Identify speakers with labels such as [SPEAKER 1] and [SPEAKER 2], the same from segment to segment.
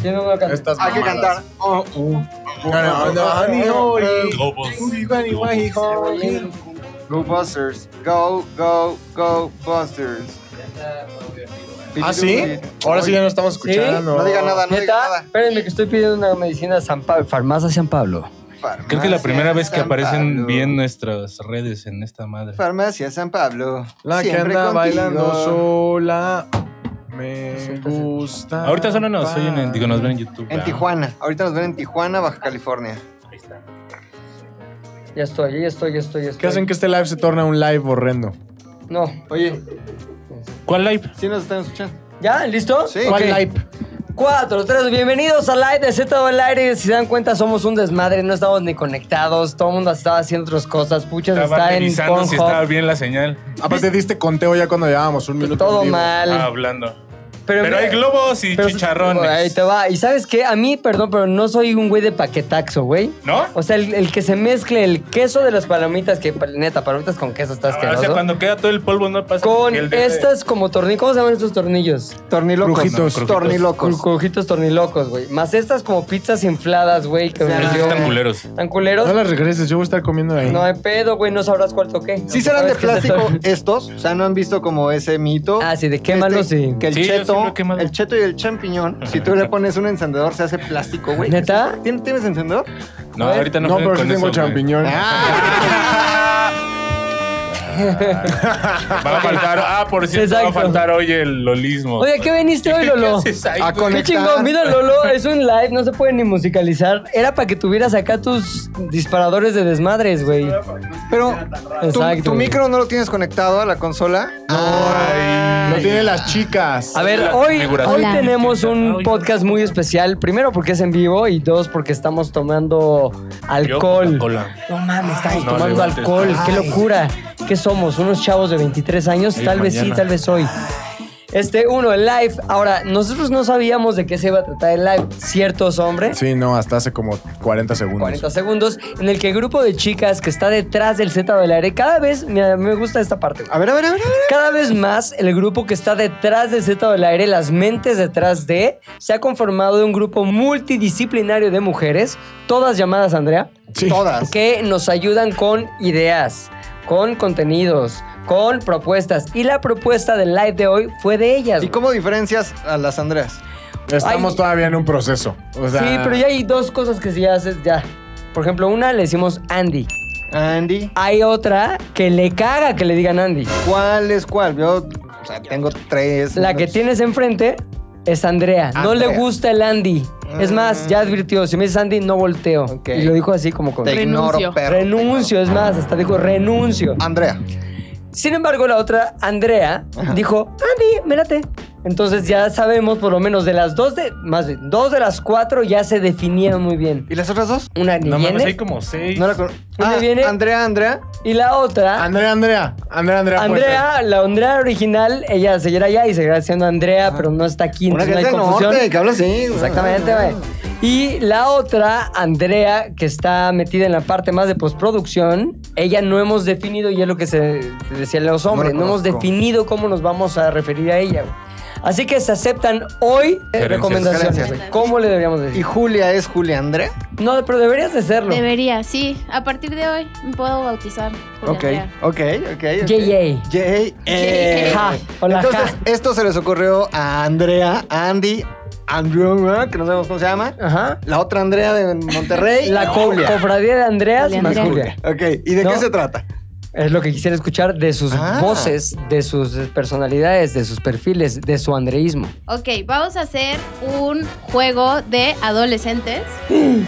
[SPEAKER 1] Tiene una canción.
[SPEAKER 2] Estas
[SPEAKER 3] Hay que
[SPEAKER 2] mamadas.
[SPEAKER 3] cantar. Oh, oh, oh,
[SPEAKER 2] No, no,
[SPEAKER 3] oh,
[SPEAKER 2] no,
[SPEAKER 3] oh,
[SPEAKER 2] no.
[SPEAKER 3] oh, oh, oh. Go Busters. Go, go, go Busters.
[SPEAKER 2] ¿Ah, sí? Ahora sí ya no estamos escuchando.
[SPEAKER 3] No diga nada, no diga
[SPEAKER 1] Neta,
[SPEAKER 3] nada.
[SPEAKER 1] espérenme que estoy pidiendo una medicina San Pablo, farmacia San Pablo.
[SPEAKER 3] Farmacia
[SPEAKER 4] Creo que la primera vez que
[SPEAKER 3] San
[SPEAKER 4] aparecen
[SPEAKER 3] Pablo.
[SPEAKER 4] bien nuestras redes en esta madre.
[SPEAKER 3] Farmacia San Pablo.
[SPEAKER 2] La que
[SPEAKER 3] siempre
[SPEAKER 2] anda
[SPEAKER 3] contigo.
[SPEAKER 2] bailando sola. Me gusta.
[SPEAKER 4] Ahorita solo nos oyen, en- digo, nos ven en YouTube.
[SPEAKER 3] En
[SPEAKER 4] ¿verdad?
[SPEAKER 3] Tijuana. Ahorita nos ven en Tijuana, Baja California.
[SPEAKER 1] Ya estoy, ya estoy, ya estoy, ya estoy.
[SPEAKER 2] ¿Qué hacen que este live se torne un live horrendo?
[SPEAKER 1] No.
[SPEAKER 3] Oye,
[SPEAKER 4] ¿Cuál live?
[SPEAKER 3] ¿sí nos están escuchando?
[SPEAKER 1] ¿Ya? ¿Listo?
[SPEAKER 3] Sí.
[SPEAKER 1] Ok.
[SPEAKER 2] ¿Cuál live?
[SPEAKER 1] Cuatro, tres, bienvenidos al live de Z al aire. Si se dan cuenta, somos un desmadre, no estamos ni conectados, todo el mundo estaba haciendo otras cosas. Puchas
[SPEAKER 4] Estaba
[SPEAKER 1] está en
[SPEAKER 4] revisando si estaba
[SPEAKER 1] Pornhub,
[SPEAKER 4] bien la señal.
[SPEAKER 2] Aparte diste conteo ya cuando llevábamos
[SPEAKER 3] Pues
[SPEAKER 2] un minuto.
[SPEAKER 1] todo
[SPEAKER 2] en vivo.
[SPEAKER 1] mal.
[SPEAKER 4] Ah, hablando.
[SPEAKER 1] pero
[SPEAKER 4] Pero,
[SPEAKER 1] mira-
[SPEAKER 4] hay globos y
[SPEAKER 1] pero-
[SPEAKER 4] chicharrones.
[SPEAKER 1] Ahí te va. Y sabes qué, a mí, perdón, pero no soy un güey de paquetaxo, güey.
[SPEAKER 4] ¿No? Ah,
[SPEAKER 1] O sea, el, el que se mezcle el queso de las palomitas, que pa- neta, palomitas con queso estás
[SPEAKER 4] o sea,
[SPEAKER 1] asqueroso.
[SPEAKER 4] Ah, cuando queda todo el polvo no pasa.
[SPEAKER 1] Con
[SPEAKER 4] que el de-
[SPEAKER 1] estas como tornillos, ¿cómo se llaman estos tornillos?
[SPEAKER 3] Tornilocos.
[SPEAKER 2] Crujitos.
[SPEAKER 4] Crujitos.
[SPEAKER 3] Tornilocos.
[SPEAKER 1] Cojitos tornilocos, güey. Más estas como pizzas infladas, güey. Que me
[SPEAKER 4] Esos
[SPEAKER 1] dio-
[SPEAKER 4] Están culeros.
[SPEAKER 1] ¿Tan culeros?
[SPEAKER 2] No las regreses, yo voy a estar comiendo ahí.
[SPEAKER 1] No hay pedo, güey, no sabrás cuál toqué.
[SPEAKER 3] ¿Sí
[SPEAKER 1] No
[SPEAKER 3] serán de
[SPEAKER 1] sabes qué
[SPEAKER 3] plástico eh,
[SPEAKER 1] te-
[SPEAKER 3] estos? O sea, ¿no han visto como ese mito? Este,
[SPEAKER 1] Ah, sí, de quémalo, sí.
[SPEAKER 3] Que el
[SPEAKER 4] Sí, yo sí lo
[SPEAKER 3] cheto,
[SPEAKER 4] he quemado.
[SPEAKER 3] el cheto y el champiñón, si tú le pones un encendedor, se hace plástico, güey.
[SPEAKER 1] ¿Neta?
[SPEAKER 3] ¿Tien- ¿Tienes encendedor?
[SPEAKER 4] No,
[SPEAKER 1] A ver.
[SPEAKER 4] Ah, ahorita no,
[SPEAKER 2] No,
[SPEAKER 4] jueguen
[SPEAKER 2] pero sí
[SPEAKER 4] con
[SPEAKER 2] tengo
[SPEAKER 4] eso, güey.
[SPEAKER 2] champiñón.
[SPEAKER 3] Ah,
[SPEAKER 4] Va a faltar. Ah, por cierto, va
[SPEAKER 1] Exacto.
[SPEAKER 4] a faltar hoy el lolismo.
[SPEAKER 1] Oye, ¿a ¿qué veniste hoy, Lolo?
[SPEAKER 4] ¿Qué haces ahí,
[SPEAKER 3] A
[SPEAKER 4] güey?
[SPEAKER 1] Qué
[SPEAKER 3] conectar.
[SPEAKER 1] chingón, mira Lolo, es un live, no se puede ni musicalizar. Era para que tuvieras acá tus disparadores de desmadres, güey.
[SPEAKER 3] Pero, ¿tu,
[SPEAKER 1] Exacto,
[SPEAKER 3] tu
[SPEAKER 1] güey.
[SPEAKER 3] micro no lo tienes conectado a la consola?
[SPEAKER 2] Lo tienen las chicas.
[SPEAKER 1] A ver,
[SPEAKER 4] La
[SPEAKER 1] hoy,
[SPEAKER 4] configuración.
[SPEAKER 1] hoy
[SPEAKER 5] Hola.
[SPEAKER 1] tenemos un podcast muy especial. Primero porque es en vivo y dos porque estamos tomando
[SPEAKER 4] Yo,
[SPEAKER 1] alcohol.
[SPEAKER 4] Coca-Cola.
[SPEAKER 1] No mames, estamos
[SPEAKER 4] No
[SPEAKER 1] tomando
[SPEAKER 4] levantes.
[SPEAKER 1] alcohol. Qué locura. ¿Qué somos? Unos chavos de 23 años.
[SPEAKER 4] Sí,
[SPEAKER 1] tal vez sí,
[SPEAKER 4] mañana.
[SPEAKER 1] tal vez hoy. Este, uno, el live. Ahora, nosotros no sabíamos de qué se iba a tratar el live. Ciertos hombres.
[SPEAKER 2] Sí, no, hasta hace como 40 segundos.
[SPEAKER 1] 40 segundos, en el que el grupo de chicas que está detrás del Z del aire, cada vez me, me gusta esta parte. güey.
[SPEAKER 3] A ver, a ver, a ver. a ver.
[SPEAKER 1] Cada vez más, el grupo que está detrás del Z del Aire, las mentes detrás de, se ha conformado de un grupo multidisciplinario de mujeres, todas llamadas Andrea,
[SPEAKER 2] Sí.
[SPEAKER 3] Todas.
[SPEAKER 1] que nos ayudan con ideas, con contenidos, con propuestas. Y la propuesta del live de hoy fue de ellas.
[SPEAKER 3] ¿Y cómo diferencias a las Andreas?
[SPEAKER 2] Estamos
[SPEAKER 1] Ay.
[SPEAKER 2] todavía en un proceso. O sea,
[SPEAKER 1] sí, pero ya hay dos cosas que sí haces ya. Por ejemplo, una le decimos Andy.
[SPEAKER 3] Andy.
[SPEAKER 1] Hay otra que le caga que le digan Andy.
[SPEAKER 3] ¿Cuál es cuál? Yo, o sea, tengo tres.
[SPEAKER 1] La que
[SPEAKER 3] no-
[SPEAKER 1] tienes enfrente es Andrea. No
[SPEAKER 3] Andrea. Mm.
[SPEAKER 1] le gusta el Andy. Es más, ya advirtió, si me dices Andy, no volteo.
[SPEAKER 3] Ok.
[SPEAKER 1] Y lo dijo así como con...
[SPEAKER 3] Te Ah. ignoro,
[SPEAKER 5] Renuncio.
[SPEAKER 3] perro.
[SPEAKER 1] renuncio, es más, hasta dijo renuncio.
[SPEAKER 3] Andrea.
[SPEAKER 1] Sin embargo, la otra, Andrea, dijo, Andy, mírate. Entonces ya sabemos, por lo menos de las dos, de, más bien, dos de las cuatro ya se definieron muy bien.
[SPEAKER 3] ¿Y las otras dos?
[SPEAKER 1] Una ni
[SPEAKER 4] No mames,
[SPEAKER 1] viene,
[SPEAKER 4] hay como seis.
[SPEAKER 3] No la conozco.
[SPEAKER 1] ¿Dónde viene?
[SPEAKER 3] Andrea, Andrea.
[SPEAKER 1] y la otra,
[SPEAKER 2] Andrea, Andrea. Andrea, Andrea. pues,
[SPEAKER 1] Andrea, la Andrea original, ella seguirá allá y seguirá siendo Andrea, pero no está aquí,
[SPEAKER 3] Una
[SPEAKER 1] entonces no hay
[SPEAKER 3] que es del
[SPEAKER 1] confusión.
[SPEAKER 3] norte, que habla así. güey.
[SPEAKER 1] Exactamente,
[SPEAKER 3] Ah.
[SPEAKER 1] güey. Y la otra, Andrea, que está metida en la parte más de postproducción, ella no hemos definido, y es lo que se, se decía a los hombres,
[SPEAKER 3] la
[SPEAKER 1] no, hemos
[SPEAKER 3] conozco.
[SPEAKER 1] definido cómo nos vamos a referir a ella, güey. Así que se aceptan hoy eh,
[SPEAKER 4] Gerencias.
[SPEAKER 1] recomendaciones.
[SPEAKER 3] Gerencias.
[SPEAKER 1] güey. ¿Cómo le deberíamos
[SPEAKER 3] ¿Y
[SPEAKER 1] decir?
[SPEAKER 3] Julia es Julia Andrea?
[SPEAKER 1] No, pero deberías de serlo.
[SPEAKER 5] Debería, sí. A partir de hoy me puedo bautizar. Julia
[SPEAKER 3] Ok,
[SPEAKER 5] Andrea.
[SPEAKER 3] ok, ok. ok.
[SPEAKER 1] JJ.
[SPEAKER 3] J.
[SPEAKER 5] J.
[SPEAKER 1] Ja, hola,
[SPEAKER 3] Entonces,
[SPEAKER 1] ja.
[SPEAKER 3] esto se les ocurrió a Andrea, Andy, Andrew, que no sabemos cómo se llama.
[SPEAKER 1] Ajá.
[SPEAKER 3] La otra Andrea de Monterrey.
[SPEAKER 1] La co-
[SPEAKER 3] Julia.
[SPEAKER 1] cofradía de Andreas
[SPEAKER 5] Julia
[SPEAKER 1] más
[SPEAKER 5] Andrea.
[SPEAKER 1] Julia.
[SPEAKER 3] Ok, ¿y de
[SPEAKER 1] No.
[SPEAKER 3] qué se trata?
[SPEAKER 1] Es lo que quisiera escuchar de sus
[SPEAKER 3] Ah.
[SPEAKER 1] voces, de sus personalidades, de sus perfiles, de su andreísmo.
[SPEAKER 5] Ok, vamos a hacer un juego de adolescentes.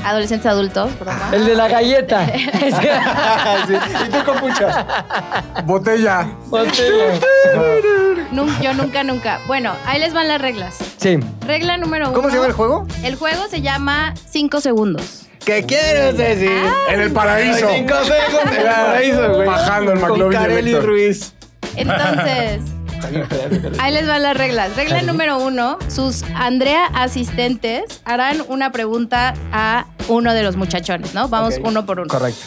[SPEAKER 5] adolescentes adultos, broma.
[SPEAKER 1] El de la galleta.
[SPEAKER 3] Sí, ¿Y tú con pucha?
[SPEAKER 2] Botella.
[SPEAKER 3] Ah.
[SPEAKER 5] Nun- yo nunca, nunca. Bueno, ahí les van las reglas.
[SPEAKER 1] Sí.
[SPEAKER 5] Regla número uno.
[SPEAKER 3] ¿Cómo se llama el juego?
[SPEAKER 5] El juego se llama 5 segundos.
[SPEAKER 3] ¿Qué quieres decir?
[SPEAKER 2] En el paraíso.
[SPEAKER 3] Cinco segundos en el paraíso, güey.
[SPEAKER 2] Bajando el
[SPEAKER 3] Con
[SPEAKER 2] McLovin
[SPEAKER 3] Kareli
[SPEAKER 2] de Héctor.
[SPEAKER 3] Ruiz.
[SPEAKER 5] Entonces, ahí les van las reglas. Regla número uno, sus Andrea asistentes harán una pregunta a uno de los muchachones, ¿no? Vamos
[SPEAKER 1] Ok.
[SPEAKER 5] uno por uno.
[SPEAKER 1] Correcto.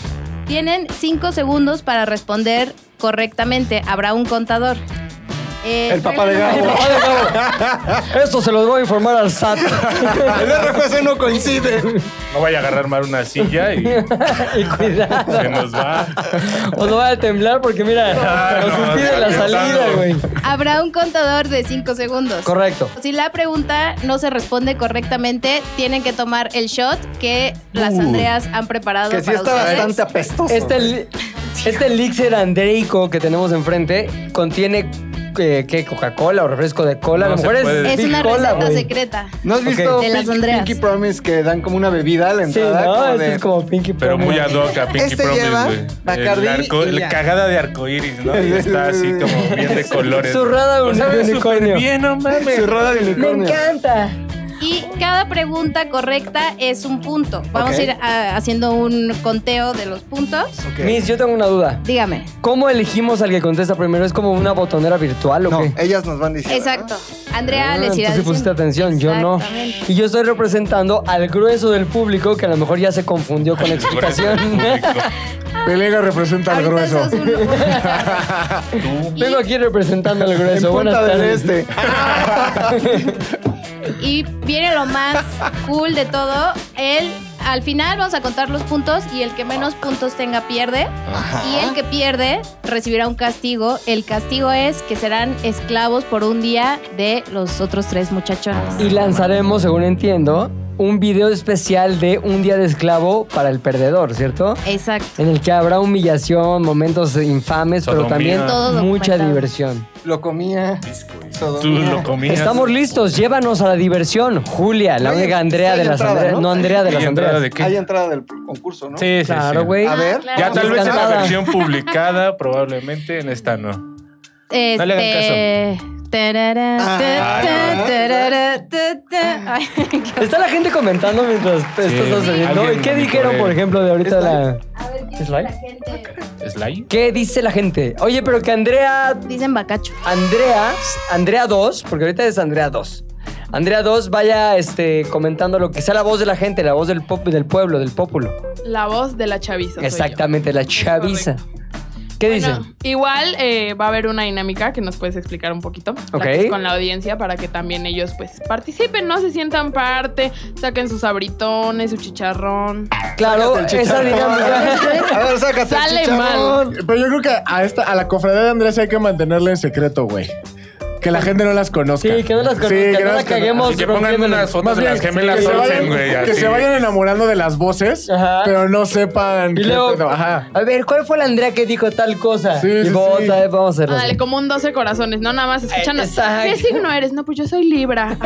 [SPEAKER 5] Tienen cinco segundos para responder correctamente. Habrá un contador. Eh,
[SPEAKER 3] El papá de
[SPEAKER 5] regla
[SPEAKER 3] Gabo.
[SPEAKER 5] número-
[SPEAKER 1] Papá de Gabo, Esto se los voy a informar al SAT.
[SPEAKER 3] El RFC no coincide.
[SPEAKER 4] No vaya a agarrar mal una silla y
[SPEAKER 1] y cuidado.
[SPEAKER 4] se nos va.
[SPEAKER 1] O no va a temblar porque mira,
[SPEAKER 4] Ah,
[SPEAKER 1] nos
[SPEAKER 4] no,
[SPEAKER 1] impide
[SPEAKER 4] está
[SPEAKER 1] la
[SPEAKER 4] pensando.
[SPEAKER 1] salida, güey.
[SPEAKER 5] Habrá un contador de 5 segundos.
[SPEAKER 1] Correcto.
[SPEAKER 5] Si la pregunta no se responde correctamente, tienen que tomar el shot que las Andreas han preparado
[SPEAKER 3] Uh. Que sí
[SPEAKER 5] para
[SPEAKER 3] está
[SPEAKER 5] ustedes.
[SPEAKER 3] bastante apestoso.
[SPEAKER 1] Este, li- este elixir andreico que tenemos enfrente contiene eh, ¿qué? Coca-Cola o refresco de cola.
[SPEAKER 4] No
[SPEAKER 1] a lo
[SPEAKER 4] se
[SPEAKER 1] mejor
[SPEAKER 4] puede.
[SPEAKER 1] es,
[SPEAKER 5] Es una
[SPEAKER 1] Bicola,
[SPEAKER 5] receta
[SPEAKER 1] güey.
[SPEAKER 5] secreta.
[SPEAKER 3] ¿No has visto
[SPEAKER 1] Ok.
[SPEAKER 5] De las
[SPEAKER 3] Pinky-
[SPEAKER 5] Andreas.
[SPEAKER 3] Pinky Promise que dan como una bebida a la
[SPEAKER 1] Sí,
[SPEAKER 3] entrada?
[SPEAKER 1] ¿no?
[SPEAKER 3] como
[SPEAKER 1] Este
[SPEAKER 3] de-
[SPEAKER 1] es como Pinky
[SPEAKER 4] Pero muy ad
[SPEAKER 1] adorable.
[SPEAKER 4] hoc a Pinky
[SPEAKER 3] Este
[SPEAKER 4] Promise,
[SPEAKER 3] lleva
[SPEAKER 4] güey. El
[SPEAKER 3] Bacardí
[SPEAKER 4] arco-
[SPEAKER 3] y
[SPEAKER 4] la
[SPEAKER 3] ya.
[SPEAKER 4] cagada de arcoíris, ¿no? Y está así como bien de colores.
[SPEAKER 1] Zurrada un
[SPEAKER 4] Pues sabe súper
[SPEAKER 1] unicornio.
[SPEAKER 4] bien, no mames.
[SPEAKER 3] Su roda de unicornio.
[SPEAKER 1] encanta.
[SPEAKER 5] Y cada pregunta correcta es un punto. Vamos a ir ah, haciendo un conteo de los puntos.
[SPEAKER 3] Ok.
[SPEAKER 1] Miss, yo tengo una duda.
[SPEAKER 5] Dígame.
[SPEAKER 1] ¿Cómo elegimos al que contesta primero? ¿Es como una botonera virtual o
[SPEAKER 3] No,
[SPEAKER 1] qué?
[SPEAKER 3] ellas nos van diciendo.
[SPEAKER 5] Exacto.
[SPEAKER 1] Ah,
[SPEAKER 5] Andrea les
[SPEAKER 1] entonces
[SPEAKER 5] irá
[SPEAKER 1] sí pusiste
[SPEAKER 5] diciendo.
[SPEAKER 1] atención, yo no.
[SPEAKER 5] Exactamente.
[SPEAKER 1] Y yo estoy representando al grueso del público que a lo mejor ya se confundió con la explicación.
[SPEAKER 2] Pelega representa al
[SPEAKER 5] Ahorita
[SPEAKER 2] grueso.
[SPEAKER 5] sos un-
[SPEAKER 1] Vengo aquí representando al
[SPEAKER 3] En
[SPEAKER 1] grueso. Buenas
[SPEAKER 3] Punta del
[SPEAKER 1] tardes.
[SPEAKER 3] Este.
[SPEAKER 5] Y viene lo más cool de todo. El, al final vamos a contar los puntos y el que menos puntos tenga pierde. Y el que pierde recibirá un castigo. El castigo es que serán esclavos por un día de los otros tres muchachones.
[SPEAKER 1] Y lanzaremos, según entiendo, un video especial de Un Día de Esclavo para el Perdedor, ¿cierto?
[SPEAKER 5] Exacto.
[SPEAKER 1] En el que habrá humillación, momentos infames, pero
[SPEAKER 4] Sodomía.
[SPEAKER 1] también
[SPEAKER 5] Todo
[SPEAKER 1] mucha
[SPEAKER 5] documentado.
[SPEAKER 1] diversión.
[SPEAKER 3] Lo comía.
[SPEAKER 4] Tú
[SPEAKER 3] sodomía.
[SPEAKER 4] lo comías.
[SPEAKER 1] Estamos listos, llévanos a la diversión. Julia, la
[SPEAKER 3] Oye,
[SPEAKER 1] única Andrea
[SPEAKER 3] hay
[SPEAKER 1] de las
[SPEAKER 3] entrada,
[SPEAKER 1] Andreas.
[SPEAKER 3] ¿no?
[SPEAKER 1] No, Andrea de
[SPEAKER 4] ¿Y
[SPEAKER 1] las
[SPEAKER 4] entrada de
[SPEAKER 1] Andreas.
[SPEAKER 4] qué?
[SPEAKER 3] Hay entrada del concurso, ¿no?
[SPEAKER 4] Sí, sí,
[SPEAKER 1] Claro,
[SPEAKER 4] sí.
[SPEAKER 1] güey.
[SPEAKER 3] A ver.
[SPEAKER 5] claro.
[SPEAKER 4] Ya tal vez en la
[SPEAKER 1] Descansada.
[SPEAKER 4] versión publicada, probablemente en esta no.
[SPEAKER 5] Este...
[SPEAKER 4] No le hagan
[SPEAKER 5] tarara,
[SPEAKER 3] Ah.
[SPEAKER 5] Este, ta, ta, tarara, ta, ta. Ay,
[SPEAKER 1] Está la gente comentando mientras esto está sucediendo.
[SPEAKER 4] alguien
[SPEAKER 1] ¿Y qué
[SPEAKER 4] me
[SPEAKER 1] dijeron,
[SPEAKER 4] pone-
[SPEAKER 1] por ejemplo, de ahorita
[SPEAKER 3] ¿Es
[SPEAKER 1] la...
[SPEAKER 5] A ver, ¿qué
[SPEAKER 1] ¿Es
[SPEAKER 5] dice
[SPEAKER 1] live?
[SPEAKER 5] la gente?
[SPEAKER 4] ¿Sly?
[SPEAKER 1] ¿Qué dice la gente? Oye, pero que Andrea
[SPEAKER 5] Dicen bacacho.
[SPEAKER 1] Andrea, Andrea 2, porque ahorita es Andrea 2. Andrea 2 vaya este, comentando lo que sea la voz de la gente, la voz del, pop, del pueblo, del pueblo.
[SPEAKER 6] La voz de la chaviza. soy yo.
[SPEAKER 1] Exactamente, la chaviza. ¿Qué
[SPEAKER 6] Bueno,
[SPEAKER 1] dicen?
[SPEAKER 6] igual eh, va a haber una dinámica que nos puedes explicar un poquito la que
[SPEAKER 1] Ok.
[SPEAKER 6] es con la audiencia para que también ellos pues participen, no se sientan parte, saquen sus abritones, su chicharrón.
[SPEAKER 1] Claro, esa dinámica.
[SPEAKER 3] A ver, sácate el
[SPEAKER 6] Sale
[SPEAKER 3] chicharrón.
[SPEAKER 2] Pero yo creo que a esta, a la cofradía de Andrés hay que mantenerla en secreto, güey. Que la gente no las conozca.
[SPEAKER 1] Sí, que no las
[SPEAKER 2] Sí,
[SPEAKER 1] conozca,
[SPEAKER 2] que
[SPEAKER 1] no
[SPEAKER 2] no
[SPEAKER 1] la
[SPEAKER 2] las conozca.
[SPEAKER 1] caguemos.
[SPEAKER 4] Que pongan
[SPEAKER 1] rompiéndola.
[SPEAKER 4] unas fotos de las gemelas
[SPEAKER 2] Que se,
[SPEAKER 4] Olsen,
[SPEAKER 2] vayan,
[SPEAKER 4] güey.
[SPEAKER 2] que
[SPEAKER 4] así.
[SPEAKER 2] se vayan enamorando de las voces,
[SPEAKER 1] Ajá.
[SPEAKER 2] pero no sepan.
[SPEAKER 1] Y
[SPEAKER 2] qué pedo.
[SPEAKER 1] luego,
[SPEAKER 2] Ajá.
[SPEAKER 1] a ver, ¿cuál fue la Andrea que dijo tal cosa?
[SPEAKER 2] Sí,
[SPEAKER 1] y
[SPEAKER 2] sí,
[SPEAKER 1] vos,
[SPEAKER 2] sí.
[SPEAKER 1] ¿sabes? vamos a hacerlo.
[SPEAKER 6] Dale, como un 12 corazones, no nada más escuchando.
[SPEAKER 1] Exacto.
[SPEAKER 6] ¿Qué signo eres? No, pues yo soy Libra.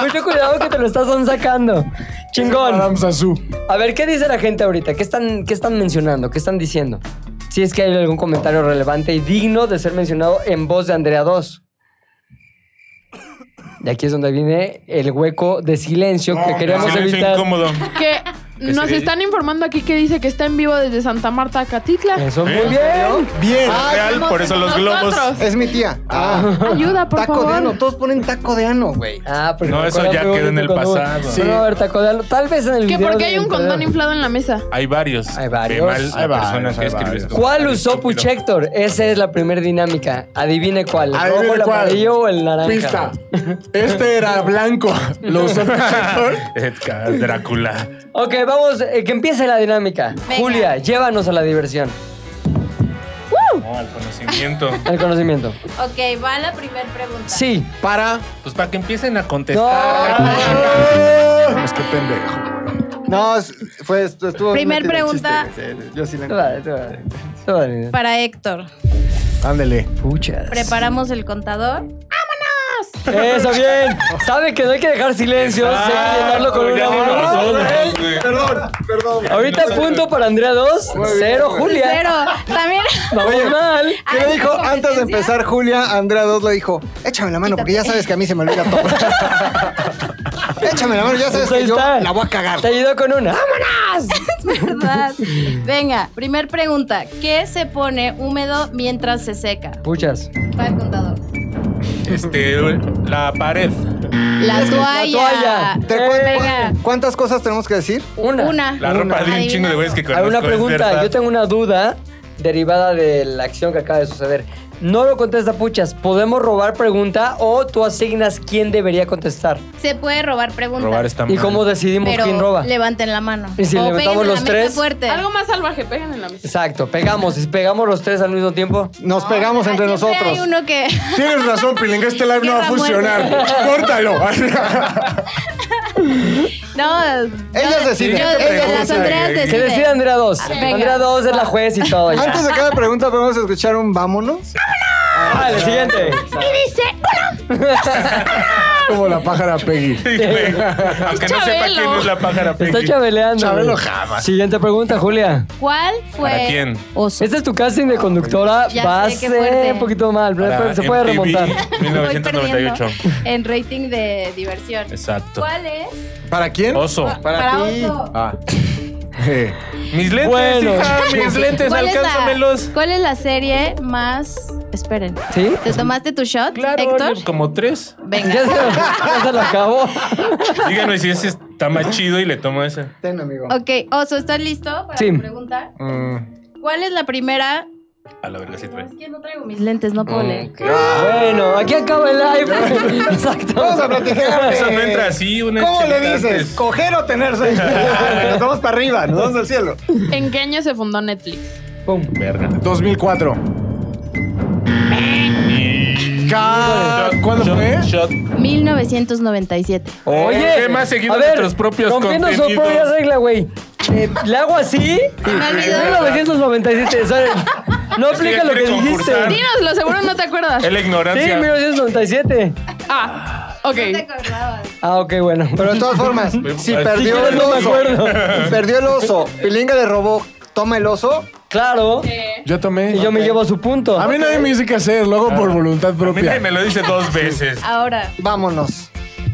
[SPEAKER 1] Mucho cuidado que te lo estás sacando. Chingón.
[SPEAKER 2] Adam Sassou.
[SPEAKER 1] A ver, ¿qué dice la gente ahorita? ¿Qué están, qué están mencionando? ¿Qué están diciendo? Si es que hay algún comentario relevante y digno de ser mencionado en voz de Andrea 2. Y aquí es donde viene el hueco de silencio que queremos
[SPEAKER 4] Silencio
[SPEAKER 1] evitar.
[SPEAKER 4] incómodo.
[SPEAKER 6] que nos
[SPEAKER 4] se-
[SPEAKER 6] están informando aquí que dice que está en vivo desde Santa Marta, Catitla.
[SPEAKER 1] Eso,
[SPEAKER 4] ¿Eh?
[SPEAKER 1] muy bien.
[SPEAKER 3] Bien.
[SPEAKER 4] Es real, por eso los globos.
[SPEAKER 6] Nosotros.
[SPEAKER 3] Es mi tía. Ah.
[SPEAKER 6] Ayuda, por
[SPEAKER 3] taco de
[SPEAKER 6] favor.
[SPEAKER 3] ano. Todos ponen taco de ano, güey.
[SPEAKER 1] Ah, porque
[SPEAKER 4] No,
[SPEAKER 1] me
[SPEAKER 4] eso
[SPEAKER 1] acuerdo
[SPEAKER 4] ya
[SPEAKER 1] muy
[SPEAKER 4] quedó en
[SPEAKER 1] bonito
[SPEAKER 4] el
[SPEAKER 1] cuando hubo-
[SPEAKER 4] pasado.
[SPEAKER 1] Sí. No, a ver, taco de ano. Tal vez en el
[SPEAKER 6] Que
[SPEAKER 1] video
[SPEAKER 6] porque
[SPEAKER 1] de
[SPEAKER 6] hay un
[SPEAKER 1] Andrea
[SPEAKER 6] condón
[SPEAKER 1] dos.
[SPEAKER 6] inflado en la mesa.
[SPEAKER 4] Hay varios.
[SPEAKER 1] Hay varios.
[SPEAKER 4] Ve mal
[SPEAKER 2] Hay
[SPEAKER 4] la persona
[SPEAKER 2] varios,
[SPEAKER 4] que
[SPEAKER 2] hay
[SPEAKER 4] escribe
[SPEAKER 2] varios.
[SPEAKER 4] esto.
[SPEAKER 1] ¿Cuál usó
[SPEAKER 4] Estúpido.
[SPEAKER 1] Puchector? Esa es la primera dinámica. Adivine cuál. ¿El
[SPEAKER 2] Adivine
[SPEAKER 1] rojo, el
[SPEAKER 2] cuál.
[SPEAKER 1] amarillo o el naranja?
[SPEAKER 2] Pista. Pues Este era blanco. Lo usó Puchector.
[SPEAKER 4] Edgar, Drácula.
[SPEAKER 1] Ok, vamos, eh, que empiece la dinámica.
[SPEAKER 5] Venga.
[SPEAKER 1] Julia, llévanos a la diversión,
[SPEAKER 4] No, al conocimiento.
[SPEAKER 1] al conocimiento.
[SPEAKER 5] Ok, va la primera pregunta.
[SPEAKER 1] Sí.
[SPEAKER 3] Para.
[SPEAKER 4] Pues para que empiecen a
[SPEAKER 1] No.
[SPEAKER 4] contestar.
[SPEAKER 2] Es que pendejo.
[SPEAKER 3] No, es- fue, estu- estuvo.
[SPEAKER 5] Primer
[SPEAKER 3] metido en
[SPEAKER 5] pregunta.
[SPEAKER 3] chiste, güey. Sí, Yo sí la
[SPEAKER 1] Tú dale, tú dale. Tú dale.
[SPEAKER 5] Para Héctor,
[SPEAKER 2] Ándele.
[SPEAKER 1] Puchas.
[SPEAKER 5] preparamos el contador.
[SPEAKER 1] Eso, bien. Sabe que no hay que dejar silencio, se hay que llenarlo con una
[SPEAKER 4] Ah, ya tiene razón,
[SPEAKER 1] mano.
[SPEAKER 4] güey.
[SPEAKER 3] Perdón, perdón.
[SPEAKER 1] Ahorita punto para Andrea 2,
[SPEAKER 3] Muy bien,
[SPEAKER 1] cero
[SPEAKER 3] güey.
[SPEAKER 1] Julia.
[SPEAKER 5] Cero. También.
[SPEAKER 1] Vamos
[SPEAKER 3] Oye.
[SPEAKER 1] mal.
[SPEAKER 3] ¿Qué
[SPEAKER 5] Ah,
[SPEAKER 3] le dijo?
[SPEAKER 5] ¿competencia?
[SPEAKER 3] Antes de empezar, Julia, Andrea 2 le dijo: Échame la mano, porque ya sabes que a mí se me olvida todo. Échame la mano, ya sabes
[SPEAKER 1] Pues ahí
[SPEAKER 3] que yo
[SPEAKER 1] está.
[SPEAKER 3] la voy a cagar.
[SPEAKER 1] Te ayudó con una. ¡Vámonos!
[SPEAKER 5] ¿Verdad? Venga, primer pregunta. ¿Qué se pone húmedo mientras se seca?
[SPEAKER 1] Puchas.
[SPEAKER 5] Va el contador.
[SPEAKER 4] Este, la pared.
[SPEAKER 5] La toalla.
[SPEAKER 1] toalla.
[SPEAKER 3] Te cuento-
[SPEAKER 5] Venga.
[SPEAKER 3] ¿Cuántas cosas tenemos que decir?
[SPEAKER 1] Una.
[SPEAKER 5] Una.
[SPEAKER 4] La ropa de un
[SPEAKER 5] Adivinando.
[SPEAKER 4] chingo de güeyes que
[SPEAKER 1] Hay
[SPEAKER 4] conozco.
[SPEAKER 1] una
[SPEAKER 4] es verdad.
[SPEAKER 1] pregunta. Yo tengo una duda derivada de la acción que acaba de suceder. no lo contesta Puchas. Podemos robar pregunta o tú asignas quién debería contestar.
[SPEAKER 5] Se puede robar preguntas.
[SPEAKER 4] Robar está mal.
[SPEAKER 1] ¿Y cómo decidimos
[SPEAKER 5] pero
[SPEAKER 1] quién roba?
[SPEAKER 5] levanten la mano.
[SPEAKER 1] ¿Y si
[SPEAKER 5] O
[SPEAKER 1] levantamos
[SPEAKER 5] peguen en la
[SPEAKER 1] los
[SPEAKER 5] mesa
[SPEAKER 1] tres?
[SPEAKER 5] fuerte.
[SPEAKER 6] Algo más salvaje, pegan en la mesa.
[SPEAKER 1] Exacto, pegamos. y pegamos los tres al mismo tiempo.
[SPEAKER 3] Nos
[SPEAKER 5] No,
[SPEAKER 3] pegamos entre
[SPEAKER 5] siempre
[SPEAKER 3] nosotros.
[SPEAKER 5] Hay uno que...
[SPEAKER 2] Tienes razón, Pilinga, este live no va a
[SPEAKER 5] Guerra
[SPEAKER 2] funcionar. Córtalo.
[SPEAKER 5] No,
[SPEAKER 3] Ellas deciden,
[SPEAKER 5] yo-
[SPEAKER 3] ¿qué
[SPEAKER 5] yo- Las
[SPEAKER 3] pregunta?
[SPEAKER 5] Andreas
[SPEAKER 1] Se
[SPEAKER 5] deciden.
[SPEAKER 1] decide Andrea 2.
[SPEAKER 5] Ah, Venga.
[SPEAKER 1] Andrea 2 es la juez y todo. ya.
[SPEAKER 3] Antes de cada pregunta, podemos escuchar un vámonos.
[SPEAKER 1] Ah, Vale, siguiente.
[SPEAKER 2] Como la pájara Peggy.
[SPEAKER 4] Aunque no sepa
[SPEAKER 6] Chabelo.
[SPEAKER 4] quién es la pájara
[SPEAKER 1] Está
[SPEAKER 4] Pinky.
[SPEAKER 1] chabeleando.
[SPEAKER 2] Chabelo
[SPEAKER 1] güey.
[SPEAKER 2] jamás.
[SPEAKER 1] Siguiente pregunta, Julia.
[SPEAKER 5] ¿Cuál fue?
[SPEAKER 4] ¿Para quién?
[SPEAKER 5] Oso.
[SPEAKER 1] Este es tu casting de conductora.
[SPEAKER 5] Ah, Ya
[SPEAKER 1] Va a
[SPEAKER 5] sé, qué
[SPEAKER 1] ser
[SPEAKER 5] fuerte.
[SPEAKER 1] un poquito mal, pero
[SPEAKER 4] Para
[SPEAKER 1] se puede
[SPEAKER 4] MTV,
[SPEAKER 1] remontar.
[SPEAKER 5] Voy perdiendo
[SPEAKER 4] 1998.
[SPEAKER 5] En rating de diversión.
[SPEAKER 4] Exacto.
[SPEAKER 5] ¿Cuál es?
[SPEAKER 3] ¿Para quién?
[SPEAKER 4] Oso.
[SPEAKER 3] Oh, Para, ti.
[SPEAKER 5] oso.
[SPEAKER 3] Ah.
[SPEAKER 4] Mis lentes,
[SPEAKER 1] Bueno.
[SPEAKER 4] hija, mis lentes,
[SPEAKER 5] ¿Cuál es la-
[SPEAKER 4] alcánzamelos.
[SPEAKER 5] ¿Cuál es la serie más... Esperen.
[SPEAKER 1] ¿Sí?
[SPEAKER 3] Pues,
[SPEAKER 5] ¿Te tomaste tu shot,
[SPEAKER 4] Claro,
[SPEAKER 5] Héctor?
[SPEAKER 4] como tres.
[SPEAKER 5] Venga.
[SPEAKER 1] Ya se, ya se lo acabó.
[SPEAKER 4] Díganme si ese está más chido y le tomo ese.
[SPEAKER 3] Ten, amigo. Mm.
[SPEAKER 5] Ok, Oso, ¿estás listo para
[SPEAKER 1] Sí.
[SPEAKER 5] la pregunta? ¿Cuál es la primera?
[SPEAKER 4] A la verga, sí
[SPEAKER 5] No,
[SPEAKER 4] trae.
[SPEAKER 5] es que no traigo mis lentes, no puedo leer.
[SPEAKER 1] Bueno, aquí acaba el live. Exacto.
[SPEAKER 3] Vamos a platicar.
[SPEAKER 4] Eso
[SPEAKER 3] de-
[SPEAKER 4] no entra así, una
[SPEAKER 3] ¿Cómo le
[SPEAKER 4] chelita
[SPEAKER 3] dices?
[SPEAKER 4] antes.
[SPEAKER 3] ¿Coger o tener sexo? nos vamos para arriba, nos vamos al cielo.
[SPEAKER 6] ¿En qué año se fundó Netflix?
[SPEAKER 1] Pum.
[SPEAKER 4] Verga.
[SPEAKER 2] 2004. Ca- Ah, ¿Cuándo
[SPEAKER 4] Shot,
[SPEAKER 2] fue?
[SPEAKER 4] shot.
[SPEAKER 5] 1997.
[SPEAKER 1] Oye,
[SPEAKER 4] ¿Qué más seguido
[SPEAKER 1] a ver,
[SPEAKER 4] nuestros propios
[SPEAKER 1] rompiendo su
[SPEAKER 4] contenidos?
[SPEAKER 1] propia regla, güey. Eh, le hago así.
[SPEAKER 5] Me olvidó.
[SPEAKER 1] 1997. o sea, no aplica
[SPEAKER 4] ya
[SPEAKER 1] lo que
[SPEAKER 4] quiere
[SPEAKER 1] dijiste.
[SPEAKER 4] concursar.
[SPEAKER 6] Dínoslo, seguro no te acuerdas.
[SPEAKER 4] Es la
[SPEAKER 1] Sí,
[SPEAKER 4] ignorancia.
[SPEAKER 1] 1997.
[SPEAKER 6] Ah,
[SPEAKER 5] No
[SPEAKER 6] ok.
[SPEAKER 5] te acordabas.
[SPEAKER 1] Ah, ok, bueno.
[SPEAKER 3] Pero de todas formas, si
[SPEAKER 4] Si
[SPEAKER 3] perdió
[SPEAKER 1] quieres,
[SPEAKER 3] el
[SPEAKER 1] no me
[SPEAKER 3] oso,
[SPEAKER 1] acuerdo.
[SPEAKER 3] perdió el oso, Pilinga le robó, toma el oso,
[SPEAKER 1] Claro.
[SPEAKER 2] Yo tomé.
[SPEAKER 1] Y yo me llevo a su punto.
[SPEAKER 2] A mí nadie me dice qué hacer, lo hago por voluntad
[SPEAKER 4] Ah. A mí nadie
[SPEAKER 2] propia.
[SPEAKER 4] me lo dice dos veces.
[SPEAKER 5] Ahora,
[SPEAKER 3] vámonos.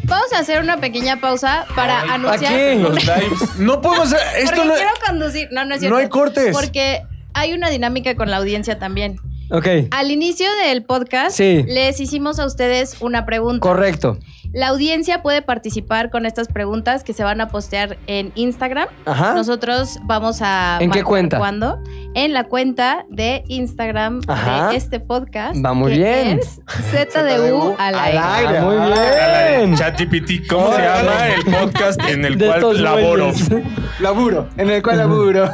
[SPEAKER 5] vamos a hacer una pequeña pausa para anunciar.
[SPEAKER 1] aquí.
[SPEAKER 4] Los lives.
[SPEAKER 2] No puedo hacer. Esto
[SPEAKER 5] Porque
[SPEAKER 2] no.
[SPEAKER 5] quiero conducir. No, no es cierto.
[SPEAKER 2] No hay cortes.
[SPEAKER 5] Porque hay una dinámica con la audiencia también.
[SPEAKER 1] Ok,
[SPEAKER 5] Al inicio del podcast,
[SPEAKER 1] Sí.
[SPEAKER 5] les hicimos a ustedes una pregunta.
[SPEAKER 1] correcto.
[SPEAKER 5] La audiencia puede participar con estas preguntas que se van a postear en Instagram.
[SPEAKER 1] Ajá.
[SPEAKER 5] Nosotros vamos a.
[SPEAKER 1] Ah. ¿En qué
[SPEAKER 5] marcar
[SPEAKER 1] cuenta?
[SPEAKER 5] ¿Cuándo? En la cuenta de Instagram
[SPEAKER 1] Ajá.
[SPEAKER 5] de este podcast.
[SPEAKER 1] Va muy
[SPEAKER 5] que
[SPEAKER 1] bien.
[SPEAKER 5] Es ZDU al aire.
[SPEAKER 1] Ah,
[SPEAKER 3] aire.
[SPEAKER 1] muy
[SPEAKER 4] Al
[SPEAKER 1] bien.
[SPEAKER 4] ChatGPT, ¿cómo se llama el podcast en el
[SPEAKER 1] De estos
[SPEAKER 4] cual laboro?
[SPEAKER 1] güeyes.
[SPEAKER 3] Laburo, en el cual laburo.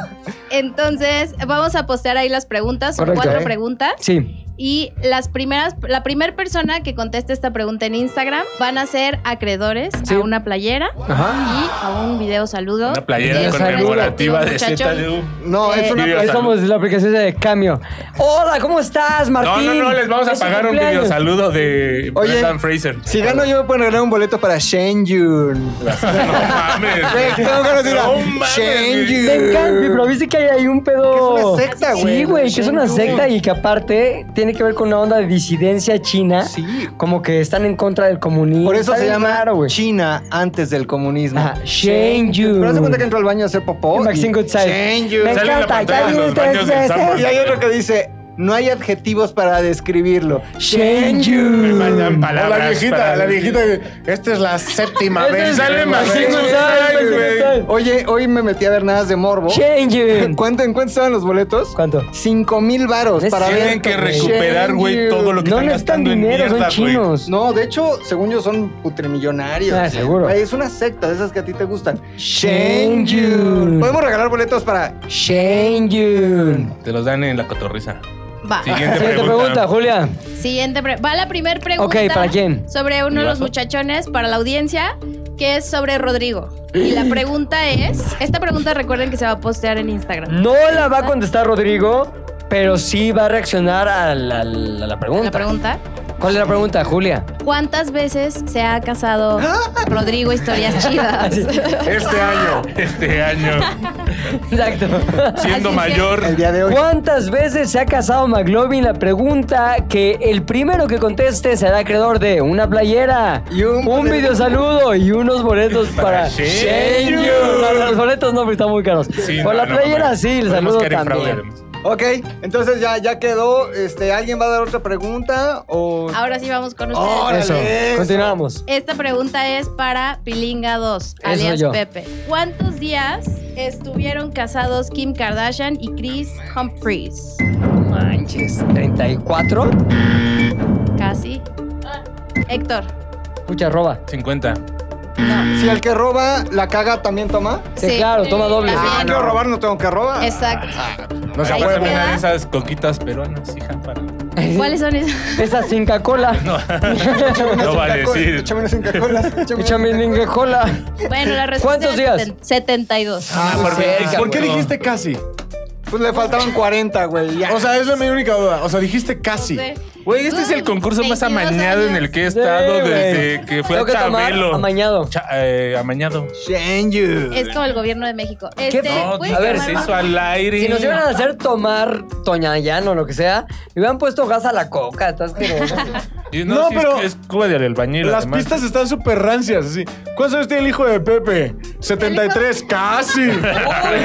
[SPEAKER 5] Entonces, vamos a postear ahí las preguntas. Son
[SPEAKER 1] Correcto.
[SPEAKER 5] cuatro
[SPEAKER 1] Ok.
[SPEAKER 5] preguntas.
[SPEAKER 1] eh. Sí.
[SPEAKER 5] Y las primeras, la primera persona que conteste esta pregunta en Instagram van a ser acreedores
[SPEAKER 1] Sí.
[SPEAKER 5] a una playera
[SPEAKER 1] Ajá.
[SPEAKER 5] y a un video saludo.
[SPEAKER 4] Una playera
[SPEAKER 1] Bien,
[SPEAKER 4] conmemorativa de
[SPEAKER 5] muchachos.
[SPEAKER 4] ZDU.
[SPEAKER 3] No, es una
[SPEAKER 4] Video
[SPEAKER 1] Ahí
[SPEAKER 4] saludo.
[SPEAKER 1] somos la aplicación de cambio. Hola, ¿cómo estás,
[SPEAKER 4] No,
[SPEAKER 1] Martín?
[SPEAKER 4] no, no, les vamos a
[SPEAKER 1] Es su
[SPEAKER 4] pagar un
[SPEAKER 1] cumpleaños.
[SPEAKER 4] video saludo de
[SPEAKER 3] Oye.
[SPEAKER 4] Brendan Fraser.
[SPEAKER 3] eh, Si gano, yo me puedo ganar un boleto para Shen Yun.
[SPEAKER 4] No mames.
[SPEAKER 3] Güey, tengo ganas de ir a
[SPEAKER 4] No mames,
[SPEAKER 3] Shen
[SPEAKER 4] güey.
[SPEAKER 3] Yun.
[SPEAKER 1] Me encanta, pero viste que hay ahí un pedo.
[SPEAKER 3] Que es una secta, güey.
[SPEAKER 1] Sí, güey, que es una
[SPEAKER 3] Shenzhou.
[SPEAKER 1] secta y que aparte tiene que ver con una onda de disidencia china.
[SPEAKER 3] Sí.
[SPEAKER 1] Como que están en contra del comunismo.
[SPEAKER 3] Por eso
[SPEAKER 1] Está
[SPEAKER 3] se
[SPEAKER 1] bien
[SPEAKER 3] llama
[SPEAKER 1] raro, güey.
[SPEAKER 3] China antes del comunismo.
[SPEAKER 1] Ajá, Shen Yun.
[SPEAKER 3] Pero hace cuenta que entró al baño a hacer popó.
[SPEAKER 1] Max
[SPEAKER 3] y-
[SPEAKER 1] Ingotsai.
[SPEAKER 3] Shen Yun.
[SPEAKER 1] Me
[SPEAKER 4] Sale en la
[SPEAKER 1] encanta,
[SPEAKER 4] pantalla
[SPEAKER 1] ya
[SPEAKER 4] de
[SPEAKER 1] vi
[SPEAKER 4] los baños
[SPEAKER 1] ustedes.
[SPEAKER 4] de Samsung.
[SPEAKER 3] Y hay otro que dice, no hay adjetivos para describirlo.
[SPEAKER 1] Shen
[SPEAKER 4] Me
[SPEAKER 1] Yu.
[SPEAKER 4] faltan
[SPEAKER 2] O
[SPEAKER 4] palabras.
[SPEAKER 2] la viejita,
[SPEAKER 4] para-
[SPEAKER 2] la viejita. Esta es la séptima
[SPEAKER 1] Este
[SPEAKER 2] vez.
[SPEAKER 1] es-
[SPEAKER 4] Sale
[SPEAKER 2] Séptima
[SPEAKER 4] más
[SPEAKER 2] vez.
[SPEAKER 1] Maxine
[SPEAKER 4] González, güey. Oh.
[SPEAKER 1] González.
[SPEAKER 3] Oye, hoy me metí a ver nada de morbo.
[SPEAKER 1] Shen Yu.
[SPEAKER 3] ¿Cuánto, ¿En cuánto estaban los boletos?
[SPEAKER 1] ¿Cuánto?
[SPEAKER 3] 5 mil varos
[SPEAKER 1] Es
[SPEAKER 3] para
[SPEAKER 4] Tienen
[SPEAKER 3] ver.
[SPEAKER 4] que
[SPEAKER 1] Pues güey.
[SPEAKER 4] recuperar, güey,
[SPEAKER 3] Shen
[SPEAKER 4] todo lo que
[SPEAKER 1] No
[SPEAKER 4] están
[SPEAKER 1] necesitan
[SPEAKER 4] gastando en
[SPEAKER 1] dinero, son
[SPEAKER 4] mierda, güey.
[SPEAKER 1] chinos.
[SPEAKER 3] No, de hecho, según yo, son putrimillonarios.
[SPEAKER 1] Ah, seguro.
[SPEAKER 3] Güey, Es una secta de esas que a ti te gustan.
[SPEAKER 1] Shen Yun.
[SPEAKER 3] Podemos regalar boletos para
[SPEAKER 1] Shen Yu.
[SPEAKER 4] Te los dan en la cotorriza.
[SPEAKER 5] Va.
[SPEAKER 4] Siguiente
[SPEAKER 1] Siguiente pregunta,
[SPEAKER 4] pregunta.
[SPEAKER 1] Julia.
[SPEAKER 5] Siguiente pre- Va la primera pregunta.
[SPEAKER 1] Ok, ¿para quién?
[SPEAKER 5] Sobre uno de los
[SPEAKER 4] ¿Brazo?
[SPEAKER 5] muchachones, para la audiencia, que es sobre Rodrigo. Y la pregunta es: Esta pregunta recuerden que se va a postear en Instagram.
[SPEAKER 1] No la va a contestar Rodrigo, pero sí va a reaccionar a la, a la- a la pregunta.
[SPEAKER 5] La pregunta:
[SPEAKER 1] ¿Cuál es la pregunta, Julia?
[SPEAKER 5] ¿Cuántas veces se ha casado Rodrigo Historias Chidas?
[SPEAKER 2] este año.
[SPEAKER 4] Este año,
[SPEAKER 1] Exacto.
[SPEAKER 4] siendo
[SPEAKER 5] Así que-
[SPEAKER 4] mayor,
[SPEAKER 3] el día de hoy.
[SPEAKER 1] ¿Cuántas veces se ha casado McLovin? La pregunta que el primero que conteste será acreedor de una playera,
[SPEAKER 3] Y un boleto.
[SPEAKER 1] video saludo y unos boletos para,
[SPEAKER 4] Para Shen Yu.
[SPEAKER 1] No, no, los boletos no, pero están muy caros.
[SPEAKER 4] Sí,
[SPEAKER 1] Por
[SPEAKER 4] no,
[SPEAKER 1] la
[SPEAKER 4] no,
[SPEAKER 1] playera
[SPEAKER 4] mames.
[SPEAKER 1] sí, el
[SPEAKER 4] Podemos
[SPEAKER 1] saludo
[SPEAKER 4] caer en fraude,
[SPEAKER 1] también.
[SPEAKER 4] además.
[SPEAKER 3] Ok, entonces ya, ya quedó. Este, ¿Alguien va a dar otra pregunta? O...
[SPEAKER 5] Ahora sí vamos con ustedes.
[SPEAKER 3] Ahora-
[SPEAKER 1] Eso,
[SPEAKER 3] Órale, eso.
[SPEAKER 1] continuamos.
[SPEAKER 5] Esta pregunta es para Pilinga 2, alias
[SPEAKER 1] yo.
[SPEAKER 5] Pepe. ¿Cuántos días estuvieron casados Kim Kardashian y Chris Humphries?
[SPEAKER 1] manches, 34.
[SPEAKER 5] Casi.
[SPEAKER 4] Ah.
[SPEAKER 5] Héctor.
[SPEAKER 1] Escucha, roba.
[SPEAKER 4] 50.
[SPEAKER 3] Si el que roba la caga también toma.
[SPEAKER 1] Sí,
[SPEAKER 5] Sí.
[SPEAKER 1] claro, toma doble.
[SPEAKER 5] Sí.
[SPEAKER 3] Ah,
[SPEAKER 5] Ah,
[SPEAKER 3] quiero robar, no tengo que robar.
[SPEAKER 5] Exacto.
[SPEAKER 2] No se
[SPEAKER 5] Ahí
[SPEAKER 2] puede.
[SPEAKER 5] se
[SPEAKER 4] una
[SPEAKER 5] queda.
[SPEAKER 4] de esas coquitas peruanas, hija, para...
[SPEAKER 5] ¿Cuáles son esos?
[SPEAKER 1] Esa sin cola
[SPEAKER 4] No,
[SPEAKER 3] Échame
[SPEAKER 4] no
[SPEAKER 3] unas
[SPEAKER 4] va a
[SPEAKER 3] Inca Kola,
[SPEAKER 4] decir.
[SPEAKER 3] Échame unas Inca Kolas, échame unas
[SPEAKER 1] Échame
[SPEAKER 3] Inca Kolas.
[SPEAKER 1] en cola.
[SPEAKER 5] Bueno, la respuesta
[SPEAKER 1] ¿Cuántos
[SPEAKER 5] es
[SPEAKER 1] días?
[SPEAKER 5] seten- 72.
[SPEAKER 4] Ah, por
[SPEAKER 1] cerca,
[SPEAKER 4] veinticinco.
[SPEAKER 2] ¿Por qué dijiste casi?
[SPEAKER 3] Pues le faltaron 40, güey. ya.
[SPEAKER 2] O sea, es la mi única duda. O sea, dijiste casi.
[SPEAKER 5] No sé.
[SPEAKER 4] Güey, este es el concurso más
[SPEAKER 5] 22
[SPEAKER 4] amañado en el
[SPEAKER 5] años.
[SPEAKER 4] que he estado
[SPEAKER 1] Sí, güey.
[SPEAKER 4] desde que fue
[SPEAKER 1] Tengo
[SPEAKER 4] a
[SPEAKER 1] que tomar
[SPEAKER 4] Chabelo.
[SPEAKER 1] amañado.
[SPEAKER 4] Cha- eh, amañado.
[SPEAKER 3] Shane you.
[SPEAKER 5] Es como el gobierno de México. Este,
[SPEAKER 4] No,
[SPEAKER 5] ¿puedes
[SPEAKER 1] a ver,
[SPEAKER 5] tomar
[SPEAKER 4] digas
[SPEAKER 5] más?
[SPEAKER 4] eso al aire.
[SPEAKER 1] Si nos iban a hacer tomar Toñayán o lo que sea, le hubieran puesto gas a la coca. Estás asqueroso.
[SPEAKER 4] Y No,
[SPEAKER 2] No,
[SPEAKER 4] pero
[SPEAKER 2] pero-
[SPEAKER 4] es, Cuba del albañil.
[SPEAKER 2] Las
[SPEAKER 4] además.
[SPEAKER 2] pistas están súper rancias, así. ¿Cuántos años tiene el hijo de Pepe? 73, casi.
[SPEAKER 1] Uy,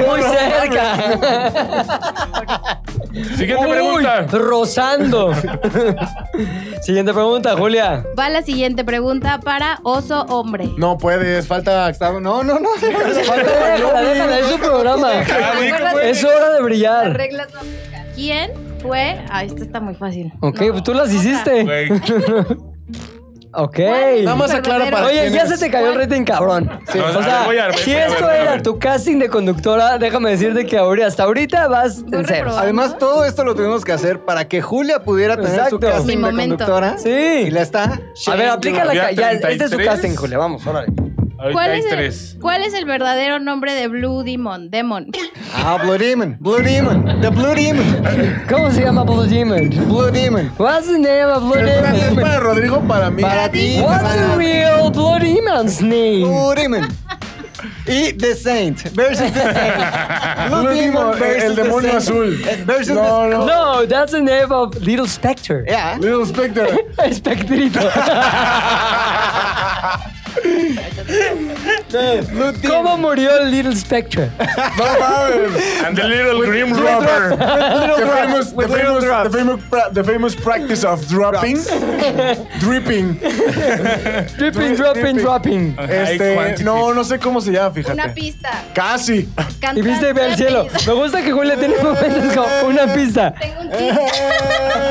[SPEAKER 1] muy cerca.
[SPEAKER 4] Siguiente
[SPEAKER 1] Uy,
[SPEAKER 4] pregunta.
[SPEAKER 1] Rozando. Siguiente pregunta, Julia.
[SPEAKER 5] Va la siguiente pregunta para oso hombre.
[SPEAKER 2] No puedes, falta.
[SPEAKER 3] Está- No, no, no.
[SPEAKER 1] Déjala, déjala, es su programa.
[SPEAKER 4] Ah,
[SPEAKER 1] Es hora de
[SPEAKER 5] Las
[SPEAKER 1] brillar.
[SPEAKER 5] reglas no aplican. ¿Quién fue? Ah, esta está muy fácil.
[SPEAKER 1] Ok,
[SPEAKER 5] No.
[SPEAKER 1] pues tú las hiciste.
[SPEAKER 4] Güey,
[SPEAKER 1] Ok.
[SPEAKER 2] Nada más aclara para
[SPEAKER 1] Oye,
[SPEAKER 2] quién
[SPEAKER 1] ya
[SPEAKER 2] es.
[SPEAKER 1] se te cayó el rating, cabrón.
[SPEAKER 4] Sí.
[SPEAKER 1] o
[SPEAKER 4] No, a
[SPEAKER 1] sea,
[SPEAKER 4] ver, voy a ver,
[SPEAKER 1] si
[SPEAKER 4] voy a ver,
[SPEAKER 1] esto
[SPEAKER 4] voy a
[SPEAKER 1] era
[SPEAKER 4] ver.
[SPEAKER 1] tu casting de conductora, déjame decirte que ahora- hasta ahorita vas
[SPEAKER 5] Voy
[SPEAKER 1] en cero.
[SPEAKER 5] reprobando.
[SPEAKER 3] Además, todo esto lo tuvimos que hacer para que Julia pudiera tener su
[SPEAKER 1] Exacto.
[SPEAKER 3] casting
[SPEAKER 5] Mi
[SPEAKER 3] de
[SPEAKER 5] momento.
[SPEAKER 3] conductora.
[SPEAKER 1] Sí.
[SPEAKER 3] Y la está.
[SPEAKER 1] A ver, aplica la ca-
[SPEAKER 4] Había
[SPEAKER 1] ya, Este es tu
[SPEAKER 4] 33.
[SPEAKER 1] casting, Julia. Vamos, órale.
[SPEAKER 4] ahorita
[SPEAKER 5] ¿Cuál
[SPEAKER 4] hay
[SPEAKER 5] es,
[SPEAKER 4] tres.
[SPEAKER 5] el, ¿Cuál es el verdadero nombre de Blue Demon? Demon.
[SPEAKER 3] Ah, Blue Demon. Blue Demon. The Blue Demon.
[SPEAKER 1] ¿Cómo se llama Blue Demon?
[SPEAKER 3] Blue Demon.
[SPEAKER 1] What's the name of Blue
[SPEAKER 2] Pero espérate, ¿Es
[SPEAKER 1] Demon?
[SPEAKER 2] para Rodrigo para mí?
[SPEAKER 3] Para ti.
[SPEAKER 1] What's the
[SPEAKER 3] para
[SPEAKER 1] real Blue Demon's name?
[SPEAKER 2] Oh,
[SPEAKER 3] Blue Demon. Y The Saint. Versus The Saint.
[SPEAKER 2] Blue Demon, el- el
[SPEAKER 3] The
[SPEAKER 2] demonio
[SPEAKER 3] Saint.
[SPEAKER 2] azul.
[SPEAKER 3] Eh, Versus
[SPEAKER 2] No,
[SPEAKER 3] The
[SPEAKER 2] no.
[SPEAKER 1] No, that's the name of Little Spectre.
[SPEAKER 3] Yeah.
[SPEAKER 2] Little Spectre.
[SPEAKER 1] Espectrito.
[SPEAKER 3] Blue Demon.
[SPEAKER 1] ¿Cómo murió el Little Spectre?
[SPEAKER 2] No mames.
[SPEAKER 4] And the little grim
[SPEAKER 2] Little
[SPEAKER 4] robber.
[SPEAKER 2] drops. The
[SPEAKER 3] drops.
[SPEAKER 2] famous, the
[SPEAKER 3] With little
[SPEAKER 2] famous, the famous, pra- the famous practice of dropping, dripping.
[SPEAKER 1] Dripping,
[SPEAKER 2] Dripping.
[SPEAKER 1] dropping, dropping.
[SPEAKER 4] High
[SPEAKER 2] Este,
[SPEAKER 4] quantity.
[SPEAKER 2] no, no sé cómo se llama, fíjate.
[SPEAKER 5] Una pista.
[SPEAKER 2] Casi.
[SPEAKER 5] Cantante
[SPEAKER 1] Y viste ve al
[SPEAKER 5] de
[SPEAKER 1] cielo.
[SPEAKER 5] apellido.
[SPEAKER 1] Me gusta que Julia tiene momentos como una pista.
[SPEAKER 5] Tengo un chiste.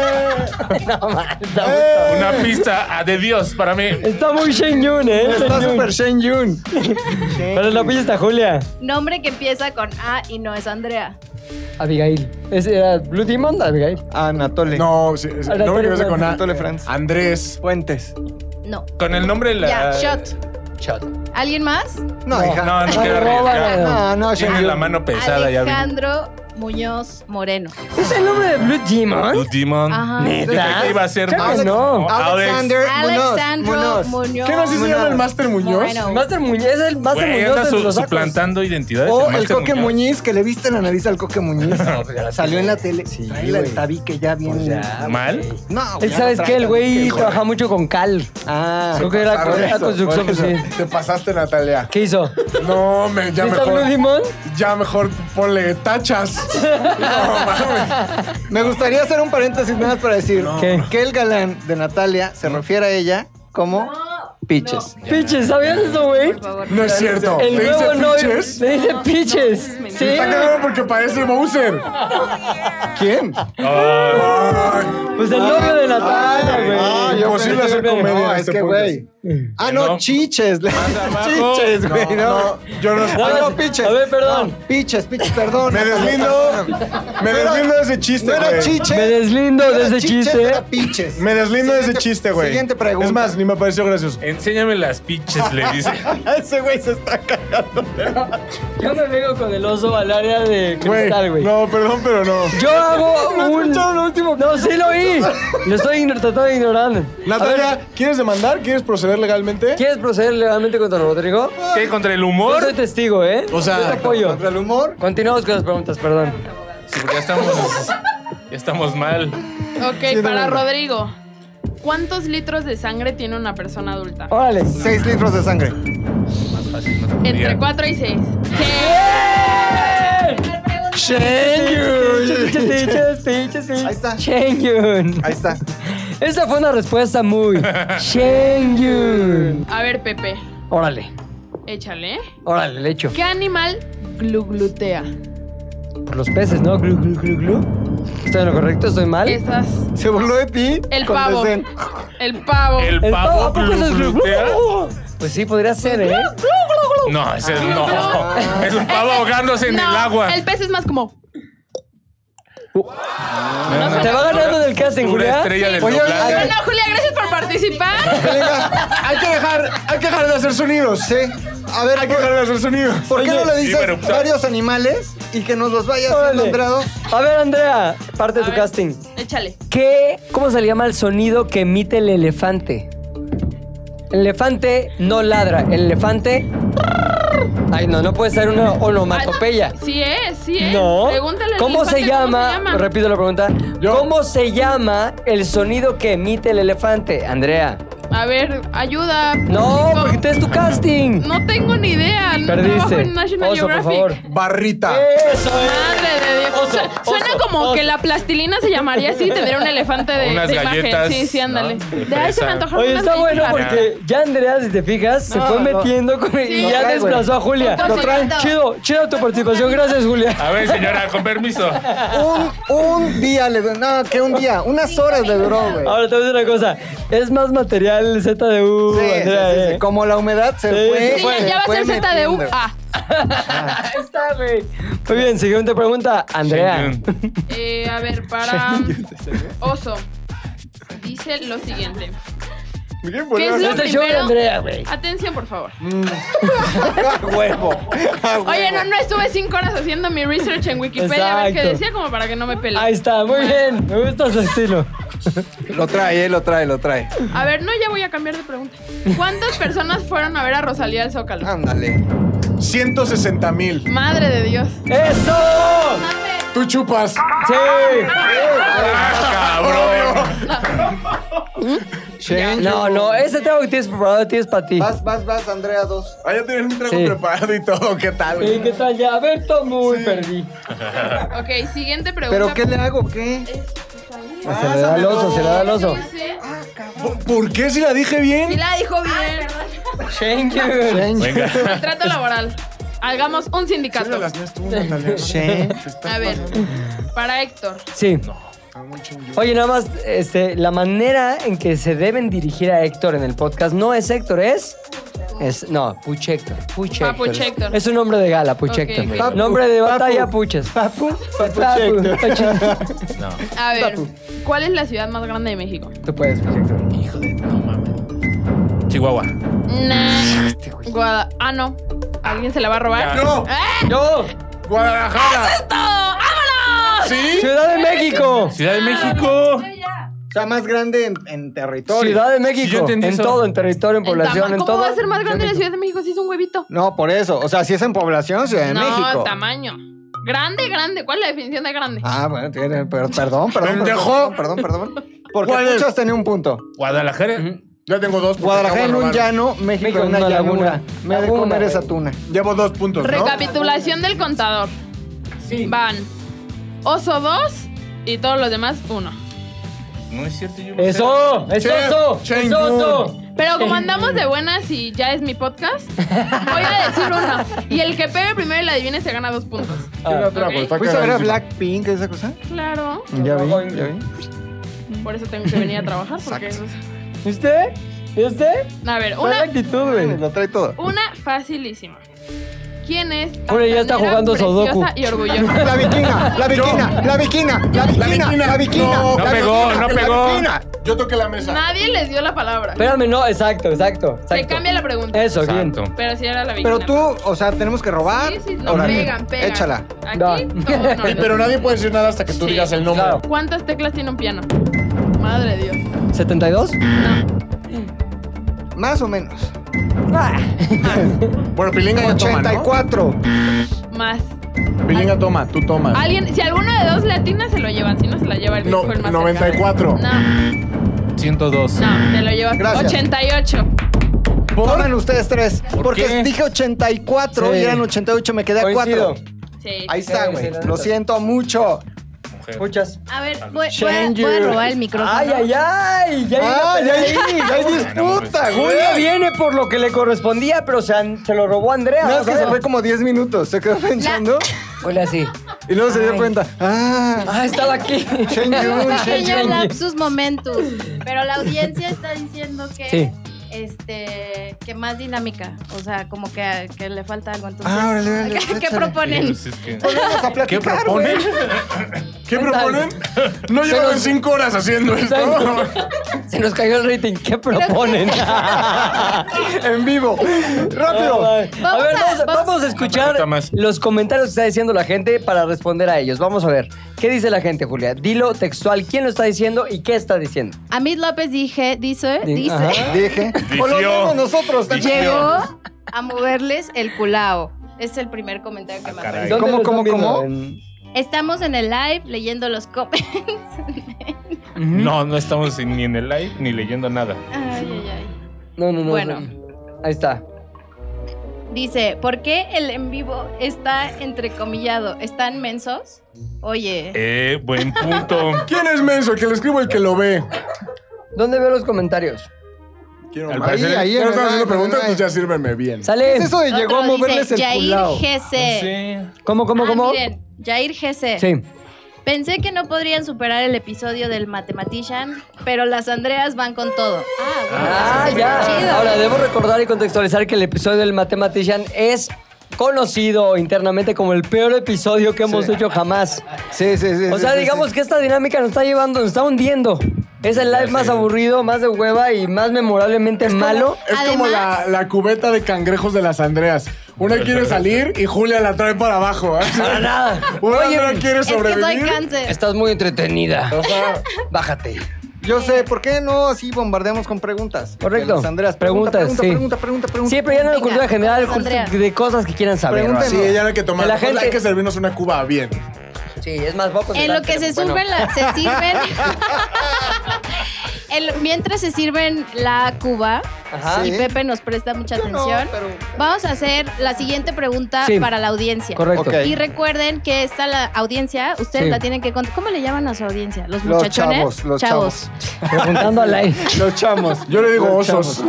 [SPEAKER 1] No, man, está muy-
[SPEAKER 4] Una pista a de Dios para mí.
[SPEAKER 1] Está muy Shen Yun, ¿eh?
[SPEAKER 3] Está
[SPEAKER 1] Shen Yun.
[SPEAKER 3] super Shane Yun.
[SPEAKER 1] ¿Cuál es la pista, Julia?
[SPEAKER 5] Nombre que empieza con A y no es Andrea.
[SPEAKER 1] Abigail. ¿Es, ¿Era Blue Demon? Abigail.
[SPEAKER 3] Anatole.
[SPEAKER 2] No, sí, sí,
[SPEAKER 1] Ahora
[SPEAKER 2] no me
[SPEAKER 1] tú
[SPEAKER 2] equivoqué
[SPEAKER 1] le
[SPEAKER 2] con A.
[SPEAKER 3] Anatole France.
[SPEAKER 2] Andrés.
[SPEAKER 3] Puentes.
[SPEAKER 5] No.
[SPEAKER 4] Con el nombre de la.
[SPEAKER 5] Ya, shot.
[SPEAKER 1] Shot.
[SPEAKER 5] ¿Alguien más?
[SPEAKER 3] No, hija.
[SPEAKER 4] No, no
[SPEAKER 1] No,
[SPEAKER 4] quiero
[SPEAKER 1] róbalo.
[SPEAKER 4] arriesgar.
[SPEAKER 3] no, no,
[SPEAKER 4] Tiene
[SPEAKER 3] Shane
[SPEAKER 4] la
[SPEAKER 3] Yun.
[SPEAKER 4] mano pesada ya. vi.
[SPEAKER 5] Alejandro Muñoz Moreno.
[SPEAKER 1] ¿Es el nombre de Blue
[SPEAKER 4] Blue
[SPEAKER 1] Demon?
[SPEAKER 4] Demon.
[SPEAKER 5] Ajá.
[SPEAKER 4] Yo pensé que iba a ser.
[SPEAKER 1] Claro que no.
[SPEAKER 4] Alex.
[SPEAKER 3] Alexander Munoz.
[SPEAKER 5] Alexandro
[SPEAKER 3] Munoz.
[SPEAKER 5] Muñoz.
[SPEAKER 2] ¿Qué no así se llama el Master Muñoz?
[SPEAKER 5] Moreno.
[SPEAKER 1] Master Muñoz. Es el Master
[SPEAKER 4] Güey,
[SPEAKER 1] Muñoz
[SPEAKER 4] anda
[SPEAKER 1] de
[SPEAKER 4] su-
[SPEAKER 1] los sacos.
[SPEAKER 4] suplantando identidades. este
[SPEAKER 3] O
[SPEAKER 4] el
[SPEAKER 3] Oh, el
[SPEAKER 4] Master
[SPEAKER 3] Coque Muñiz, que le viste la nariz al Coque Muñiz.
[SPEAKER 1] pero
[SPEAKER 3] Salió en la tele.
[SPEAKER 1] Sí,
[SPEAKER 3] Trae la-
[SPEAKER 1] güey.
[SPEAKER 3] el tabique ya bien.
[SPEAKER 1] ya.
[SPEAKER 4] ¿Mal?
[SPEAKER 3] No,
[SPEAKER 1] Él,
[SPEAKER 3] ya
[SPEAKER 1] ¿Sabes
[SPEAKER 3] lo
[SPEAKER 1] qué?
[SPEAKER 3] trae
[SPEAKER 1] El güey
[SPEAKER 3] tabique,
[SPEAKER 1] trabaja mucho con cal.
[SPEAKER 3] Ah.
[SPEAKER 1] Creo que era
[SPEAKER 2] Por
[SPEAKER 1] con la
[SPEAKER 2] eso,
[SPEAKER 1] construcción,
[SPEAKER 2] por
[SPEAKER 1] pues sí.
[SPEAKER 2] eso. Te pasaste, Natalia.
[SPEAKER 1] ¿Qué hizo?
[SPEAKER 2] No, me, ya
[SPEAKER 1] ¿Viste a Blue
[SPEAKER 2] mejor.
[SPEAKER 1] Demon?
[SPEAKER 2] Ya mejor ponle tachas. No mames.
[SPEAKER 3] Me gustaría hacer un paréntesis nada más para decir
[SPEAKER 1] ¿Qué?
[SPEAKER 3] que el galán de Natalia se refiere a ella como Piches.
[SPEAKER 1] Piches, ¿sabías eso, güey?
[SPEAKER 5] Por favor.
[SPEAKER 2] No es cierto.
[SPEAKER 1] El
[SPEAKER 2] ¿Le
[SPEAKER 1] nuevo
[SPEAKER 2] dice
[SPEAKER 1] novio.
[SPEAKER 2] pinches?
[SPEAKER 1] Le dice Piches. Sí.
[SPEAKER 2] Está cagado porque parece Bowser.
[SPEAKER 3] ¿Quién?
[SPEAKER 4] Oh,
[SPEAKER 1] Pues el novio de Natalia, güey.
[SPEAKER 3] Ah, yo
[SPEAKER 2] Imposible
[SPEAKER 3] pensé
[SPEAKER 2] hacer
[SPEAKER 3] que-
[SPEAKER 2] comedia
[SPEAKER 3] No,
[SPEAKER 2] en
[SPEAKER 3] es
[SPEAKER 2] este
[SPEAKER 3] que, güey. Ah, no,
[SPEAKER 4] No.
[SPEAKER 3] chiches.
[SPEAKER 4] abajo.
[SPEAKER 3] Chiches, güey. No,
[SPEAKER 2] yo no
[SPEAKER 1] No,
[SPEAKER 3] Ah,
[SPEAKER 1] no,
[SPEAKER 3] no, piches.
[SPEAKER 1] a ver, perdón.
[SPEAKER 3] No, piches, piches, perdón.
[SPEAKER 2] Me deslindo. Me deslindo de ese chiste,
[SPEAKER 3] No era
[SPEAKER 2] güey.
[SPEAKER 3] chiches.
[SPEAKER 1] Me deslindo
[SPEAKER 3] no
[SPEAKER 1] de
[SPEAKER 3] era
[SPEAKER 1] ese
[SPEAKER 3] chiches,
[SPEAKER 1] chiste.
[SPEAKER 3] era pinches.
[SPEAKER 2] Me deslindo de ese
[SPEAKER 3] Siguiente-
[SPEAKER 2] chiste, güey.
[SPEAKER 3] Siguiente pregunta.
[SPEAKER 2] Es más, ni me pareció gracioso.
[SPEAKER 4] Enséñame las pinches, le dice.
[SPEAKER 3] ese güey se está cagando.
[SPEAKER 1] Yo me vengo con el oso al área de
[SPEAKER 2] Güey,
[SPEAKER 1] cristal, güey.
[SPEAKER 2] no, perdón, pero no.
[SPEAKER 1] Yo hago un.
[SPEAKER 2] escucharon lo último.
[SPEAKER 1] No, sí lo oí. Lo estoy igno- tratando de ignorar. A ver,
[SPEAKER 2] Natalia, ¿quieres demandar? ¿Quieres proceder legalmente?
[SPEAKER 1] ¿quieres proceder legalmente contra Rodrigo?
[SPEAKER 4] ¿Qué? ¿Contra el
[SPEAKER 1] Yo
[SPEAKER 4] humor?
[SPEAKER 1] soy testigo, ¿eh?
[SPEAKER 2] O sea,
[SPEAKER 1] Yo te apoyo.
[SPEAKER 3] Contra el humor.
[SPEAKER 1] Continuamos con las preguntas, perdón.
[SPEAKER 4] Sí, porque ya estamos. Ya estamos mal.
[SPEAKER 6] Ok, para Rodrigo. ¿Cuántos litros de sangre tiene una persona adulta?
[SPEAKER 1] Órale.
[SPEAKER 3] 6 litros de sangre.
[SPEAKER 6] Entre
[SPEAKER 4] Bien.
[SPEAKER 6] 4 y 6.
[SPEAKER 1] Pinches, pinches, pinches, pinches.
[SPEAKER 3] Ahí está.
[SPEAKER 1] Shengyun.
[SPEAKER 3] Ahí está.
[SPEAKER 1] Esa fue una respuesta muy. Shengyun.
[SPEAKER 6] A ver, Pepe,
[SPEAKER 1] Órale.
[SPEAKER 6] échale. ¿eh?
[SPEAKER 1] Órale, le echo.
[SPEAKER 6] ¿Qué animal gluglutea?
[SPEAKER 1] Por los peces, ¿no? Glu, glu, glu, glu. ¿Estoy en lo correcto? ¿Estoy mal?
[SPEAKER 6] Estás.
[SPEAKER 3] Se burló de ti.
[SPEAKER 6] El
[SPEAKER 3] con
[SPEAKER 6] pavo.
[SPEAKER 3] desdén.
[SPEAKER 6] El pavo.
[SPEAKER 4] El
[SPEAKER 1] ¿El pavo?
[SPEAKER 4] pavo
[SPEAKER 1] ¿A poco eso es glu-
[SPEAKER 4] glutea.
[SPEAKER 1] Pues sí, podría ser, ¿eh?
[SPEAKER 4] No, ese
[SPEAKER 5] Ah,
[SPEAKER 4] no. Es un pavo ahogándose en
[SPEAKER 6] No,
[SPEAKER 4] el agua.
[SPEAKER 6] El pez es más como.
[SPEAKER 4] No, no,
[SPEAKER 1] Te va
[SPEAKER 4] no.
[SPEAKER 1] ganando en el casting,
[SPEAKER 4] Una
[SPEAKER 1] Julia.
[SPEAKER 4] estrella del
[SPEAKER 3] Oye,
[SPEAKER 4] doblaje.
[SPEAKER 6] Bueno, Julia, gracias por participar.
[SPEAKER 3] Venga, hay que dejar, hay que dejar de hacer sonidos, ¿sí? A ver, hay que dejar de hacer sonidos. ¿Por qué
[SPEAKER 4] Oye,
[SPEAKER 3] no le
[SPEAKER 4] sí,
[SPEAKER 3] dices
[SPEAKER 4] pero, pues,
[SPEAKER 3] varios animales y que nos los vaya haciendo
[SPEAKER 1] Órale.
[SPEAKER 3] Andrado?
[SPEAKER 1] A ver, Andrea, parte de
[SPEAKER 6] A
[SPEAKER 1] tu
[SPEAKER 6] ver,
[SPEAKER 1] casting.
[SPEAKER 6] Échale.
[SPEAKER 1] ¿Qué? ¿Cómo se le llama el sonido que emite el elefante? El elefante no ladra. El elefante. Ay, no, no puede ser una onomatopeya.
[SPEAKER 6] Sí es, sí es.
[SPEAKER 1] No.
[SPEAKER 6] Pregúntale al
[SPEAKER 1] ¿Cómo se
[SPEAKER 6] elefante
[SPEAKER 1] llama? Repito la pregunta.
[SPEAKER 2] Yo.
[SPEAKER 1] ¿Cómo se llama el sonido que emite el elefante, Andrea?
[SPEAKER 6] A ver, ayuda.
[SPEAKER 1] No,
[SPEAKER 6] público.
[SPEAKER 1] porque este es tu casting.
[SPEAKER 6] No tengo ni idea. No trabajo
[SPEAKER 1] Perdiste.
[SPEAKER 6] en National
[SPEAKER 1] Oso, por
[SPEAKER 6] Geographic.
[SPEAKER 1] favor.
[SPEAKER 3] Barrita.
[SPEAKER 1] Ah. Eso es.
[SPEAKER 6] Madre de Dios.
[SPEAKER 1] Oso,
[SPEAKER 6] Su- Suena
[SPEAKER 1] oso,
[SPEAKER 6] como
[SPEAKER 1] oso.
[SPEAKER 6] que la plastilina se llamaría así, tendría un elefante de,
[SPEAKER 4] Unas
[SPEAKER 6] de imagen.
[SPEAKER 4] galletas,
[SPEAKER 6] Sí, sí, ándale.
[SPEAKER 4] ¿no? De
[SPEAKER 6] De ahí se
[SPEAKER 4] fresa.
[SPEAKER 6] me antojaron
[SPEAKER 1] Oye,
[SPEAKER 6] unas
[SPEAKER 1] está bueno
[SPEAKER 6] galletas.
[SPEAKER 1] porque ya Andrea, si te fijas, se
[SPEAKER 3] No,
[SPEAKER 1] fue
[SPEAKER 3] no.
[SPEAKER 1] metiendo con... y
[SPEAKER 6] Lo
[SPEAKER 1] ya
[SPEAKER 3] trae, güey.
[SPEAKER 1] desplazó a Julia.
[SPEAKER 6] Lo trae.
[SPEAKER 1] Chido, chido tu participación. Gracias, Julia.
[SPEAKER 4] A ver, señora, con permiso.
[SPEAKER 3] Un, un día le No, que un día. Unas horas le duró, güey.
[SPEAKER 1] Ahora te voy a decir una cosa. Es más material ZDU,
[SPEAKER 3] Sí, sí,
[SPEAKER 1] Andrea.
[SPEAKER 3] sí, sí.
[SPEAKER 1] eh.
[SPEAKER 3] Como la humedad se
[SPEAKER 1] Sí,
[SPEAKER 3] fue.
[SPEAKER 1] se
[SPEAKER 6] Sí,
[SPEAKER 1] fue.
[SPEAKER 6] ya,
[SPEAKER 3] se
[SPEAKER 6] ya va a
[SPEAKER 3] fue
[SPEAKER 6] ser Z de U.
[SPEAKER 3] metiendo.
[SPEAKER 6] Ah,
[SPEAKER 1] Ahí está, güey. Muy bien, siguiente pregunta, Andrea.
[SPEAKER 4] Shengyun.
[SPEAKER 6] eh, a ver, para
[SPEAKER 1] ¿eh?
[SPEAKER 6] Oso. Dice lo siguiente.
[SPEAKER 2] Miren,
[SPEAKER 6] ¿Qué es
[SPEAKER 2] boludo.
[SPEAKER 6] lo
[SPEAKER 1] Este Es el show de
[SPEAKER 6] primero?
[SPEAKER 1] Andrea, güey.
[SPEAKER 6] Atención, por favor.
[SPEAKER 3] A huevo. A huevo.
[SPEAKER 6] Oye, no, no estuve cinco horas haciendo mi research en Wikipedia a ver qué
[SPEAKER 1] Exacto.
[SPEAKER 6] decía, como para que no me pele.
[SPEAKER 1] Ahí está, muy bien. Me gusta su estilo.
[SPEAKER 3] Lo trae, eh, lo trae, lo trae.
[SPEAKER 6] A ver, no, ya voy a cambiar de pregunta. ¿Cuántas personas fueron a ver a Rosalía al Zócalo?
[SPEAKER 3] Ándale.
[SPEAKER 2] 160 mil.
[SPEAKER 6] Madre de Dios.
[SPEAKER 1] ¡Eso!
[SPEAKER 2] Tú chupas.
[SPEAKER 1] Sí.
[SPEAKER 4] Ah, cabrón.
[SPEAKER 3] Change.
[SPEAKER 1] No, no, ese tema que tienes preparado tienes para ti.
[SPEAKER 3] Vas, vas, vas, Andrea 2.
[SPEAKER 2] Ah, ya tienen un trago
[SPEAKER 1] Sí.
[SPEAKER 2] preparado y todo. ¿Qué tal?
[SPEAKER 1] Sí, ¿qué tal ya? A ver, tomo muy perdí.
[SPEAKER 6] Ok, siguiente pregunta.
[SPEAKER 3] ¿Pero qué le hago? ¿Qué? Ah,
[SPEAKER 1] Se le da al oso, se le da al oso.
[SPEAKER 6] Dice-
[SPEAKER 2] ¿Por- ¿Por qué si la dije bien?
[SPEAKER 6] Sí la dijo bien.
[SPEAKER 1] Schengen.
[SPEAKER 4] Venga.
[SPEAKER 6] Contrato laboral. Hagamos un
[SPEAKER 2] Una de
[SPEAKER 6] sindicato.
[SPEAKER 2] las mías tú, Natalia.
[SPEAKER 3] Change.
[SPEAKER 6] A ver, para Héctor.
[SPEAKER 1] Sí.
[SPEAKER 2] Está muy chingón.
[SPEAKER 1] Oye, nada más, este, la manera en que se deben dirigir a Héctor en el podcast no es Héctor, es. es no, Puch Héctor. Puch
[SPEAKER 6] Ah, Puch
[SPEAKER 1] Héctor.
[SPEAKER 6] Héctor.
[SPEAKER 1] Es un nombre de gala, Puch
[SPEAKER 6] Ok,
[SPEAKER 1] Héctor.
[SPEAKER 6] ok.
[SPEAKER 3] Papu,
[SPEAKER 1] nombre de
[SPEAKER 3] papu.
[SPEAKER 1] batalla, Puches. Papu, Papu, Está chido.
[SPEAKER 4] No.
[SPEAKER 6] A ver, ¿cuál es la ciudad más grande de México?
[SPEAKER 1] Tú puedes, Puch Héctor.
[SPEAKER 4] Hijo de. No mames. Chihuahua.
[SPEAKER 6] Nah. Guada- ah, no. ¿Alguien se la va a robar?
[SPEAKER 4] Ya.
[SPEAKER 2] ¡No!
[SPEAKER 6] ¡Ah!
[SPEAKER 1] ¡No!
[SPEAKER 2] ¡Guadalajara!
[SPEAKER 6] ¡Todo! ¡Vámonos!
[SPEAKER 2] ¿Sí?
[SPEAKER 1] ¡Ciudad de México!
[SPEAKER 4] Ciudad de México.
[SPEAKER 3] O sea, más grande en, en territorio.
[SPEAKER 1] Ciudad de
[SPEAKER 4] Sí, yo
[SPEAKER 1] México.
[SPEAKER 4] entendí
[SPEAKER 1] en
[SPEAKER 4] eso.
[SPEAKER 1] todo, en territorio, en población,
[SPEAKER 6] Tama-
[SPEAKER 1] en
[SPEAKER 6] ¿Cómo
[SPEAKER 1] todo.
[SPEAKER 6] va a ser más grande la Ciudad de México si es un huevito?
[SPEAKER 3] No, por eso. O sea, si es en población, Ciudad de
[SPEAKER 6] no,
[SPEAKER 3] México.
[SPEAKER 6] tamaño. Grande, grande. ¿Cuál es la definición de grande?
[SPEAKER 3] Ah, bueno, tiene, per- perdón, perdón,
[SPEAKER 2] Pendejo.
[SPEAKER 3] perdón, perdón, perdón. Porque
[SPEAKER 2] ¿Cuál es?
[SPEAKER 3] muchos tenían un punto.
[SPEAKER 4] Guadalajara.
[SPEAKER 2] Ya tengo dos. porque
[SPEAKER 3] Guadalajara en
[SPEAKER 2] acabo de
[SPEAKER 3] un
[SPEAKER 2] robar.
[SPEAKER 3] llano, México en una, laguna. Me he de
[SPEAKER 1] Laguna,
[SPEAKER 3] comer
[SPEAKER 1] güey.
[SPEAKER 3] esa tuna.
[SPEAKER 2] Llevo dos puntos, ¿no?
[SPEAKER 6] Recapitulación del contador. Van Oso 2 y todos los demás 1.
[SPEAKER 4] No es cierto, yo no sé.
[SPEAKER 1] ¡Eso! ¡Es
[SPEAKER 2] Chef,
[SPEAKER 1] oso! ¡Es
[SPEAKER 2] Shengun.
[SPEAKER 1] oso!
[SPEAKER 6] Pero como andamos de buenas y ya es mi podcast, voy a decir uno. Y el que pegue primero y la adivine se gana dos puntos.
[SPEAKER 1] Ah,
[SPEAKER 2] Yo la trago,
[SPEAKER 6] Ok.
[SPEAKER 2] está
[SPEAKER 3] ¿Fuiste a ver
[SPEAKER 2] cagadísimo.
[SPEAKER 3] a Blackpink, esa cosa?
[SPEAKER 6] Claro.
[SPEAKER 3] Ya
[SPEAKER 1] Oye.
[SPEAKER 3] vi, ya vi.
[SPEAKER 6] Por eso tengo que venir a trabajar. Porque
[SPEAKER 3] Exacto.
[SPEAKER 1] ¿Y usted? ¿Y usted?
[SPEAKER 6] A ver,
[SPEAKER 1] Buena
[SPEAKER 6] una,
[SPEAKER 1] actitud, güey.
[SPEAKER 3] Lo trae todo.
[SPEAKER 6] una facilísima. ¿Quién es?
[SPEAKER 1] Julia ya está
[SPEAKER 6] Altanera,
[SPEAKER 1] jugando
[SPEAKER 6] preciosa
[SPEAKER 1] Sudoku.
[SPEAKER 6] y orgullosa.
[SPEAKER 3] La viquina, la viquina, la viquina, la viquina, la viquina.
[SPEAKER 2] No,
[SPEAKER 4] No
[SPEAKER 3] la
[SPEAKER 4] pegó,
[SPEAKER 3] viquina,
[SPEAKER 4] no
[SPEAKER 3] la
[SPEAKER 4] pegó.
[SPEAKER 3] viquina.
[SPEAKER 2] Yo toqué la mesa.
[SPEAKER 6] Nadie les dio la palabra.
[SPEAKER 1] Espérame, no, exacto, exacto.
[SPEAKER 6] Se
[SPEAKER 1] exacto. Eh,
[SPEAKER 6] cambia la pregunta.
[SPEAKER 1] Eso, bien.
[SPEAKER 4] Exacto.
[SPEAKER 6] Pero si era la
[SPEAKER 3] Pero
[SPEAKER 6] viquina.
[SPEAKER 3] tú, o sea, tenemos que robar.
[SPEAKER 6] Sí, sí, lo
[SPEAKER 3] Ah, Órale.
[SPEAKER 6] pegan, pegan.
[SPEAKER 3] Échala.
[SPEAKER 6] Aquí
[SPEAKER 1] Da.
[SPEAKER 6] todos nos
[SPEAKER 2] Sí, pero nadie puede decir nada hasta que tú
[SPEAKER 6] Sí.
[SPEAKER 2] digas el nombre.
[SPEAKER 1] Claro.
[SPEAKER 6] ¿Cuántas teclas tiene un piano? Madre de Dios.
[SPEAKER 1] ¿72?
[SPEAKER 3] Más o menos.
[SPEAKER 2] Bueno, Pilinga ya toma, ¿no?
[SPEAKER 3] 84.
[SPEAKER 6] Más.
[SPEAKER 2] Pilinga toma, tú tomas.
[SPEAKER 6] Alguien, si alguno de dos latinas se lo llevan, si no se la lleva el que
[SPEAKER 2] No,
[SPEAKER 6] fue el más
[SPEAKER 2] 94.
[SPEAKER 6] cercano. No,
[SPEAKER 4] 102.
[SPEAKER 6] no, te lo llevas.
[SPEAKER 3] Gracias.
[SPEAKER 6] 88.
[SPEAKER 3] Tomen ustedes tres. Porque
[SPEAKER 1] qué?
[SPEAKER 3] dije 84
[SPEAKER 1] Sí.
[SPEAKER 3] y eran 88, me quedé a 4.
[SPEAKER 1] Coincido.
[SPEAKER 6] Sí.
[SPEAKER 3] Ahí
[SPEAKER 1] Sí,
[SPEAKER 3] está,
[SPEAKER 1] sí,
[SPEAKER 3] güey.
[SPEAKER 1] la
[SPEAKER 3] Lo
[SPEAKER 1] neta.
[SPEAKER 3] siento mucho.
[SPEAKER 4] Mujer.
[SPEAKER 1] Muchas.
[SPEAKER 5] A ver, voy, voy a,
[SPEAKER 3] Change
[SPEAKER 5] voy a
[SPEAKER 3] you.
[SPEAKER 5] robar el micrófono.
[SPEAKER 1] ¡Ay, ay, ay! Ya
[SPEAKER 3] Ah,
[SPEAKER 1] iba
[SPEAKER 3] ya
[SPEAKER 1] a
[SPEAKER 3] hay,
[SPEAKER 1] pedir.
[SPEAKER 3] ya hay disputa, güey.
[SPEAKER 1] Julia viene por lo que le correspondía, pero se, han- se lo robó a Andrea.
[SPEAKER 3] No, es que se
[SPEAKER 1] Vamos a
[SPEAKER 3] fue
[SPEAKER 1] ver.
[SPEAKER 3] como 10 minutos. Se quedó pensando.
[SPEAKER 1] Julia, sí.
[SPEAKER 3] Y luego se dio
[SPEAKER 1] Ay.
[SPEAKER 3] cuenta. Ah,
[SPEAKER 1] Ah, estaba aquí.
[SPEAKER 3] Shen Yun,
[SPEAKER 5] un
[SPEAKER 3] Shen
[SPEAKER 5] pequeño
[SPEAKER 1] Shen Yun.
[SPEAKER 5] lapsus momentum. Pero la audiencia está diciendo que.
[SPEAKER 1] Sí.
[SPEAKER 5] Este, que más dinámica, o sea, como que, que le falta algo. Entonces,
[SPEAKER 3] Ah, órale, órale,
[SPEAKER 5] ¿qué,
[SPEAKER 3] échale.
[SPEAKER 5] proponen?
[SPEAKER 4] Pues es que-
[SPEAKER 3] Vamos a
[SPEAKER 4] ¿Qué
[SPEAKER 3] platicar, güey.
[SPEAKER 4] proponen?
[SPEAKER 2] ¿Qué proponen? No
[SPEAKER 1] Se
[SPEAKER 2] llevan
[SPEAKER 1] nos-
[SPEAKER 2] cinco horas haciendo esto.
[SPEAKER 1] Se nos cayó el rating. ¿Qué proponen? en vivo. Rápido. a ver,
[SPEAKER 5] Vamos a-
[SPEAKER 1] vamos, a-
[SPEAKER 5] vamos-
[SPEAKER 1] vamos a escuchar
[SPEAKER 4] Una más.
[SPEAKER 1] los comentarios que está diciendo la gente para responder a ellos. Vamos a ver. ¿Qué dice la gente, Julia? Dilo textual. ¿Quién lo está diciendo y qué está diciendo?
[SPEAKER 5] Amit López dije, dice,
[SPEAKER 1] Di-
[SPEAKER 5] dice,
[SPEAKER 1] Ajá.
[SPEAKER 3] Dije.
[SPEAKER 4] Dició.
[SPEAKER 3] O lo vemos nosotros también.
[SPEAKER 4] Dició.
[SPEAKER 5] llegó a moverles el culao. Es el primer comentario que me
[SPEAKER 4] caray.
[SPEAKER 5] apareció.
[SPEAKER 1] ¿Dónde lo
[SPEAKER 3] ¿Cómo,
[SPEAKER 1] están viendo?
[SPEAKER 3] cómo, cómo?
[SPEAKER 1] En-
[SPEAKER 5] Estamos en el live leyendo los comments.
[SPEAKER 4] No, no estamos ni en el live ni leyendo nada.
[SPEAKER 5] Ay, ay, ay.
[SPEAKER 1] No, no, no.
[SPEAKER 5] Bueno.
[SPEAKER 1] no. Ahí está.
[SPEAKER 5] Dice, ¿por qué el en vivo está entrecomillado? ¿Están mensos? Oye.
[SPEAKER 4] Eh, buen punto.
[SPEAKER 2] ¿Quién es menso? El que le escribo, el que lo ve.
[SPEAKER 1] ¿Dónde veo los comentarios?
[SPEAKER 2] Quiero
[SPEAKER 4] Al
[SPEAKER 2] más.
[SPEAKER 4] parecer-
[SPEAKER 3] ahí,
[SPEAKER 2] Ya no están haciendo
[SPEAKER 3] ¿verdad?
[SPEAKER 2] preguntas, pues ya sírvenme bien.
[SPEAKER 1] Sale.
[SPEAKER 3] ¿Qué es eso de llegó a
[SPEAKER 5] Otro dice,
[SPEAKER 3] moverles el
[SPEAKER 5] Jair
[SPEAKER 3] culao?
[SPEAKER 5] GC.
[SPEAKER 4] Ah, Sí.
[SPEAKER 1] ¿Cómo, cómo,
[SPEAKER 5] Ah,
[SPEAKER 1] cómo?
[SPEAKER 5] miren, Jair GC.
[SPEAKER 1] Sí.
[SPEAKER 5] Pensé que no podrían superar el episodio del Mathematician, pero las Andreas van con todo. Ah, bueno,
[SPEAKER 1] Ah,
[SPEAKER 5] eso sí está chido.
[SPEAKER 1] ya. Ahora, debo recordar y contextualizar que el episodio del Mathematician es conocido internamente como el peor episodio que hemos
[SPEAKER 3] Sí.
[SPEAKER 1] hecho jamás.
[SPEAKER 3] Sí, sí, sí.
[SPEAKER 1] O
[SPEAKER 3] sí,
[SPEAKER 1] sea,
[SPEAKER 3] sí,
[SPEAKER 1] digamos
[SPEAKER 3] sí.
[SPEAKER 1] que esta dinámica nos está llevando, nos está hundiendo. Es el live más aburrido, más de hueva y más memorablemente malo.
[SPEAKER 2] Es como la,
[SPEAKER 5] Además-
[SPEAKER 2] la cubeta de cangrejos de las Andreas. Una quiere salir y Julia la trae para abajo. ¿eh?
[SPEAKER 1] Para nada.
[SPEAKER 2] Una Andrea
[SPEAKER 1] Oye,
[SPEAKER 2] quiere
[SPEAKER 5] Es que soy
[SPEAKER 2] sobrevivir.
[SPEAKER 5] cáncer.
[SPEAKER 1] estás muy entretenida.
[SPEAKER 2] Ajá.
[SPEAKER 1] Bájate.
[SPEAKER 3] Yo sé, ¿por qué no así bombardeamos con preguntas? Porque
[SPEAKER 1] Correcto.
[SPEAKER 3] las Andreas,
[SPEAKER 1] Preguntas,
[SPEAKER 3] pregunta,
[SPEAKER 1] sí.
[SPEAKER 3] pregunta, pregunta, pregunta.
[SPEAKER 1] Siempre ya en la
[SPEAKER 5] Venga,
[SPEAKER 1] cultura general
[SPEAKER 5] vamos, Andrea.
[SPEAKER 1] de cosas que quieran saber.
[SPEAKER 3] Pregunta-
[SPEAKER 1] ¿verdad?
[SPEAKER 2] Sí, ella hay que tomar.
[SPEAKER 1] La
[SPEAKER 2] La gente...
[SPEAKER 1] gente-
[SPEAKER 2] Hay que servirnos una cuba bien.
[SPEAKER 1] Sí, es más poco.
[SPEAKER 3] pues,
[SPEAKER 5] En lo que se
[SPEAKER 1] bueno.
[SPEAKER 5] suben, la- se sirven. El- mientras se sirven la cuba,
[SPEAKER 1] Ajá.
[SPEAKER 5] y Pepe nos presta mucha
[SPEAKER 3] Yo no,
[SPEAKER 5] atención,
[SPEAKER 3] pero-
[SPEAKER 5] vamos a hacer la siguiente pregunta
[SPEAKER 1] Sí.
[SPEAKER 5] para la audiencia.
[SPEAKER 1] Correcto.
[SPEAKER 3] Ok.
[SPEAKER 5] Y recuerden que está la audiencia, ustedes
[SPEAKER 1] Sí.
[SPEAKER 5] la tienen que contar. ¿Cómo le llaman a su audiencia? Los
[SPEAKER 3] Los
[SPEAKER 5] muchachones.
[SPEAKER 3] chavos, los chavos.
[SPEAKER 1] Preguntando al aire.
[SPEAKER 3] Los chamos.
[SPEAKER 2] Yo le digo
[SPEAKER 3] Los
[SPEAKER 2] osos.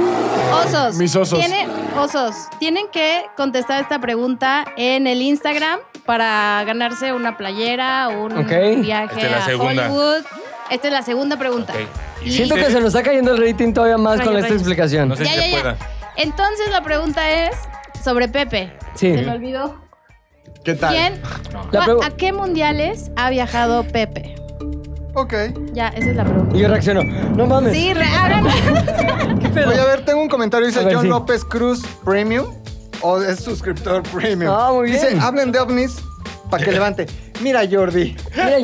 [SPEAKER 5] Osos.
[SPEAKER 2] Mis osos.
[SPEAKER 5] Tienen, osos. Tienen que contestar esta pregunta en el Instagram para ganarse una playera, un
[SPEAKER 1] Ok.
[SPEAKER 5] viaje
[SPEAKER 4] Esta es la
[SPEAKER 5] a
[SPEAKER 4] segunda.
[SPEAKER 5] Hollywood. Esta es la segunda pregunta.
[SPEAKER 4] Ok. Y
[SPEAKER 1] Siento
[SPEAKER 4] dice-
[SPEAKER 1] que se nos está cayendo el rating todavía más
[SPEAKER 5] Rayo,
[SPEAKER 1] con esta
[SPEAKER 5] rayos.
[SPEAKER 1] explicación.
[SPEAKER 4] No sé
[SPEAKER 5] Ya,
[SPEAKER 4] si
[SPEAKER 5] ya,
[SPEAKER 4] se
[SPEAKER 5] ya.
[SPEAKER 4] pueda.
[SPEAKER 5] Entonces la pregunta es sobre Pepe.
[SPEAKER 1] Sí.
[SPEAKER 5] Se me olvidó.
[SPEAKER 2] ¿Qué tal?
[SPEAKER 5] ¿Quién?
[SPEAKER 1] La pregu-
[SPEAKER 5] ¿A qué mundiales ha viajado Pepe?
[SPEAKER 3] Ok.
[SPEAKER 5] Ya, esa es la pregunta.
[SPEAKER 1] Y yo reacciono. No mames.
[SPEAKER 5] Sí, re- ah, ahora
[SPEAKER 1] ¿Qué pedo?
[SPEAKER 3] Voy a ver, tengo un comentario. Dice
[SPEAKER 1] A ver,
[SPEAKER 3] John
[SPEAKER 1] sí.
[SPEAKER 3] López Cruz Premium. O es suscriptor premium.
[SPEAKER 1] Ah, muy bien.
[SPEAKER 3] Dice, hablen de ovnis para que levante. Mira, Jordi.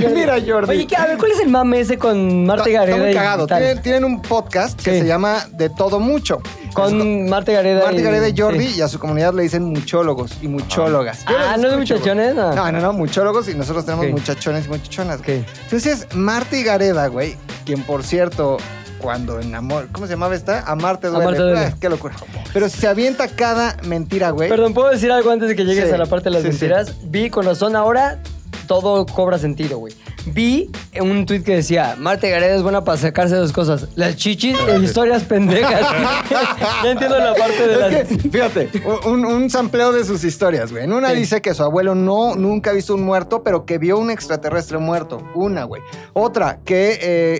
[SPEAKER 3] Mira, Jordi.
[SPEAKER 1] Oye, ¿qué- a ver, ¿cuál es el mame ese con Marte
[SPEAKER 3] Está-
[SPEAKER 1] Gareda?
[SPEAKER 3] Está muy
[SPEAKER 1] y
[SPEAKER 3] cagado.
[SPEAKER 1] tal?
[SPEAKER 3] Tienen, tienen un podcast que
[SPEAKER 1] Sí.
[SPEAKER 3] se llama De Todo Mucho.
[SPEAKER 1] Con Marte Gareda.
[SPEAKER 3] Marta Gareda y Jordi
[SPEAKER 1] sí.
[SPEAKER 3] y a su comunidad le dicen muchólogos y muchólogas. Yo
[SPEAKER 1] Ah,
[SPEAKER 3] los
[SPEAKER 1] ¿no es
[SPEAKER 3] escucho,
[SPEAKER 1] muchachones?
[SPEAKER 3] güey.
[SPEAKER 1] No.
[SPEAKER 3] No, no, no, muchólogos y nosotros tenemos
[SPEAKER 1] Ok.
[SPEAKER 3] muchachones y muchachonas. güey.
[SPEAKER 1] Ok.
[SPEAKER 3] Entonces, Marta y Gareda, güey, quien por cierto, cuando en amor, ¿cómo se llamaba esta? Amarte duele.
[SPEAKER 1] Amarte duele.
[SPEAKER 3] Ah, qué locura. Pero se avienta cada mentira, güey.
[SPEAKER 1] Perdón, ¿puedo decir algo antes de que llegues
[SPEAKER 3] Sí,
[SPEAKER 1] a la parte de las
[SPEAKER 3] sí, sí.
[SPEAKER 1] mentiras? Vi con razón ahora. Todo cobra sentido, güey. Vi un tuit que decía, Marte Gareda es buena para sacarse dos cosas. Las chichis e historias pendejas. ya entiendo la parte de las...
[SPEAKER 3] Es que, fíjate, un, un sampleo de sus historias, güey. En una
[SPEAKER 1] Sí.
[SPEAKER 3] dice que su abuelo no, nunca ha visto un muerto, pero que vio un extraterrestre muerto. Una, güey. Otra, que eh,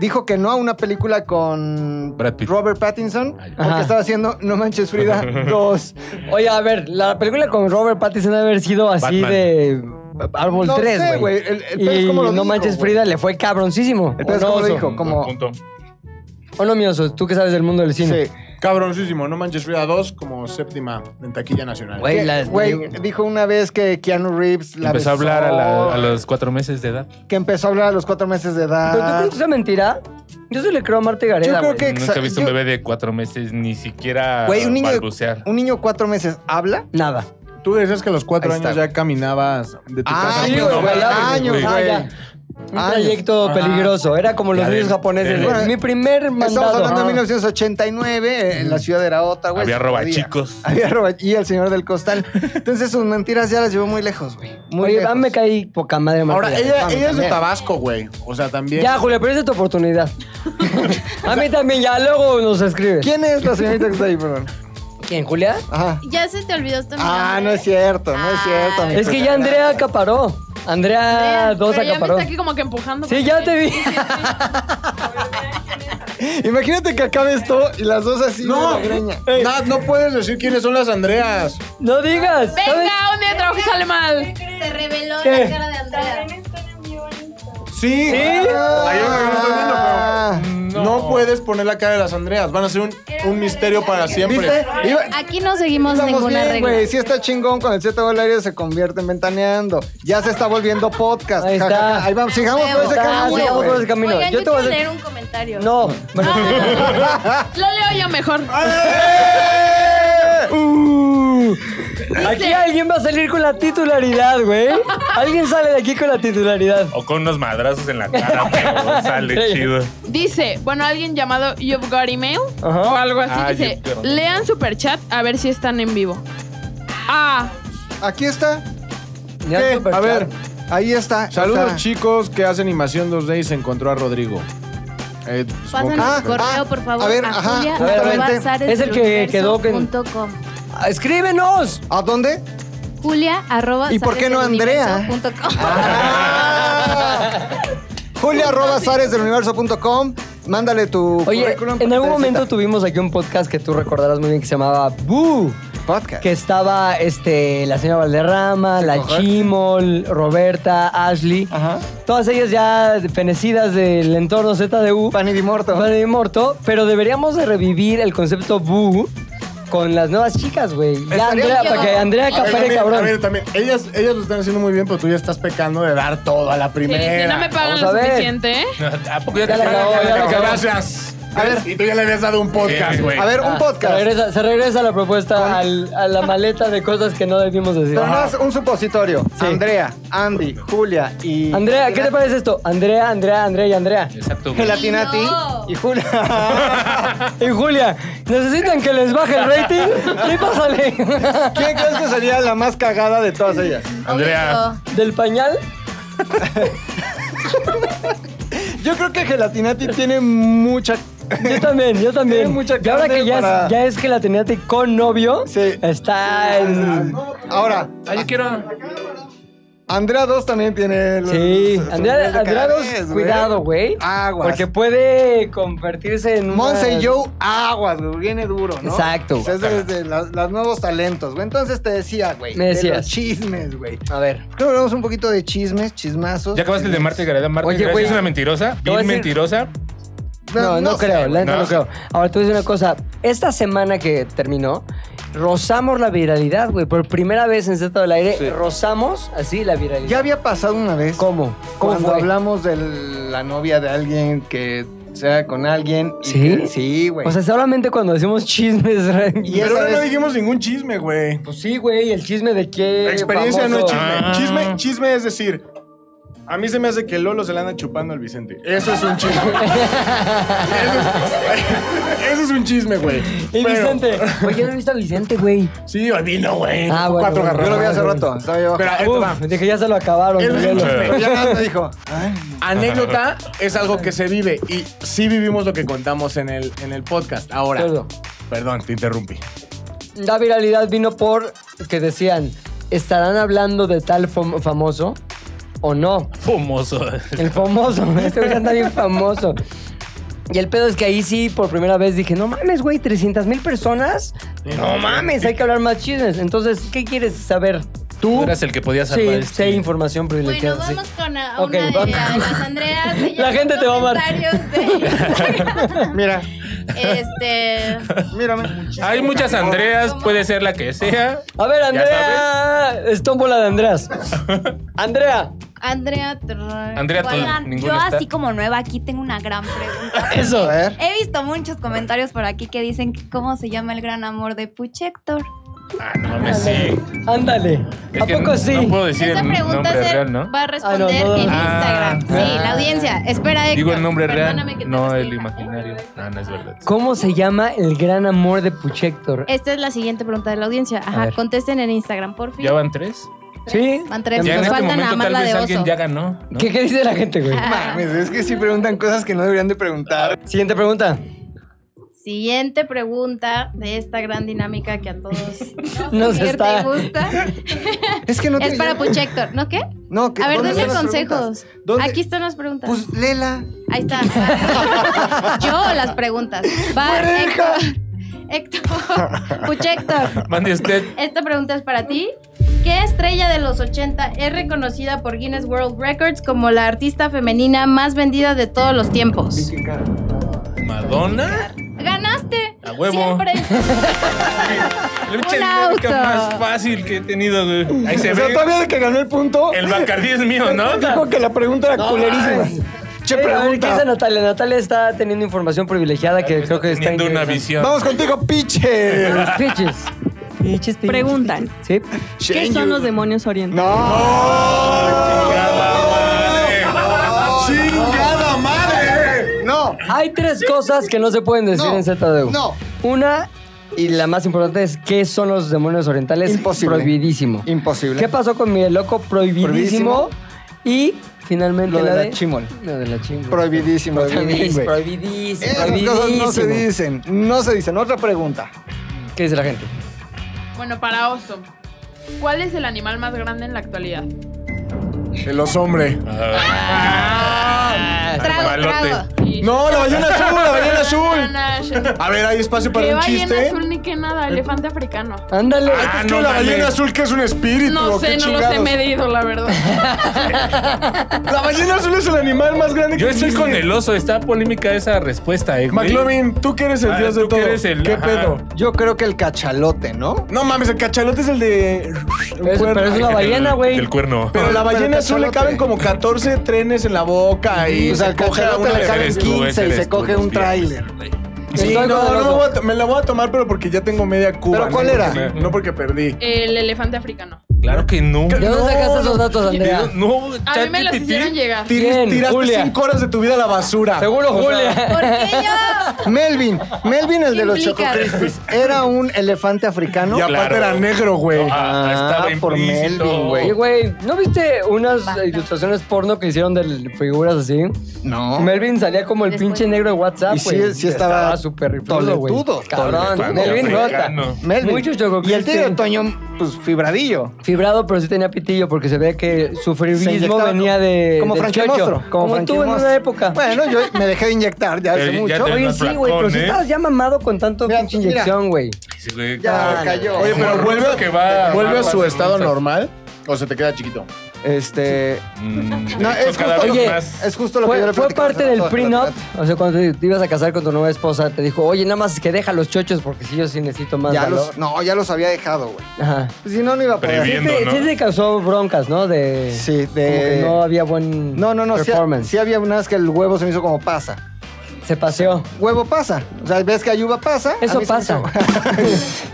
[SPEAKER 3] dijo que no a una película con
[SPEAKER 4] Brad Pitt.
[SPEAKER 3] Robert Pattinson, porque
[SPEAKER 1] Ajá.
[SPEAKER 3] estaba haciendo No Manches Frida 2.
[SPEAKER 1] Oye, a ver, la película con Robert Pattinson debe haber sido así
[SPEAKER 4] Batman.
[SPEAKER 1] de Árbol
[SPEAKER 3] No
[SPEAKER 1] 3,
[SPEAKER 3] sé,
[SPEAKER 1] güey.
[SPEAKER 3] güey, el- el pedo es
[SPEAKER 1] Y
[SPEAKER 3] cómo lo
[SPEAKER 1] no
[SPEAKER 3] dijo,
[SPEAKER 1] manches,
[SPEAKER 3] güey.
[SPEAKER 1] Frida le fue cabroncísimo.
[SPEAKER 3] El pedo es
[SPEAKER 1] ¿O no,
[SPEAKER 3] cómo lo
[SPEAKER 1] oso?
[SPEAKER 3] dijo,
[SPEAKER 4] Buen
[SPEAKER 3] como...
[SPEAKER 4] punto.
[SPEAKER 1] ¿O no, mi oso? Tú que sabes del mundo del cine.
[SPEAKER 3] Sí.
[SPEAKER 2] Cabroncísimo. No manches Frida 2 como séptima en taquilla nacional.
[SPEAKER 1] Güey,
[SPEAKER 3] Que,
[SPEAKER 1] la-
[SPEAKER 3] güey, dijo una vez que Keanu Reeves la
[SPEAKER 4] Empezó a
[SPEAKER 3] besó,
[SPEAKER 4] hablar a, la- a los cuatro meses de edad.
[SPEAKER 3] Que empezó a hablar a los cuatro meses de
[SPEAKER 1] ¿Pero tú
[SPEAKER 3] edad.
[SPEAKER 1] crees que sea mentira? Yo se le creo a Marte Gareda,
[SPEAKER 3] Ah. Yo creo
[SPEAKER 1] güey.
[SPEAKER 3] que-
[SPEAKER 4] Nunca he
[SPEAKER 3] Exa-
[SPEAKER 4] visto un
[SPEAKER 3] yo-
[SPEAKER 4] bebé de cuatro meses ni siquiera
[SPEAKER 3] Güey, un niño, de,
[SPEAKER 4] balbucear.
[SPEAKER 3] un niño cuatro meses habla.
[SPEAKER 1] Nada.
[SPEAKER 2] Tú decías que a los cuatro
[SPEAKER 3] Ahí está,
[SPEAKER 2] años ya caminabas de tu
[SPEAKER 3] Ah,
[SPEAKER 2] casa.
[SPEAKER 3] sí,
[SPEAKER 2] Pues,
[SPEAKER 3] güey,
[SPEAKER 2] no,
[SPEAKER 1] ya,
[SPEAKER 3] años,
[SPEAKER 1] Ah,
[SPEAKER 3] güey.
[SPEAKER 1] ya. Un
[SPEAKER 3] Años.
[SPEAKER 1] trayecto
[SPEAKER 2] Ajá.
[SPEAKER 1] peligroso. Era como los
[SPEAKER 4] Ya
[SPEAKER 1] niños
[SPEAKER 4] de-
[SPEAKER 1] japoneses.
[SPEAKER 4] de-
[SPEAKER 1] de, Mi primer
[SPEAKER 3] Estamos
[SPEAKER 1] mandado.
[SPEAKER 3] hablando de
[SPEAKER 1] Ah.
[SPEAKER 3] 1989, eh, en la ciudad era otra, güey.
[SPEAKER 4] Mm. Había
[SPEAKER 3] se podía.
[SPEAKER 4] robachicos.
[SPEAKER 3] Había roba- y el señor del costal. Entonces sus mentiras ya las llevó muy lejos, güey. Muy
[SPEAKER 1] Oye,
[SPEAKER 3] lejos.
[SPEAKER 1] dame Ah, caí poca madre, Marte
[SPEAKER 2] Ahora,
[SPEAKER 1] Gareda.
[SPEAKER 2] ella,
[SPEAKER 3] Mami,
[SPEAKER 2] ella es de
[SPEAKER 3] también.
[SPEAKER 2] Tabasco, güey. O sea, también.
[SPEAKER 1] Ya, Julia, pero esa es tu oportunidad. a mí también, ya luego nos escribes.
[SPEAKER 3] ¿Quién es la señorita que está ahí, perdón?
[SPEAKER 1] ¿Quién, Julia?
[SPEAKER 3] Ajá.
[SPEAKER 5] Ya se te olvidó este
[SPEAKER 3] Ah, no es cierto, no es
[SPEAKER 5] Ay.
[SPEAKER 3] cierto. mi
[SPEAKER 1] Es que
[SPEAKER 3] Pepe.
[SPEAKER 1] ya Andrea acaparó. Andrea, Ah, dos
[SPEAKER 6] Pero ya me
[SPEAKER 1] acaparó.
[SPEAKER 6] está aquí como que empujando.
[SPEAKER 1] Sí,
[SPEAKER 6] porque-
[SPEAKER 1] ya te vi.
[SPEAKER 3] Imagínate que acabe esto y las dos así.
[SPEAKER 2] No,
[SPEAKER 3] de greña.
[SPEAKER 2] Nat, no puedes decir quiénes son las Andreas.
[SPEAKER 1] No digas. ¿sabes?
[SPEAKER 6] Venga, un día de trabajo y sale mal.
[SPEAKER 5] Se reveló
[SPEAKER 1] ¿Qué?
[SPEAKER 5] la cara de Andrea.
[SPEAKER 2] Sí. Ahí yo me estoy viendo, pero no. puedes poner la cara de las Andreas. Van a ser un, un misterio para siempre.
[SPEAKER 3] ¿Viste? Iba-
[SPEAKER 5] Aquí no seguimos
[SPEAKER 3] Estamos
[SPEAKER 5] ninguna
[SPEAKER 3] bien,
[SPEAKER 5] regla.
[SPEAKER 3] güey. Si está chingón con el Z al aire se convierte en ventaneando. Ya se está volviendo podcast.
[SPEAKER 1] Ahí
[SPEAKER 3] Ja, ja,
[SPEAKER 1] está.
[SPEAKER 3] ja. Ahí vamos, sigamos
[SPEAKER 5] Ahí
[SPEAKER 3] por ese
[SPEAKER 1] está,
[SPEAKER 3] camino,
[SPEAKER 1] sigamos
[SPEAKER 3] güey.
[SPEAKER 1] por ese camino.
[SPEAKER 5] Oigan,
[SPEAKER 1] Yo
[SPEAKER 5] yo,
[SPEAKER 1] te voy a
[SPEAKER 5] quiero
[SPEAKER 1] hacer-
[SPEAKER 5] leer un comentario.
[SPEAKER 1] No, bueno,
[SPEAKER 6] Lo leo yo mejor.
[SPEAKER 1] Uh. aquí alguien va a salir con la titularidad, güey. Alguien sale de aquí con la titularidad.
[SPEAKER 4] O con unos madrazos en la cara, pero sale chido.
[SPEAKER 6] Dice, bueno, alguien llamado You've Got Email
[SPEAKER 1] Ajá.
[SPEAKER 6] o algo así.
[SPEAKER 4] Ah,
[SPEAKER 6] dice,
[SPEAKER 4] You've Got Email.
[SPEAKER 6] lean Superchat a ver si están en vivo. Ah,
[SPEAKER 3] Aquí está.
[SPEAKER 1] Ya,
[SPEAKER 2] ¿Qué?
[SPEAKER 1] superchat.
[SPEAKER 2] A ver.
[SPEAKER 3] Ahí está.
[SPEAKER 2] Saludos,
[SPEAKER 3] O sea,
[SPEAKER 2] chicos, que hace animación 2D y se encontró a Rodrigo. Eh, supongo que-
[SPEAKER 5] Pásanos
[SPEAKER 3] Ah,
[SPEAKER 5] tu correo,
[SPEAKER 3] ah,
[SPEAKER 5] por favor.
[SPEAKER 3] a ver, ajá,
[SPEAKER 5] Julia,
[SPEAKER 1] justamente.
[SPEAKER 5] arroba zares
[SPEAKER 1] Es el que
[SPEAKER 5] del
[SPEAKER 1] quedó que-
[SPEAKER 5] universo punto com.
[SPEAKER 1] Ah, Escríbenos.
[SPEAKER 3] ¿A dónde?
[SPEAKER 5] Julia, arroba
[SPEAKER 3] ¿Y por
[SPEAKER 5] zares
[SPEAKER 3] qué no
[SPEAKER 5] del
[SPEAKER 3] Andrea?
[SPEAKER 5] universo punto com.
[SPEAKER 1] Ah.
[SPEAKER 3] Julia arroba zares del universo.com. Mándale tu
[SPEAKER 1] Oye,
[SPEAKER 3] currículum.
[SPEAKER 1] en algún
[SPEAKER 3] Te
[SPEAKER 1] momento
[SPEAKER 3] cita.
[SPEAKER 1] tuvimos aquí un podcast que tú recordarás muy bien que se llamaba Boo.
[SPEAKER 3] podcast.
[SPEAKER 1] Que estaba este, la señora Valderrama, la
[SPEAKER 3] correcto.
[SPEAKER 1] Chimol, Roberta, Ashley.
[SPEAKER 3] Ajá.
[SPEAKER 1] Todas ellas ya fenecidas del entorno ZDU.
[SPEAKER 3] Pan y dimorto.
[SPEAKER 1] Padre Morto, pero deberíamos de revivir el concepto Boo con las nuevas chicas, güey. Ya,
[SPEAKER 3] Estaría
[SPEAKER 1] Andrea,
[SPEAKER 3] bien.
[SPEAKER 1] para que Andrea
[SPEAKER 2] A ver,
[SPEAKER 1] capere,
[SPEAKER 2] también,
[SPEAKER 1] cabrón.
[SPEAKER 2] a ver, también. Ellas, ellas lo están haciendo muy bien, pero tú ya estás pecando de dar todo a la
[SPEAKER 6] sí,
[SPEAKER 2] primera.
[SPEAKER 6] sí, no me pagan
[SPEAKER 1] Vamos a
[SPEAKER 6] lo
[SPEAKER 1] ver.
[SPEAKER 6] suficiente, ¿eh?
[SPEAKER 4] ¿A poco ya
[SPEAKER 1] Ya
[SPEAKER 4] te
[SPEAKER 1] la
[SPEAKER 4] pagan?
[SPEAKER 1] acabó, ya la acabó.
[SPEAKER 2] Gracias. A ver, y tú ya le habías dado un podcast,
[SPEAKER 4] Sí,
[SPEAKER 2] güey.
[SPEAKER 4] güey.
[SPEAKER 3] A ver, un
[SPEAKER 1] Ah,
[SPEAKER 3] podcast.
[SPEAKER 1] Se regresa, se regresa la propuesta al- a la maleta de cosas que no debimos decir.
[SPEAKER 3] Pero nada más un supositorio. Andrea, Andy, Julia y.
[SPEAKER 1] Andrea, ¿qué te parece esto? Andrea, Andrea, Andrea y Andrea.
[SPEAKER 4] Exacto, güey.
[SPEAKER 3] Gelatinati
[SPEAKER 5] No.
[SPEAKER 3] y Julia.
[SPEAKER 1] Y Julia, ¿necesitan que les baje el rating? Sí, pásale.
[SPEAKER 3] ¿Quién crees que sería la más cagada de todas ellas?
[SPEAKER 4] Andrea.
[SPEAKER 1] ¿Del pañal?
[SPEAKER 3] Yo creo que Gelatinati tiene mucha.
[SPEAKER 1] Yo también, yo también.
[SPEAKER 3] Tiene mucha
[SPEAKER 1] y ahora
[SPEAKER 3] carne
[SPEAKER 1] que ya,
[SPEAKER 3] para-
[SPEAKER 1] es, ya es que la tenía con novio,
[SPEAKER 3] Sí.
[SPEAKER 1] está en...
[SPEAKER 3] Ahora,
[SPEAKER 4] Ah, yo quiero.
[SPEAKER 3] Andrea 2 también tiene. los-
[SPEAKER 1] Sí,
[SPEAKER 3] los-
[SPEAKER 1] Andrea,
[SPEAKER 3] los de
[SPEAKER 1] Andrea
[SPEAKER 3] cada
[SPEAKER 1] dos,
[SPEAKER 3] vez,
[SPEAKER 1] cuidado, güey.
[SPEAKER 3] Aguas.
[SPEAKER 1] Porque puede convertirse en un.
[SPEAKER 3] Monse y Joe, aguas, güey, viene duro, ¿no?
[SPEAKER 1] Exacto.
[SPEAKER 3] O sea, es desde los nuevos talentos, güey. Entonces te decía, güey.
[SPEAKER 1] Me
[SPEAKER 3] de
[SPEAKER 1] decías.
[SPEAKER 3] los chismes, güey.
[SPEAKER 1] A ver.
[SPEAKER 3] Pues Creo que hablamos un poquito de chismes, chismazos.
[SPEAKER 4] ¿Ya acabaste el de Marta y Gareda? Marta
[SPEAKER 1] Oye,
[SPEAKER 4] y Gareda
[SPEAKER 1] güey.
[SPEAKER 4] es una mentirosa.
[SPEAKER 1] Te voy a
[SPEAKER 4] Bien
[SPEAKER 1] decir-
[SPEAKER 4] mentirosa.
[SPEAKER 1] No, no,
[SPEAKER 3] sé,
[SPEAKER 1] creo,
[SPEAKER 3] güey.
[SPEAKER 1] la neta no.
[SPEAKER 4] No.
[SPEAKER 1] creo. Ahora tú dices una cosa. Esta semana que terminó, rozamos la viralidad, güey. Por primera vez en Z del Aire, rozamos así la viralidad.
[SPEAKER 3] Ya había pasado una vez.
[SPEAKER 1] ¿Cómo? ¿Cómo
[SPEAKER 3] Cuando
[SPEAKER 1] fue?
[SPEAKER 3] hablamos de la novia de alguien que sea con alguien. y
[SPEAKER 1] ¿Sí?
[SPEAKER 3] que- sí, güey.
[SPEAKER 1] O sea, solamente cuando decimos chismes. re-
[SPEAKER 3] Y
[SPEAKER 2] Pero
[SPEAKER 3] esa
[SPEAKER 2] ahora no
[SPEAKER 3] vez-
[SPEAKER 2] dijimos ningún chisme, güey.
[SPEAKER 1] Pues sí, güey, el chisme de qué.
[SPEAKER 2] La experiencia no es
[SPEAKER 1] este famoso.
[SPEAKER 2] chisme.
[SPEAKER 4] Ah.
[SPEAKER 2] Chisme, chisme es decir, a mí se me hace que Lolo se la anda chupando al Vicente. Eso es un chisme. eso, es, eso es un chisme, güey.
[SPEAKER 1] Y
[SPEAKER 2] Pero-
[SPEAKER 1] Vicente. Oye, yo no he visto a Vicente, güey.
[SPEAKER 2] Sí, Odino, güey.
[SPEAKER 1] Ah,
[SPEAKER 2] Con
[SPEAKER 1] bueno,
[SPEAKER 2] cuatro
[SPEAKER 1] bueno.
[SPEAKER 2] garrafas.
[SPEAKER 3] Yo lo vi hace rato. Estaba yo abajo.
[SPEAKER 2] Pero, eh, va.
[SPEAKER 1] Uf, dije, ya se lo acabaron.
[SPEAKER 2] Es un
[SPEAKER 1] Lolo.
[SPEAKER 2] chisme.
[SPEAKER 3] Pero ya nada más me dijo.
[SPEAKER 2] Anécdota es algo que se vive y sí vivimos lo que contamos en el, en el podcast. Ahora,
[SPEAKER 1] Todo.
[SPEAKER 2] perdón, te interrumpí.
[SPEAKER 1] La viralidad vino por que decían, ¿estarán hablando de tal fam- famoso o no?
[SPEAKER 4] Famoso.
[SPEAKER 1] El famoso, este güey anda bien famoso. Y el pedo es que ahí sí, por primera vez dije, no mames, güey, 300 mil personas. No mames, hay que hablar más chismes. Entonces, ¿qué quieres saber?
[SPEAKER 4] Tú eras el que podía
[SPEAKER 1] Sí,
[SPEAKER 4] salvar este
[SPEAKER 1] sé información privilegiada.
[SPEAKER 5] Bueno,
[SPEAKER 1] sí.
[SPEAKER 5] vamos con a- a
[SPEAKER 1] Ok,
[SPEAKER 5] una de,
[SPEAKER 1] vamos.
[SPEAKER 5] a las Andreas. Me
[SPEAKER 1] La
[SPEAKER 5] llegan
[SPEAKER 1] gente te va a amar.
[SPEAKER 5] comentarios de-
[SPEAKER 3] Mira,
[SPEAKER 5] este,
[SPEAKER 3] "Ah, mírame.
[SPEAKER 4] Hay muchas Andreas, puede ser la que sea.
[SPEAKER 1] A ver,
[SPEAKER 4] Ya
[SPEAKER 1] Andrea, es tómbola de Andreas. Andrea,
[SPEAKER 5] Andrea. Torre-
[SPEAKER 4] Andrea, tú-
[SPEAKER 7] Oigan, yo
[SPEAKER 4] ninguna está.
[SPEAKER 7] así como nueva aquí tengo una gran pregunta.
[SPEAKER 1] eso.
[SPEAKER 3] A ver.
[SPEAKER 7] He visto muchos comentarios por aquí que dicen que cómo se llama el gran amor de Puchector.
[SPEAKER 4] Ah, no mames, sí.
[SPEAKER 1] Ándale.
[SPEAKER 4] Es
[SPEAKER 1] ¿A
[SPEAKER 4] que
[SPEAKER 1] poco
[SPEAKER 4] no-
[SPEAKER 1] sí?
[SPEAKER 4] No puedo decir
[SPEAKER 5] Esa
[SPEAKER 4] el
[SPEAKER 5] pregunta
[SPEAKER 4] nombre
[SPEAKER 5] se
[SPEAKER 4] real, ¿no?
[SPEAKER 5] va a
[SPEAKER 1] Ah,
[SPEAKER 5] responder
[SPEAKER 1] no, no,
[SPEAKER 5] en
[SPEAKER 1] no.
[SPEAKER 5] Instagram. sí, la audiencia. Espera, Héctor.
[SPEAKER 4] Digo el nombre
[SPEAKER 5] Perdóname que
[SPEAKER 4] real,
[SPEAKER 5] te
[SPEAKER 4] no el
[SPEAKER 5] restrinja,
[SPEAKER 4] imaginario.
[SPEAKER 5] ¿eh?
[SPEAKER 4] Ah, no es verdad.
[SPEAKER 1] ¿Cómo se llama el gran amor de Puchector?
[SPEAKER 5] Esta es la siguiente pregunta de la audiencia.
[SPEAKER 1] A
[SPEAKER 5] Ajá,
[SPEAKER 1] ver.
[SPEAKER 5] contesten en Instagram, por fin.
[SPEAKER 4] ¿Ya van tres?
[SPEAKER 1] Sí.
[SPEAKER 5] Van tres.
[SPEAKER 4] Ya en
[SPEAKER 5] Nos
[SPEAKER 4] este
[SPEAKER 5] faltan nada
[SPEAKER 4] momento
[SPEAKER 5] más
[SPEAKER 4] tal
[SPEAKER 5] la de
[SPEAKER 4] vez
[SPEAKER 5] oso.
[SPEAKER 4] alguien ya ganó. ¿no?
[SPEAKER 1] ¿Qué, qué dice la gente, güey?
[SPEAKER 5] Ah.
[SPEAKER 3] Mames, es que sí preguntan cosas que no deberían de preguntar.
[SPEAKER 1] Siguiente pregunta.
[SPEAKER 5] Siguiente pregunta de esta gran dinámica que a todos
[SPEAKER 1] Nos
[SPEAKER 5] divierte y
[SPEAKER 1] está-
[SPEAKER 5] gusta.
[SPEAKER 3] Es que no
[SPEAKER 5] es
[SPEAKER 3] te-
[SPEAKER 5] para Puchector, ¿no qué?
[SPEAKER 3] No, que-
[SPEAKER 5] A ver,
[SPEAKER 3] ¿dónde
[SPEAKER 5] denme
[SPEAKER 3] están las
[SPEAKER 5] consejos.
[SPEAKER 3] preguntas? ¿Dónde-
[SPEAKER 5] Aquí están las preguntas.
[SPEAKER 3] Pues Lela.
[SPEAKER 5] Ahí está. Yo o las preguntas. Va, Héctor. Héctor. Puchector.
[SPEAKER 4] Mande usted.
[SPEAKER 5] Esta pregunta es para ti. ¿Qué estrella de los 80 es reconocida por Guinness World Records como la artista femenina más vendida de todos los tiempos?
[SPEAKER 4] ¿Madonna?
[SPEAKER 5] ¡Ganaste!
[SPEAKER 4] A huevo.
[SPEAKER 5] Siempre.
[SPEAKER 4] La pinche
[SPEAKER 5] Un
[SPEAKER 4] dinámica
[SPEAKER 5] auto.
[SPEAKER 4] más fácil que he tenido, güey. Ahí se
[SPEAKER 3] O sea,
[SPEAKER 4] ve.
[SPEAKER 3] todavía de que ganó el punto,
[SPEAKER 4] El Bacardí es mío, ¿no?
[SPEAKER 3] dijo que la pregunta era
[SPEAKER 1] mames.
[SPEAKER 3] culerísima. Che,
[SPEAKER 1] Pero, a ver, Eh, ¿qué
[SPEAKER 3] pregunta.
[SPEAKER 1] dice Natalia? Natalia está teniendo información privilegiada que creo que está
[SPEAKER 4] Teniendo una
[SPEAKER 1] interesante.
[SPEAKER 4] visión.
[SPEAKER 3] Vamos contigo, piche.
[SPEAKER 1] Los pitches. Pitches, pitches,
[SPEAKER 8] Preguntan.
[SPEAKER 1] pitches. Sí.
[SPEAKER 8] ¿Qué son los demonios orientales?
[SPEAKER 4] Eh,
[SPEAKER 3] ¡No!
[SPEAKER 2] ¡Chingada madre!
[SPEAKER 3] Ah, ¡No!
[SPEAKER 1] Hay tres cosas que no se pueden decir
[SPEAKER 3] No,
[SPEAKER 1] en ZDU.
[SPEAKER 3] no.
[SPEAKER 1] Una, y la más importante es, ¿qué son los demonios orientales?
[SPEAKER 3] Imposible.
[SPEAKER 1] Prohibidísimo.
[SPEAKER 3] Imposible.
[SPEAKER 1] ¿Qué pasó con mi loco? Prohibidísimo.
[SPEAKER 3] Prohibidísimo.
[SPEAKER 1] Y finalmente
[SPEAKER 3] Lo de
[SPEAKER 1] la
[SPEAKER 3] la
[SPEAKER 1] de...
[SPEAKER 3] chimol.
[SPEAKER 1] Lo de la chimol.
[SPEAKER 3] Prohibidísimo, bien,
[SPEAKER 1] Prohibidísimo.
[SPEAKER 3] güey.
[SPEAKER 1] Prohibidísimo.
[SPEAKER 3] Esas cosas no se
[SPEAKER 1] prohibidísimo.
[SPEAKER 3] dicen. No se dicen. Otra pregunta.
[SPEAKER 1] ¿Qué dice la gente?
[SPEAKER 6] Bueno, para oso. ¿Cuál es el animal más grande en la actualidad?
[SPEAKER 2] El hombre.
[SPEAKER 4] Ah,
[SPEAKER 5] Trago,
[SPEAKER 4] Arbalote.
[SPEAKER 5] trago.
[SPEAKER 2] No, la ballena azul, la ballena azul.
[SPEAKER 6] azul.
[SPEAKER 2] A ver, hay espacio
[SPEAKER 6] Que
[SPEAKER 2] para un
[SPEAKER 6] ballena
[SPEAKER 2] chiste. Eh,
[SPEAKER 6] azul ni que nada, elefante africano.
[SPEAKER 1] Ándale.
[SPEAKER 4] Ah,
[SPEAKER 2] Es que
[SPEAKER 4] no
[SPEAKER 2] la
[SPEAKER 4] mames.
[SPEAKER 2] ballena azul que es un espíritu.
[SPEAKER 6] No
[SPEAKER 2] ¿o qué
[SPEAKER 6] sé, no los
[SPEAKER 2] chingados?
[SPEAKER 6] he medido, la verdad.
[SPEAKER 2] La ballena azul es el animal más grande
[SPEAKER 4] Yo
[SPEAKER 2] que
[SPEAKER 4] estoy
[SPEAKER 2] existe.
[SPEAKER 4] con el oso. Está polémica esa respuesta, eh, güey.
[SPEAKER 2] McLovin, tú que eres el
[SPEAKER 4] Ah,
[SPEAKER 2] dios de
[SPEAKER 4] tú que
[SPEAKER 2] todo.
[SPEAKER 4] eres el-
[SPEAKER 2] ¿Qué
[SPEAKER 4] ajá.
[SPEAKER 2] pedo?
[SPEAKER 3] Yo creo que el cachalote, ¿no?
[SPEAKER 2] No mames, el cachalote es el de. un
[SPEAKER 1] Es-
[SPEAKER 2] cuerno.
[SPEAKER 1] pero es
[SPEAKER 4] El
[SPEAKER 1] una ballena,
[SPEAKER 4] del-
[SPEAKER 1] güey.
[SPEAKER 4] Del cuerno.
[SPEAKER 2] Pero la
[SPEAKER 3] Pero el
[SPEAKER 2] ballena azul le caben
[SPEAKER 3] cachalote.
[SPEAKER 2] como 14 trenes en la boca y
[SPEAKER 3] O sea,
[SPEAKER 2] se
[SPEAKER 3] al
[SPEAKER 2] coge a
[SPEAKER 3] cachalote
[SPEAKER 2] una
[SPEAKER 3] le
[SPEAKER 2] de
[SPEAKER 4] Ese
[SPEAKER 3] caben
[SPEAKER 4] eres tú,
[SPEAKER 3] 15 y
[SPEAKER 4] ese eres
[SPEAKER 3] se
[SPEAKER 4] tú,
[SPEAKER 3] coge un
[SPEAKER 4] hostia.
[SPEAKER 3] tráiler.
[SPEAKER 2] Sí,
[SPEAKER 1] Estoy
[SPEAKER 2] no,
[SPEAKER 1] con el
[SPEAKER 2] no me,
[SPEAKER 1] oso.
[SPEAKER 2] voy a to- me la voy a tomar, pero porque ya tengo media cuba.
[SPEAKER 3] ¿Pero cuál
[SPEAKER 2] ¿no?
[SPEAKER 3] era?
[SPEAKER 2] Porque- No porque perdí.
[SPEAKER 6] El elefante africano.
[SPEAKER 4] Claro que no.
[SPEAKER 1] ¿De dónde
[SPEAKER 2] No,
[SPEAKER 1] sacaste esos
[SPEAKER 2] no,
[SPEAKER 1] datos, Andrea?
[SPEAKER 4] No,
[SPEAKER 6] A mí me las
[SPEAKER 4] ChatGPT.
[SPEAKER 6] hicieron llegar.
[SPEAKER 2] Tiris-
[SPEAKER 1] ¿Quién?
[SPEAKER 2] tiraste
[SPEAKER 1] Julia.
[SPEAKER 2] 5 horas de tu vida a la basura.
[SPEAKER 1] Seguro,
[SPEAKER 2] O sea,
[SPEAKER 1] Julia.
[SPEAKER 5] ¿Por qué yo?
[SPEAKER 3] Melvin. Melvin, el de los Choco
[SPEAKER 5] Implica.
[SPEAKER 3] Crispies. ¿Era un elefante africano?
[SPEAKER 2] Y aparte
[SPEAKER 4] Claro.
[SPEAKER 2] era negro, güey.
[SPEAKER 4] Ah,
[SPEAKER 3] Ah,
[SPEAKER 4] estaba
[SPEAKER 3] por
[SPEAKER 4] implícito.
[SPEAKER 3] Melvin,
[SPEAKER 1] Oye,
[SPEAKER 3] güey.
[SPEAKER 1] güey, ¿no viste unas ilustraciones porno que hicieron de figuras así?
[SPEAKER 3] No.
[SPEAKER 1] Melvin salía como el
[SPEAKER 5] Después-
[SPEAKER 1] pinche negro de WhatsApp,
[SPEAKER 3] Y sí,
[SPEAKER 1] güey.
[SPEAKER 3] sí estaba
[SPEAKER 1] súper rifado, güey.
[SPEAKER 3] toletudo,
[SPEAKER 1] Cabrón,
[SPEAKER 4] toletudo,
[SPEAKER 1] Melvin rota.
[SPEAKER 4] africano.
[SPEAKER 3] Melvin.
[SPEAKER 1] Muchos Choco
[SPEAKER 3] Y el tío de
[SPEAKER 1] Crispies.
[SPEAKER 3] Toño, pues fibradillo.
[SPEAKER 1] Fibrado, pero sí tenía pitillo porque se veía que su frivismo
[SPEAKER 3] inyectaba
[SPEAKER 1] venía
[SPEAKER 3] como-
[SPEAKER 1] de.
[SPEAKER 3] como
[SPEAKER 1] del
[SPEAKER 3] Frankie
[SPEAKER 1] chocho.
[SPEAKER 3] Monstruo, como
[SPEAKER 1] Como,
[SPEAKER 3] Frankie
[SPEAKER 1] tú en
[SPEAKER 3] Monstruo.
[SPEAKER 1] una época.
[SPEAKER 3] Bueno, yo me dejé de inyectar ya hace
[SPEAKER 4] Eh, ya
[SPEAKER 3] mucho.
[SPEAKER 4] te-
[SPEAKER 1] Oye, sí, güey, pero si
[SPEAKER 4] Flacón, ¿eh?
[SPEAKER 1] estabas ya mamado con tanto
[SPEAKER 3] Mira,
[SPEAKER 1] pinche
[SPEAKER 3] mira.
[SPEAKER 1] inyección, güey.
[SPEAKER 4] Sí, güey.
[SPEAKER 3] Ya cayó.
[SPEAKER 2] Oye, pero
[SPEAKER 4] Como
[SPEAKER 2] vuelve,
[SPEAKER 4] Rulo que va a-
[SPEAKER 2] vuelve a
[SPEAKER 4] va a
[SPEAKER 2] su
[SPEAKER 4] hacer
[SPEAKER 2] estado
[SPEAKER 4] cosas.
[SPEAKER 2] normal o se te queda chiquito.
[SPEAKER 3] Este.
[SPEAKER 4] Mm,
[SPEAKER 3] No,
[SPEAKER 4] de hecho,
[SPEAKER 3] es
[SPEAKER 4] cada
[SPEAKER 3] justo-
[SPEAKER 4] vez
[SPEAKER 1] Oye,
[SPEAKER 4] más.
[SPEAKER 3] Es justo lo
[SPEAKER 1] Fue,
[SPEAKER 3] que yo le
[SPEAKER 1] fue
[SPEAKER 3] platicaba
[SPEAKER 1] parte
[SPEAKER 3] hace
[SPEAKER 1] del
[SPEAKER 3] rato.
[SPEAKER 1] prenup, o sea, cuando te, te ibas a casar con tu nueva esposa, te dijo, oye, nada más que deja los chochos porque si yo sí necesito más
[SPEAKER 3] Ya
[SPEAKER 1] valor".
[SPEAKER 3] los, no, ya los había dejado, güey.
[SPEAKER 1] Ajá.
[SPEAKER 3] Pues Si no, no iba a poder.
[SPEAKER 4] Previ-
[SPEAKER 1] Sí
[SPEAKER 4] Viendo,
[SPEAKER 1] te,
[SPEAKER 4] ¿no?
[SPEAKER 1] sí te causó broncas, ¿no? De,
[SPEAKER 3] Sí, de-
[SPEAKER 1] como que no había buen
[SPEAKER 3] No, no, no. Sí,
[SPEAKER 1] performance.
[SPEAKER 3] sí había una vez que el huevo se me hizo como pasa.
[SPEAKER 1] Se paseó.
[SPEAKER 3] Huevo pasa. O sea, ves que hay uva pasa. a
[SPEAKER 1] Eso
[SPEAKER 3] mí se me hizo-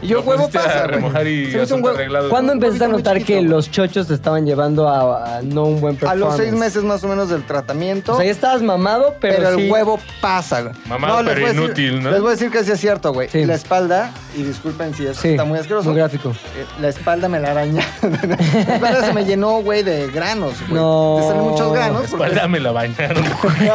[SPEAKER 3] yo
[SPEAKER 4] Lo
[SPEAKER 3] huevo
[SPEAKER 4] pusiste a
[SPEAKER 3] pasa. güey.
[SPEAKER 4] remojar
[SPEAKER 3] Se
[SPEAKER 4] y
[SPEAKER 3] me hizo un
[SPEAKER 4] asunto
[SPEAKER 3] huevo-
[SPEAKER 4] arreglado.
[SPEAKER 1] ¿Cuándo empezaste a
[SPEAKER 3] muy
[SPEAKER 1] notar
[SPEAKER 3] chiquito,
[SPEAKER 1] que
[SPEAKER 3] güey.
[SPEAKER 1] los chochos te estaban llevando a, a no un buen
[SPEAKER 3] A
[SPEAKER 1] performance?
[SPEAKER 3] los seis meses más o menos del
[SPEAKER 1] O
[SPEAKER 3] tratamiento.
[SPEAKER 1] sea, ya estabas mamado, pero,
[SPEAKER 3] pero
[SPEAKER 1] sí-
[SPEAKER 3] el huevo pasa, güey.
[SPEAKER 4] Mamado,
[SPEAKER 3] les
[SPEAKER 4] pero
[SPEAKER 3] voy a decir-
[SPEAKER 4] inútil, ¿no?
[SPEAKER 3] Les voy a decir que sí es cierto, güey.
[SPEAKER 1] Sí.
[SPEAKER 3] Y La espalda, y disculpen si eso
[SPEAKER 1] Sí,
[SPEAKER 3] está muy asqueroso.
[SPEAKER 1] muy gráfico.
[SPEAKER 3] Eh, La espalda me la araña. la espalda se me llenó, güey, de granos, güey.
[SPEAKER 1] No.
[SPEAKER 3] Te salen muchos granos. porque-
[SPEAKER 4] Espalda me la bañaron.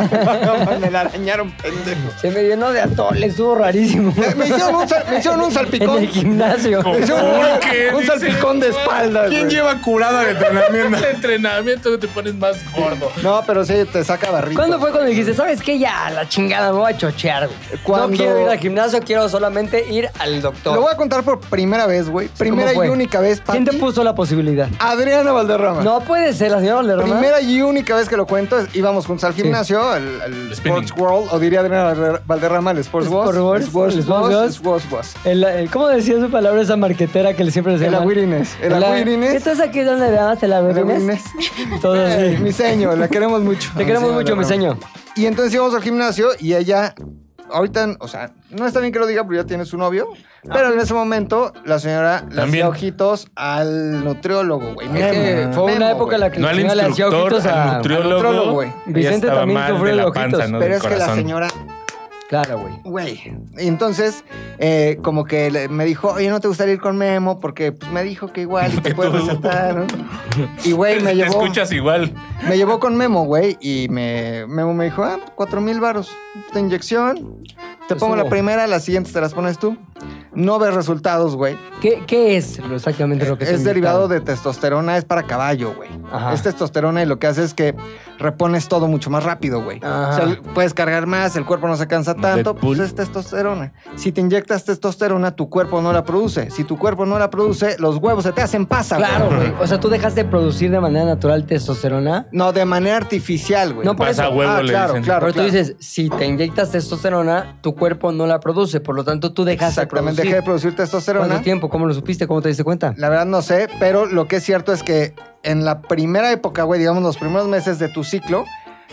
[SPEAKER 3] me la arañaron, pendejo.
[SPEAKER 1] Se me llenó de atole, estuvo rarísimo.
[SPEAKER 3] Me, me hicieron un, sal- me hicieron un
[SPEAKER 1] en
[SPEAKER 3] salpicón.
[SPEAKER 1] el gimnasio.
[SPEAKER 3] Me hicieron un-
[SPEAKER 4] ¿Por qué?
[SPEAKER 3] un salpicón de espalda,
[SPEAKER 2] ¿Quién
[SPEAKER 3] güey.
[SPEAKER 2] lleva curada de entrenamiento?
[SPEAKER 4] De entrenamiento te pones más gordo.
[SPEAKER 3] No, pero sí, te saca barrito.
[SPEAKER 1] ¿Cuándo fue cuando dijiste, sabes qué? Ya, la chingada, me voy a chochear, güey.
[SPEAKER 3] Cuando-
[SPEAKER 1] No quiero ir al gimnasio, quiero solamente ir al doctor.
[SPEAKER 3] Lo voy a contar por primera vez, güey.
[SPEAKER 1] ¿Cómo
[SPEAKER 3] Primera y
[SPEAKER 1] fue?
[SPEAKER 3] única vez,
[SPEAKER 1] ¿Quién te
[SPEAKER 3] Pati.
[SPEAKER 1] puso la posibilidad?
[SPEAKER 3] Adriana Valderrama.
[SPEAKER 1] No puede ser, la señora Valderrama.
[SPEAKER 3] Primera y única vez que lo cuento, es- íbamos juntos al gimnasio, al, al
[SPEAKER 4] Spinning.
[SPEAKER 3] Sports World, o diría Adriana Valder- Valderrama, el Sports
[SPEAKER 1] Sport
[SPEAKER 3] World.
[SPEAKER 1] World,
[SPEAKER 3] Sports
[SPEAKER 1] el Sports
[SPEAKER 3] World.
[SPEAKER 1] World.
[SPEAKER 3] Sports World.
[SPEAKER 1] El- el- ¿Cómo decía su palabra esa marquetera que le- siempre le
[SPEAKER 3] El
[SPEAKER 1] llaman?
[SPEAKER 3] Aguirines. El
[SPEAKER 1] La-
[SPEAKER 3] Aguirines.
[SPEAKER 1] ¿Estás aquí donde veas el
[SPEAKER 3] El
[SPEAKER 1] Aguirines?
[SPEAKER 3] Aguirines.
[SPEAKER 1] Todo
[SPEAKER 3] Eh, Mi
[SPEAKER 1] así.
[SPEAKER 3] seño, la queremos mucho.
[SPEAKER 1] Te queremos mucho, mi señor.
[SPEAKER 3] Y entonces íbamos al gimnasio y ella, ahorita, o sea, no está bien que lo diga porque ya tiene su novio,
[SPEAKER 1] Ah,
[SPEAKER 3] pero en ese momento la señora le
[SPEAKER 4] También.
[SPEAKER 3] hacía ojitos al nutriólogo, güey.
[SPEAKER 1] Es que
[SPEAKER 3] Memo,
[SPEAKER 1] fue una
[SPEAKER 3] Memo,
[SPEAKER 1] época en
[SPEAKER 3] güey.
[SPEAKER 1] la que
[SPEAKER 4] No al
[SPEAKER 1] señora le hacía
[SPEAKER 4] instructor,
[SPEAKER 1] ojitos a-
[SPEAKER 4] al nutriólogo.
[SPEAKER 3] nutriólogo, güey.
[SPEAKER 4] Ella
[SPEAKER 1] Vicente
[SPEAKER 4] estaba
[SPEAKER 1] también
[SPEAKER 4] mal
[SPEAKER 1] sufrió
[SPEAKER 4] de
[SPEAKER 1] de
[SPEAKER 4] la
[SPEAKER 1] ojitos.
[SPEAKER 4] panza, no
[SPEAKER 3] Pero
[SPEAKER 4] del
[SPEAKER 3] es que la
[SPEAKER 4] corazón.
[SPEAKER 3] señora
[SPEAKER 1] Claro, güey.
[SPEAKER 3] Güey. Y entonces, eh, como que le- me dijo, oye, ¿no te gustaría ir con Memo? Porque pues, me dijo que igual y te
[SPEAKER 4] Porque
[SPEAKER 3] puedes
[SPEAKER 4] tú-
[SPEAKER 3] resaltar, ¿no? Y güey, me
[SPEAKER 4] Te
[SPEAKER 3] llevó,
[SPEAKER 4] escuchas igual.
[SPEAKER 3] me llevó con Memo, güey. Y me, Memo me dijo, ah, cuatro mil varos. Esta inyección, Te pongo
[SPEAKER 1] Eso.
[SPEAKER 3] la primera, las siguientes te las pones tú. No ves resultados, güey.
[SPEAKER 1] ¿Qué, qué es lo- exactamente lo que te
[SPEAKER 3] Es derivado
[SPEAKER 1] invitaron?
[SPEAKER 3] de testosterona, es para caballo, güey.
[SPEAKER 1] Ajá.
[SPEAKER 3] Es testosterona y lo que hace es que repones todo mucho más rápido, güey.
[SPEAKER 1] Ajá.
[SPEAKER 3] O sea, puedes cargar más, el cuerpo no se cansa tanto, pues
[SPEAKER 4] Deadpool.
[SPEAKER 3] es testosterona. Si te inyectas testosterona, tu cuerpo no la produce. Si tu cuerpo no la produce, los huevos se te hacen pasa, güey.
[SPEAKER 1] Claro, güey. O sea, tú dejas de producir de manera natural testosterona.
[SPEAKER 3] No, de manera artificial, güey.
[SPEAKER 1] No, por
[SPEAKER 4] Pasa
[SPEAKER 1] eso.
[SPEAKER 4] huevo,
[SPEAKER 3] Ah,
[SPEAKER 4] le
[SPEAKER 3] claro,
[SPEAKER 4] dicen.
[SPEAKER 3] claro.
[SPEAKER 1] Pero tú dices, si te inyectas testosterona, tu cuerpo no la produce, por lo tanto tú dejas de
[SPEAKER 3] Exactamente,
[SPEAKER 1] producir.
[SPEAKER 3] dejé de producir
[SPEAKER 1] ¿Cuánto
[SPEAKER 3] testosterona.
[SPEAKER 1] tiempo? ¿Cómo lo supiste? ¿Cómo te diste cuenta?
[SPEAKER 3] La verdad no sé, pero lo que es cierto es que en la primera época, güey, digamos los primeros meses de tu ciclo,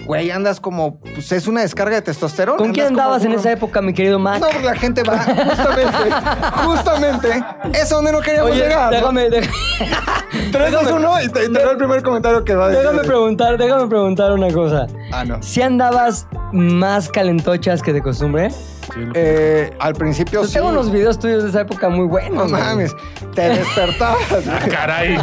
[SPEAKER 3] güey, andas como, pues es una descarga de testosterona.
[SPEAKER 1] ¿Con quién
[SPEAKER 3] andas como
[SPEAKER 1] andabas en
[SPEAKER 3] burro.
[SPEAKER 1] esa época, mi querido Mac?
[SPEAKER 3] No, porque la gente va, justamente, justamente, es donde no queríamos
[SPEAKER 1] Oye,
[SPEAKER 3] llegar. ¿no?
[SPEAKER 1] déjame, déjame,
[SPEAKER 3] Tres, dos, uno, y te, y te doy el primer comentario que va a decir.
[SPEAKER 1] déjame preguntar, déjame preguntar una cosa.
[SPEAKER 3] Ah, no.
[SPEAKER 1] ¿Si andabas más calentochas que de costumbre?
[SPEAKER 3] Eh, al principio
[SPEAKER 1] Yo Pues,
[SPEAKER 3] sí.
[SPEAKER 1] tengo unos videos tuyos de esa época muy buenos.
[SPEAKER 3] No
[SPEAKER 1] güey.
[SPEAKER 3] mames, te despertabas. güey.
[SPEAKER 4] Ah, Caray.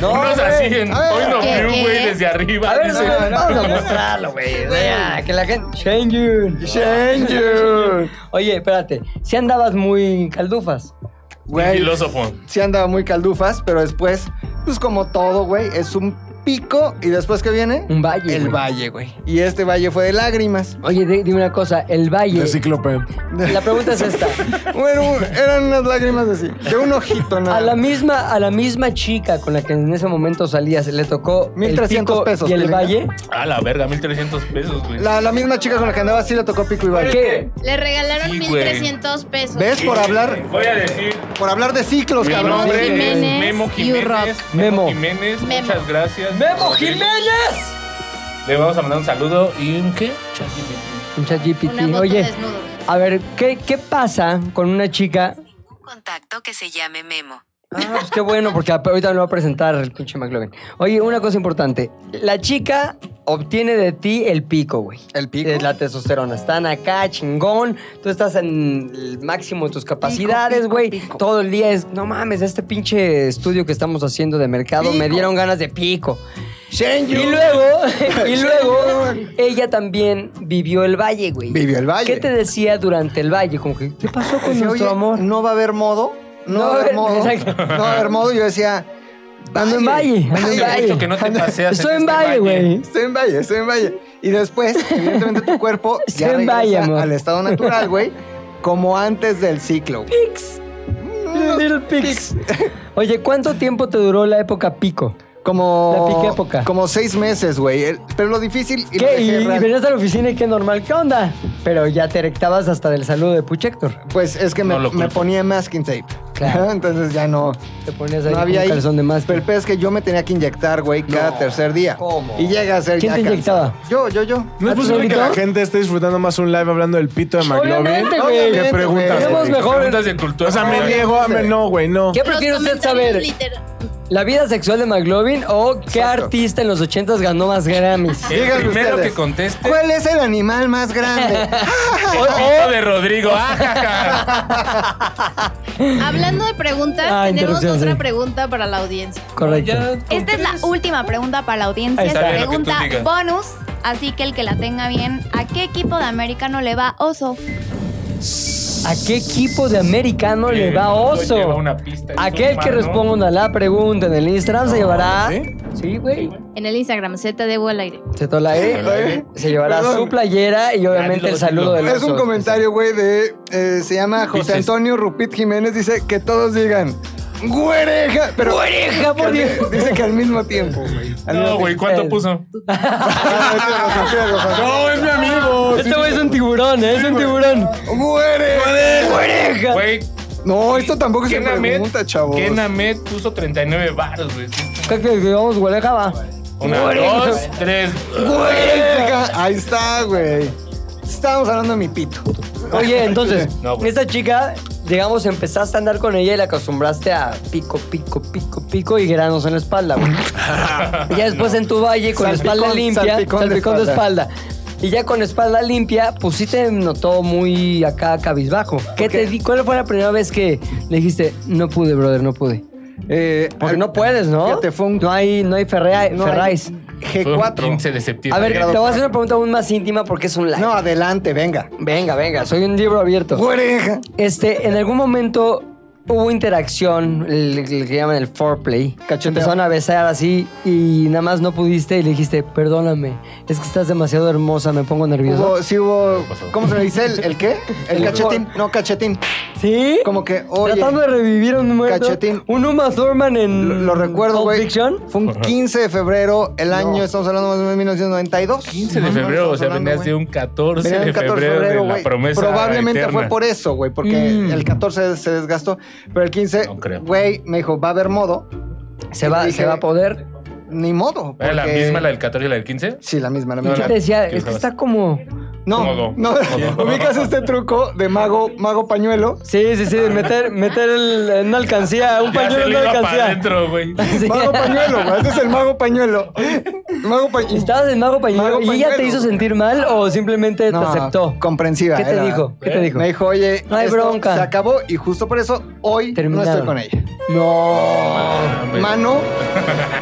[SPEAKER 1] No,
[SPEAKER 4] Unos
[SPEAKER 1] güey.
[SPEAKER 4] así en
[SPEAKER 3] A ver,
[SPEAKER 4] point of
[SPEAKER 5] ¿qué,
[SPEAKER 4] view,
[SPEAKER 5] qué?
[SPEAKER 4] güey, desde arriba.
[SPEAKER 1] A ver,
[SPEAKER 4] dice.
[SPEAKER 1] no, no, vamos a mostrarlo, güey. O sea, que la gente. Shane Yun.
[SPEAKER 3] Thank you.
[SPEAKER 1] Oye, espérate. Si andabas muy caldufas.
[SPEAKER 3] Güey,
[SPEAKER 4] Filósofo.
[SPEAKER 3] sí andaba muy caldufas, pero después, pues como todo, güey, es un pico y después que viene
[SPEAKER 1] Un valle.
[SPEAKER 3] el
[SPEAKER 1] güey.
[SPEAKER 3] valle, güey. Y este valle fue de lágrimas.
[SPEAKER 1] Oye, di- dime una cosa. El valle.
[SPEAKER 2] De cíclope.
[SPEAKER 1] La pregunta es esta.
[SPEAKER 3] Bueno, eran unas lágrimas así, de un ojito nada.
[SPEAKER 1] A la misma, a la misma chica con la que en ese momento salías, le tocó
[SPEAKER 3] 1300
[SPEAKER 1] el pico
[SPEAKER 3] pesos,
[SPEAKER 1] y el
[SPEAKER 3] Pilinga.
[SPEAKER 1] valle.
[SPEAKER 4] A la verga, 1300 pesos, güey.
[SPEAKER 3] La, la misma chica con la que andaba sí le tocó pico y valle.
[SPEAKER 1] ¿Qué?
[SPEAKER 5] Le regalaron
[SPEAKER 4] Sí, güey.
[SPEAKER 5] 1300 pesos.
[SPEAKER 3] ¿Ves? Por hablar,
[SPEAKER 4] Voy a decir.
[SPEAKER 3] por hablar de ciclos,
[SPEAKER 4] Mi
[SPEAKER 3] cabrón.
[SPEAKER 4] nombre es
[SPEAKER 5] Jiménez
[SPEAKER 4] Memo Jiménez.
[SPEAKER 5] Yurrock.
[SPEAKER 1] Memo.
[SPEAKER 4] Jiménez,
[SPEAKER 5] Memo.
[SPEAKER 4] muchas gracias.
[SPEAKER 1] ¡Memo Jiménez!
[SPEAKER 4] Le vamos a mandar un saludo y un qué?
[SPEAKER 1] Un chat GPT.
[SPEAKER 5] Una foto
[SPEAKER 1] Oye,
[SPEAKER 5] desnudo.
[SPEAKER 1] a ver, ¿qué, ¿qué pasa con una chica?
[SPEAKER 9] Un contacto que se llame Memo.
[SPEAKER 1] Ah, pues qué bueno, porque ahorita me lo va a presentar el pinche McLovin. Oye, una cosa importante. La chica obtiene de ti el pico, güey.
[SPEAKER 3] ¿El pico?
[SPEAKER 1] Eh, La testosterona. Están acá, chingón. Tú estás en el máximo de tus capacidades,
[SPEAKER 3] pico,
[SPEAKER 1] güey.
[SPEAKER 3] pico.
[SPEAKER 1] Todo el día es, no mames, este pinche estudio que estamos haciendo de mercado me
[SPEAKER 3] Pico.
[SPEAKER 1] dieron ganas de pico.
[SPEAKER 3] Shen Yu.
[SPEAKER 1] Y luego, y luego, ella también vivió el valle, güey.
[SPEAKER 3] Vivió el valle.
[SPEAKER 1] ¿Qué te decía durante el valle? Como que, ¿qué pasó con
[SPEAKER 3] Decía,
[SPEAKER 1] nuestro
[SPEAKER 3] "Oye,
[SPEAKER 1] amor?
[SPEAKER 3] No va a haber modo. No,
[SPEAKER 1] No
[SPEAKER 3] va a haber modo.
[SPEAKER 1] exacto.
[SPEAKER 3] No va a haber modo. Yo decía.
[SPEAKER 1] Ando en valle. Ando en
[SPEAKER 3] valle.
[SPEAKER 1] valle.
[SPEAKER 4] que no te paseas
[SPEAKER 1] Estoy
[SPEAKER 4] en
[SPEAKER 1] en
[SPEAKER 4] este
[SPEAKER 1] valle,
[SPEAKER 4] valle.
[SPEAKER 1] güey.
[SPEAKER 3] Estoy en valle, estoy en valle. Y después, evidentemente, tu cuerpo
[SPEAKER 1] Estoy
[SPEAKER 3] ya
[SPEAKER 1] en
[SPEAKER 3] regresa
[SPEAKER 1] valle, amor.
[SPEAKER 3] al estado natural, güey. Como antes del ciclo. Mm, güey.
[SPEAKER 1] Little pigs. Oye, ¿cuánto tiempo te duró la época pico?
[SPEAKER 3] Como.
[SPEAKER 1] La pique época.
[SPEAKER 3] Como seis meses, güey. El- Pero lo difícil. Y lo
[SPEAKER 1] ¿Qué?
[SPEAKER 3] dejé
[SPEAKER 1] Y, y
[SPEAKER 3] real.
[SPEAKER 1] venías a la oficina y qué normal, ¿qué onda? Pero ya te erectabas hasta del saludo de Puchector.
[SPEAKER 3] Pues es que me,
[SPEAKER 4] No lo
[SPEAKER 3] me
[SPEAKER 4] culpo.
[SPEAKER 3] ponía masking tape.
[SPEAKER 1] Claro.
[SPEAKER 3] Entonces ya no.
[SPEAKER 1] Te ponías ahí
[SPEAKER 3] No
[SPEAKER 1] con
[SPEAKER 3] había
[SPEAKER 1] un
[SPEAKER 3] ahí.
[SPEAKER 1] calzón de más.
[SPEAKER 3] Pero el pedo es que yo me tenía que inyectar, güey, cada tercer día.
[SPEAKER 1] ¿Cómo?
[SPEAKER 3] Y llega a ser
[SPEAKER 1] ¿Quién
[SPEAKER 3] ya
[SPEAKER 1] te
[SPEAKER 3] cansado.
[SPEAKER 1] inyectaba?
[SPEAKER 3] Yo, yo, yo.
[SPEAKER 2] ¿No es
[SPEAKER 1] ¿A ti
[SPEAKER 2] posible que
[SPEAKER 1] solito?
[SPEAKER 2] la gente esté disfrutando más un live hablando del pito de McLovin?
[SPEAKER 1] Obviamente,
[SPEAKER 3] Obviamente,
[SPEAKER 1] güey.
[SPEAKER 2] ¿Qué preguntas?
[SPEAKER 1] Tenemos
[SPEAKER 2] güey?
[SPEAKER 1] mejor.
[SPEAKER 4] Preguntas de cultura.
[SPEAKER 2] O sea, me niego a... me- No, güey, no.
[SPEAKER 1] ¿Qué
[SPEAKER 5] Los
[SPEAKER 1] prefiere usted
[SPEAKER 5] comentarios
[SPEAKER 1] saber?
[SPEAKER 5] literal-
[SPEAKER 1] ¿La vida sexual de McLovin o qué
[SPEAKER 3] Exacto.
[SPEAKER 1] artista en los 80s ganó más Grammys?
[SPEAKER 4] El
[SPEAKER 3] Díganme
[SPEAKER 4] primero
[SPEAKER 3] ustedes.
[SPEAKER 4] que conteste.
[SPEAKER 3] ¿Cuál es el animal más grande?
[SPEAKER 4] El pito de Rodrigo. Ah, Ajaja.
[SPEAKER 5] Hablando de preguntas,
[SPEAKER 1] Ah,
[SPEAKER 5] tenemos
[SPEAKER 1] interrupción,
[SPEAKER 5] otra
[SPEAKER 1] sí.
[SPEAKER 5] pregunta para la audiencia.
[SPEAKER 1] Correcto.
[SPEAKER 7] Esta es la última pregunta para la audiencia.
[SPEAKER 1] Ahí
[SPEAKER 7] Es
[SPEAKER 1] está.
[SPEAKER 7] la
[SPEAKER 4] Está bien lo que tú
[SPEAKER 7] pregunta
[SPEAKER 4] digas.
[SPEAKER 7] bonus. Así que el que la tenga bien, ¿a qué equipo de americano le va Oso?
[SPEAKER 1] ¿A qué equipo de americano le
[SPEAKER 4] Eh,
[SPEAKER 1] va
[SPEAKER 4] no
[SPEAKER 1] oso?
[SPEAKER 4] lleva una pista, es
[SPEAKER 1] Aquel
[SPEAKER 4] un
[SPEAKER 1] que
[SPEAKER 4] mar, ¿no?
[SPEAKER 1] responda la pregunta en el Instagram
[SPEAKER 3] Ah,
[SPEAKER 1] se llevará.
[SPEAKER 2] ¿sí?
[SPEAKER 1] Sí, güey.
[SPEAKER 5] En el Instagram, se te debo el aire.
[SPEAKER 1] Se, tola- eh, se llevará
[SPEAKER 3] Perdón.
[SPEAKER 1] su playera y obviamente
[SPEAKER 4] dilo,
[SPEAKER 1] el saludo del
[SPEAKER 4] dilo.
[SPEAKER 3] es un
[SPEAKER 1] oso.
[SPEAKER 3] comentario, güey, de. eh, se llama José
[SPEAKER 4] Dices-
[SPEAKER 3] Antonio Rupit Jiménez. Dice que todos digan. ¡Güereja! Pero.
[SPEAKER 1] ¡Güereja, por
[SPEAKER 3] que-
[SPEAKER 1] Dios!
[SPEAKER 3] Dice que al mismo tiempo, güey. Al mismo
[SPEAKER 4] No, güey, ¿cuánto
[SPEAKER 1] Eh.
[SPEAKER 4] puso?
[SPEAKER 3] tiempo.
[SPEAKER 2] No, es mi amigo.
[SPEAKER 1] Este güey es un tiburón, ¿eh? es un tiburón.
[SPEAKER 3] ¡Güere!
[SPEAKER 1] ¡Güereja!
[SPEAKER 4] Güey,
[SPEAKER 3] No, esto tampoco se
[SPEAKER 4] Kenamet-
[SPEAKER 3] pregunta, chavos.
[SPEAKER 4] Kenamet puso 39 baros, güey.
[SPEAKER 1] ¿Qué que llevamos güereja, va?
[SPEAKER 4] Una,
[SPEAKER 1] Güereja.
[SPEAKER 4] dos, tres.
[SPEAKER 3] ¡Güereja! Ahí está, güey. Estábamos hablando de mi pito.
[SPEAKER 1] Oye, entonces,
[SPEAKER 4] No, güey.
[SPEAKER 1] esta chica, digamos, empezaste a andar con ella y la acostumbraste a pico, pico, pico, pico y granos en la espalda, güey. Y ya después en tu valle con
[SPEAKER 3] Salpicón,
[SPEAKER 1] la espalda limpia,
[SPEAKER 3] salpicón
[SPEAKER 1] salpicón,
[SPEAKER 3] de
[SPEAKER 1] de espalda. Y ya con espalda limpia, pues sí te notó muy acá cabizbajo. ¿Qué te di? ¿Cuál fue la primera vez que le dijiste, no pude, brother, no pude?
[SPEAKER 3] Eh,
[SPEAKER 1] Porque
[SPEAKER 3] al-
[SPEAKER 1] no puedes, ¿no?
[SPEAKER 3] Fíjate, fue un-
[SPEAKER 1] No hay, no hay Ferrea-
[SPEAKER 3] No hay-
[SPEAKER 1] Ferrais.
[SPEAKER 4] Fue un
[SPEAKER 3] G4.
[SPEAKER 4] 15 de septiembre.
[SPEAKER 1] A ver,
[SPEAKER 3] grado
[SPEAKER 1] te voy a hacer una pregunta aún más íntima porque es un live.
[SPEAKER 3] No, adelante, venga.
[SPEAKER 1] Venga, venga, soy un libro abierto.
[SPEAKER 3] Oreja.
[SPEAKER 1] Este, en algún momento hubo interacción, el, el que llaman el foreplay. Cacho, empezaron a besar así y nada más no pudiste y le dijiste, perdóname, es que estás demasiado hermosa, me pongo nervioso.
[SPEAKER 3] Hubo, sí hubo.
[SPEAKER 4] pasó?
[SPEAKER 3] ¿Cómo se le dice? ¿El, el qué? El cachetín. No, cachetín.
[SPEAKER 1] ¿Sí?
[SPEAKER 3] Como que, oye.
[SPEAKER 1] Tratando de revivir un muerto.
[SPEAKER 3] Cachetín.
[SPEAKER 1] Un Uma Thurman en...
[SPEAKER 3] Lo, lo recuerdo,
[SPEAKER 1] Pulp
[SPEAKER 3] güey.
[SPEAKER 1] Fiction.
[SPEAKER 3] Fue un 15 de febrero, el año, estamos hablando más o menos de 1992.
[SPEAKER 4] 15 de febrero, o sea, venías de un 14
[SPEAKER 3] Venía
[SPEAKER 4] de
[SPEAKER 3] el 14 de
[SPEAKER 4] febrero,
[SPEAKER 3] febrero,
[SPEAKER 4] de la
[SPEAKER 3] güey.
[SPEAKER 4] promesa.
[SPEAKER 3] Probablemente
[SPEAKER 4] eterna. Mm.
[SPEAKER 3] fue por eso, güey, porque el 14 se desgastó. Pero el 15,
[SPEAKER 4] No creo.
[SPEAKER 3] güey, me dijo, va a haber modo.
[SPEAKER 1] Se
[SPEAKER 3] Y
[SPEAKER 1] va,
[SPEAKER 3] le
[SPEAKER 1] se
[SPEAKER 3] dije,
[SPEAKER 1] va a poder.
[SPEAKER 3] Ni modo.
[SPEAKER 4] ¿Era la
[SPEAKER 3] porque-
[SPEAKER 4] misma, la del 14 y la del 15?
[SPEAKER 3] Sí, la misma, la
[SPEAKER 1] ¿Y
[SPEAKER 3] misma.
[SPEAKER 1] qué
[SPEAKER 4] no,
[SPEAKER 1] te decía?
[SPEAKER 4] ¿qué
[SPEAKER 1] Es que
[SPEAKER 4] usabas?
[SPEAKER 1] está como...
[SPEAKER 3] No,
[SPEAKER 4] Cómodo.
[SPEAKER 3] no.
[SPEAKER 4] Cómodo.
[SPEAKER 3] Ubicas este truco de mago, mago pañuelo.
[SPEAKER 1] Sí, sí, sí, de meter, meter el, en una alcancía, un
[SPEAKER 4] Ya
[SPEAKER 1] pañuelo
[SPEAKER 4] se
[SPEAKER 1] en
[SPEAKER 4] le
[SPEAKER 1] una
[SPEAKER 4] iba para
[SPEAKER 1] alcancía.
[SPEAKER 4] adentro, güey.
[SPEAKER 1] Sí.
[SPEAKER 3] Mago pañuelo, güey. Este es el mago pañuelo. Mago pañuelo.
[SPEAKER 1] ¿Estabas en Mago Pañuelo
[SPEAKER 3] Mago
[SPEAKER 1] y ella te
[SPEAKER 3] Pañuelo.
[SPEAKER 1] hizo sentir mal o simplemente te aceptó?
[SPEAKER 3] Comprensiva.
[SPEAKER 1] ¿Qué te
[SPEAKER 3] era.
[SPEAKER 1] dijo? ¿Qué te dijo?
[SPEAKER 3] Me dijo, oye,
[SPEAKER 1] No hay
[SPEAKER 3] esto
[SPEAKER 1] bronca.
[SPEAKER 3] se acabó y justo por eso hoy
[SPEAKER 1] Terminaron.
[SPEAKER 3] no estoy con ella.
[SPEAKER 1] No.
[SPEAKER 4] Hombre.
[SPEAKER 3] Mano,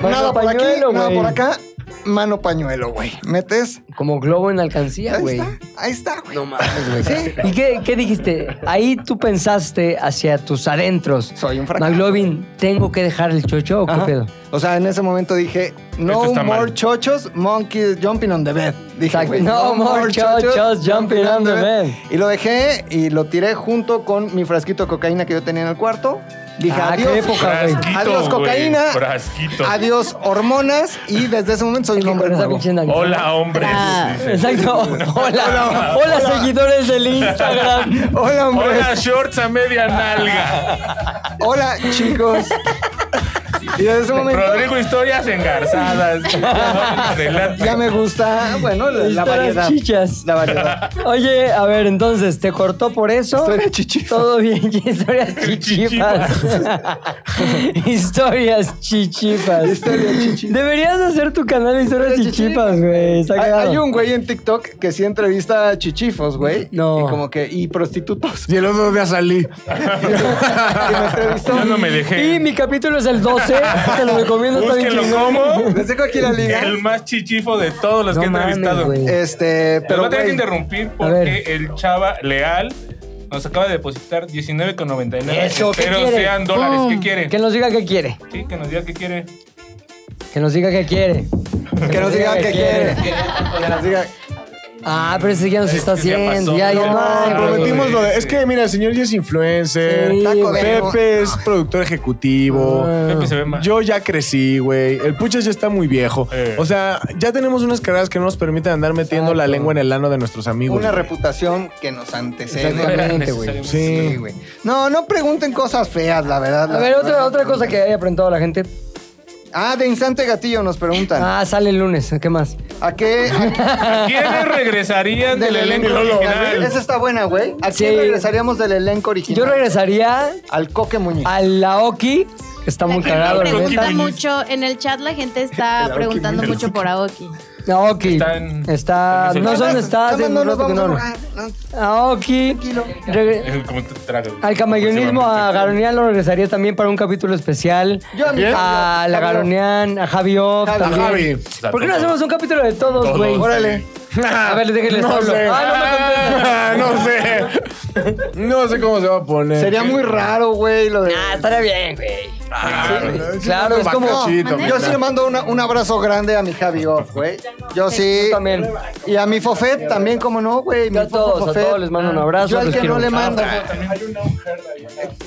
[SPEAKER 3] nada por aquí,
[SPEAKER 1] pañuelo,
[SPEAKER 3] nada
[SPEAKER 1] güey.
[SPEAKER 3] por acá, mano pañuelo, güey. ¿Metes?
[SPEAKER 1] Como globo en la alcancía,
[SPEAKER 3] Ahí
[SPEAKER 1] güey.
[SPEAKER 3] está, ahí está, güey.
[SPEAKER 1] No mames, güey.
[SPEAKER 3] Sí.
[SPEAKER 1] ¿Y qué, qué dijiste? Ahí tú pensaste hacia tus adentros.
[SPEAKER 3] Soy un fracaso.
[SPEAKER 1] McLovin, ¿tengo que dejar el chocho o qué
[SPEAKER 3] Ajá.
[SPEAKER 1] pedo?
[SPEAKER 3] O sea, en ese momento dije, no
[SPEAKER 4] Esto está
[SPEAKER 3] more
[SPEAKER 4] mal.
[SPEAKER 3] chochos, monkeys jumping on the bed. Dije,
[SPEAKER 1] Exacto.
[SPEAKER 3] güey,
[SPEAKER 1] No more chochos jumping on the bed.
[SPEAKER 3] Y lo dejé y lo tiré junto con mi frasquito de cocaína que yo tenía en el cuarto. Dije,
[SPEAKER 1] Ah, qué
[SPEAKER 3] adiós.
[SPEAKER 1] época, güey.
[SPEAKER 4] Frasquito,
[SPEAKER 3] Adiós,
[SPEAKER 4] güey,
[SPEAKER 3] cocaína.
[SPEAKER 4] Frasquito.
[SPEAKER 3] Adiós, hormonas. Y desde ese momento soy un hombre
[SPEAKER 1] Con esa
[SPEAKER 3] nuevo.
[SPEAKER 1] pinche nariz.
[SPEAKER 4] Hola, hombres. dice.
[SPEAKER 1] Ah, Exacto. Hola. Hola, seguidores del Instagram.
[SPEAKER 3] Hola, hombre.
[SPEAKER 4] Hola, shorts a media nalga.
[SPEAKER 3] Hola, chicos. Y desde ese momento
[SPEAKER 4] Rodrigo Historias engarzadas. Adelante.
[SPEAKER 3] ya me gusta, bueno, la, la
[SPEAKER 1] Están las
[SPEAKER 3] variedad.
[SPEAKER 1] chichas.
[SPEAKER 3] La variedad.
[SPEAKER 1] Oye, a ver, entonces, ¿te cortó por eso?
[SPEAKER 3] Historia chichifa.
[SPEAKER 1] Todo bien, historias chichipas. historias chichipas.
[SPEAKER 3] Historia chichifa.
[SPEAKER 1] Deberías hacer tu canal de historias
[SPEAKER 3] Historias
[SPEAKER 1] chichipas, güey. Está
[SPEAKER 3] Hay,
[SPEAKER 1] cagado.
[SPEAKER 3] hay un güey en TikTok que sí entrevista a chichifos, güey.
[SPEAKER 1] No.
[SPEAKER 3] Y como que, y prostitutos.
[SPEAKER 2] Y el otro día salí.
[SPEAKER 3] Y me entrevistó.
[SPEAKER 4] Yo no me dejé.
[SPEAKER 1] Y mi capítulo es el 12. Te lo recomiendo, está bien
[SPEAKER 4] Búsquenlo
[SPEAKER 1] chingón.
[SPEAKER 4] como
[SPEAKER 3] Les dejo aquí la liga.
[SPEAKER 4] el más chichifo de todos los
[SPEAKER 1] No
[SPEAKER 4] que he
[SPEAKER 1] mames,
[SPEAKER 4] entrevistado.
[SPEAKER 1] güey.
[SPEAKER 3] Este,
[SPEAKER 4] Pero
[SPEAKER 3] pero.
[SPEAKER 4] voy a tener
[SPEAKER 3] güey,
[SPEAKER 4] que interrumpir
[SPEAKER 1] A
[SPEAKER 4] porque
[SPEAKER 1] ver.
[SPEAKER 4] el chava leal nos acaba de depositar 19.99.
[SPEAKER 1] Eso, ¿qué
[SPEAKER 4] Espero
[SPEAKER 1] quiere? Mm,
[SPEAKER 4] sean dólares. ¿Qué quiere?
[SPEAKER 1] Que nos diga qué quiere.
[SPEAKER 4] Sí, que nos diga qué quiere.
[SPEAKER 1] Que nos diga qué quiere.
[SPEAKER 3] que nos digan que quiere. Que nos diga.
[SPEAKER 1] Ah, pero ese ya nos
[SPEAKER 4] Es
[SPEAKER 1] está
[SPEAKER 4] que Este ya
[SPEAKER 1] haciendo.
[SPEAKER 4] pasó.
[SPEAKER 1] Ya, ya.
[SPEAKER 4] No,
[SPEAKER 1] ay, güey.
[SPEAKER 2] "Ah, Prometimos lo de. Es que, mira, el señor ya es influencer.
[SPEAKER 1] Sí,
[SPEAKER 3] Taco de
[SPEAKER 1] güey. Ah.
[SPEAKER 3] lengua.
[SPEAKER 2] Pepe es productor ejecutivo.
[SPEAKER 4] Pepe se ve mal.
[SPEAKER 2] Yo ya crecí, güey. El Puchas ya está muy viejo.
[SPEAKER 4] Eh.
[SPEAKER 2] O sea, ya tenemos unas carreras que no nos permiten andar metiendo la lengua en el ano de nuestros amigos.
[SPEAKER 3] Una
[SPEAKER 2] güey.
[SPEAKER 3] reputación que nos
[SPEAKER 4] No
[SPEAKER 3] antecede.
[SPEAKER 4] era
[SPEAKER 1] Exactamente, güey.
[SPEAKER 4] necesariamente-
[SPEAKER 3] Sí, güey. No, no pregunten cosas feas, la verdad. la
[SPEAKER 1] A ver,
[SPEAKER 3] verdad.
[SPEAKER 1] otra, otra cosa que haya preguntado la gente.
[SPEAKER 3] Ah, de instante gatillo nos preguntan.
[SPEAKER 1] Ah, sale el lunes. ¿Qué más?
[SPEAKER 3] ¿A qué? a-
[SPEAKER 4] ¿A ¿Quiénes regresarían del elenco
[SPEAKER 3] Esa
[SPEAKER 4] original?
[SPEAKER 3] está buena, güey. ¿A
[SPEAKER 1] Sí.
[SPEAKER 3] quién regresaríamos del elenco original?
[SPEAKER 1] Yo Ah, regresaría
[SPEAKER 3] Al Coque Muñiz.
[SPEAKER 1] a Laoki. que Está
[SPEAKER 5] La
[SPEAKER 1] muy
[SPEAKER 5] gente
[SPEAKER 1] cagado, la
[SPEAKER 5] pregunta
[SPEAKER 1] neta.
[SPEAKER 5] mucho, en el chat la gente está preguntando mucho por Aoki.
[SPEAKER 1] Aoki.
[SPEAKER 4] Está en-
[SPEAKER 1] Está.
[SPEAKER 4] en
[SPEAKER 1] No
[SPEAKER 4] mis
[SPEAKER 1] sé dónde
[SPEAKER 4] orejas.
[SPEAKER 1] está. hace
[SPEAKER 3] Chama, no
[SPEAKER 1] un
[SPEAKER 3] nos
[SPEAKER 1] rato que
[SPEAKER 3] vamos
[SPEAKER 1] no
[SPEAKER 3] a
[SPEAKER 1] hablo.
[SPEAKER 3] rogar, no.
[SPEAKER 1] Aoki.
[SPEAKER 3] Tranquilo.
[SPEAKER 1] Regre-
[SPEAKER 4] Como te trago.
[SPEAKER 1] Al camallonismo, a Garonian lo regresaría también para un capítulo especial.
[SPEAKER 3] Yo a mi
[SPEAKER 1] A
[SPEAKER 3] Javi Off,
[SPEAKER 1] la
[SPEAKER 3] Javi Off.
[SPEAKER 1] Garonian, a Javi Off
[SPEAKER 3] Javi.
[SPEAKER 1] también.
[SPEAKER 2] A Javi.
[SPEAKER 1] ¿Por qué no hacemos un capítulo de todos,
[SPEAKER 4] Todos.
[SPEAKER 1] güey?
[SPEAKER 3] Órale.
[SPEAKER 1] A ver, déjenles
[SPEAKER 2] No
[SPEAKER 1] hablo.
[SPEAKER 2] sé.
[SPEAKER 1] Ah, no me contestan.
[SPEAKER 2] no sé. No sé cómo se va a poner.
[SPEAKER 3] Sería muy raro, güey, lo de...
[SPEAKER 1] Ah, estaría bien, güey.
[SPEAKER 2] Ah,
[SPEAKER 1] Claro, es como-
[SPEAKER 2] Bacachito,
[SPEAKER 3] Yo
[SPEAKER 2] mira.
[SPEAKER 3] sí le mando una- un abrazo grande a mi Javi Off, güey. Yo sí.
[SPEAKER 1] Yo también.
[SPEAKER 3] Y a mi Fofet también, como no, güey. Mi
[SPEAKER 1] Yo a todos, a
[SPEAKER 3] Fofet.
[SPEAKER 1] todos les mando un abrazo.
[SPEAKER 3] Yo al
[SPEAKER 1] los
[SPEAKER 3] que
[SPEAKER 1] quiero
[SPEAKER 3] no le
[SPEAKER 1] mucho. Ah,
[SPEAKER 3] mando.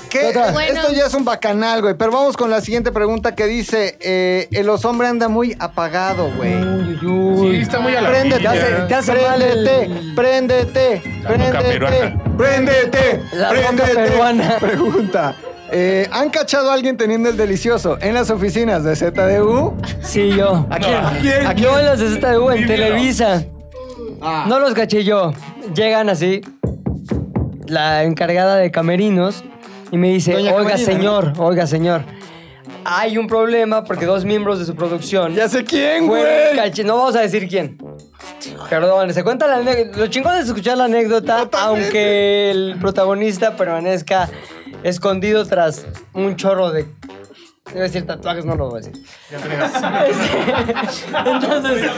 [SPEAKER 3] ¿Qué?
[SPEAKER 1] Total.
[SPEAKER 5] Bueno.
[SPEAKER 3] Esto ya es un bacanal, güey. Pero vamos con la siguiente pregunta que dice: eh, El osombre anda muy apagado, güey.
[SPEAKER 1] Uy, uy, uy.
[SPEAKER 4] Sí, está muy a la
[SPEAKER 3] Préndete,
[SPEAKER 1] Ya se- te hace mal el-
[SPEAKER 3] préndete, préndete,
[SPEAKER 4] La boca
[SPEAKER 3] préndete,
[SPEAKER 4] peruana.
[SPEAKER 3] préndete,
[SPEAKER 1] La boca
[SPEAKER 3] préndete.
[SPEAKER 1] peruana.
[SPEAKER 3] Pregunta. eh, ¿Han cachado a alguien teniendo el delicioso en las oficinas de ZDU?
[SPEAKER 1] Sí, yo.
[SPEAKER 3] ¿A quién?
[SPEAKER 4] ¿A
[SPEAKER 1] Aquí Yo en las de ZDU, en
[SPEAKER 4] Dímelo.
[SPEAKER 1] Televisa.
[SPEAKER 3] Ah.
[SPEAKER 1] No los caché yo. Llegan así la encargada de camerinos y me dice,
[SPEAKER 3] Doña
[SPEAKER 1] oiga
[SPEAKER 3] Camerina".
[SPEAKER 1] señor, oiga señor, hay un problema porque dos miembros de su producción
[SPEAKER 3] Ya sé quién,
[SPEAKER 1] fueron
[SPEAKER 3] güey.
[SPEAKER 1] caché- No vamos a decir quién. Perdón, se cuenta la anécdota. Lo chingón es escuchar la anécdota,
[SPEAKER 3] Totalmente.
[SPEAKER 1] aunque el protagonista permanezca escondido tras un chorro de Iba a decir tatuajes, no lo voy a decir.
[SPEAKER 4] Ya fregas.
[SPEAKER 1] Entonces,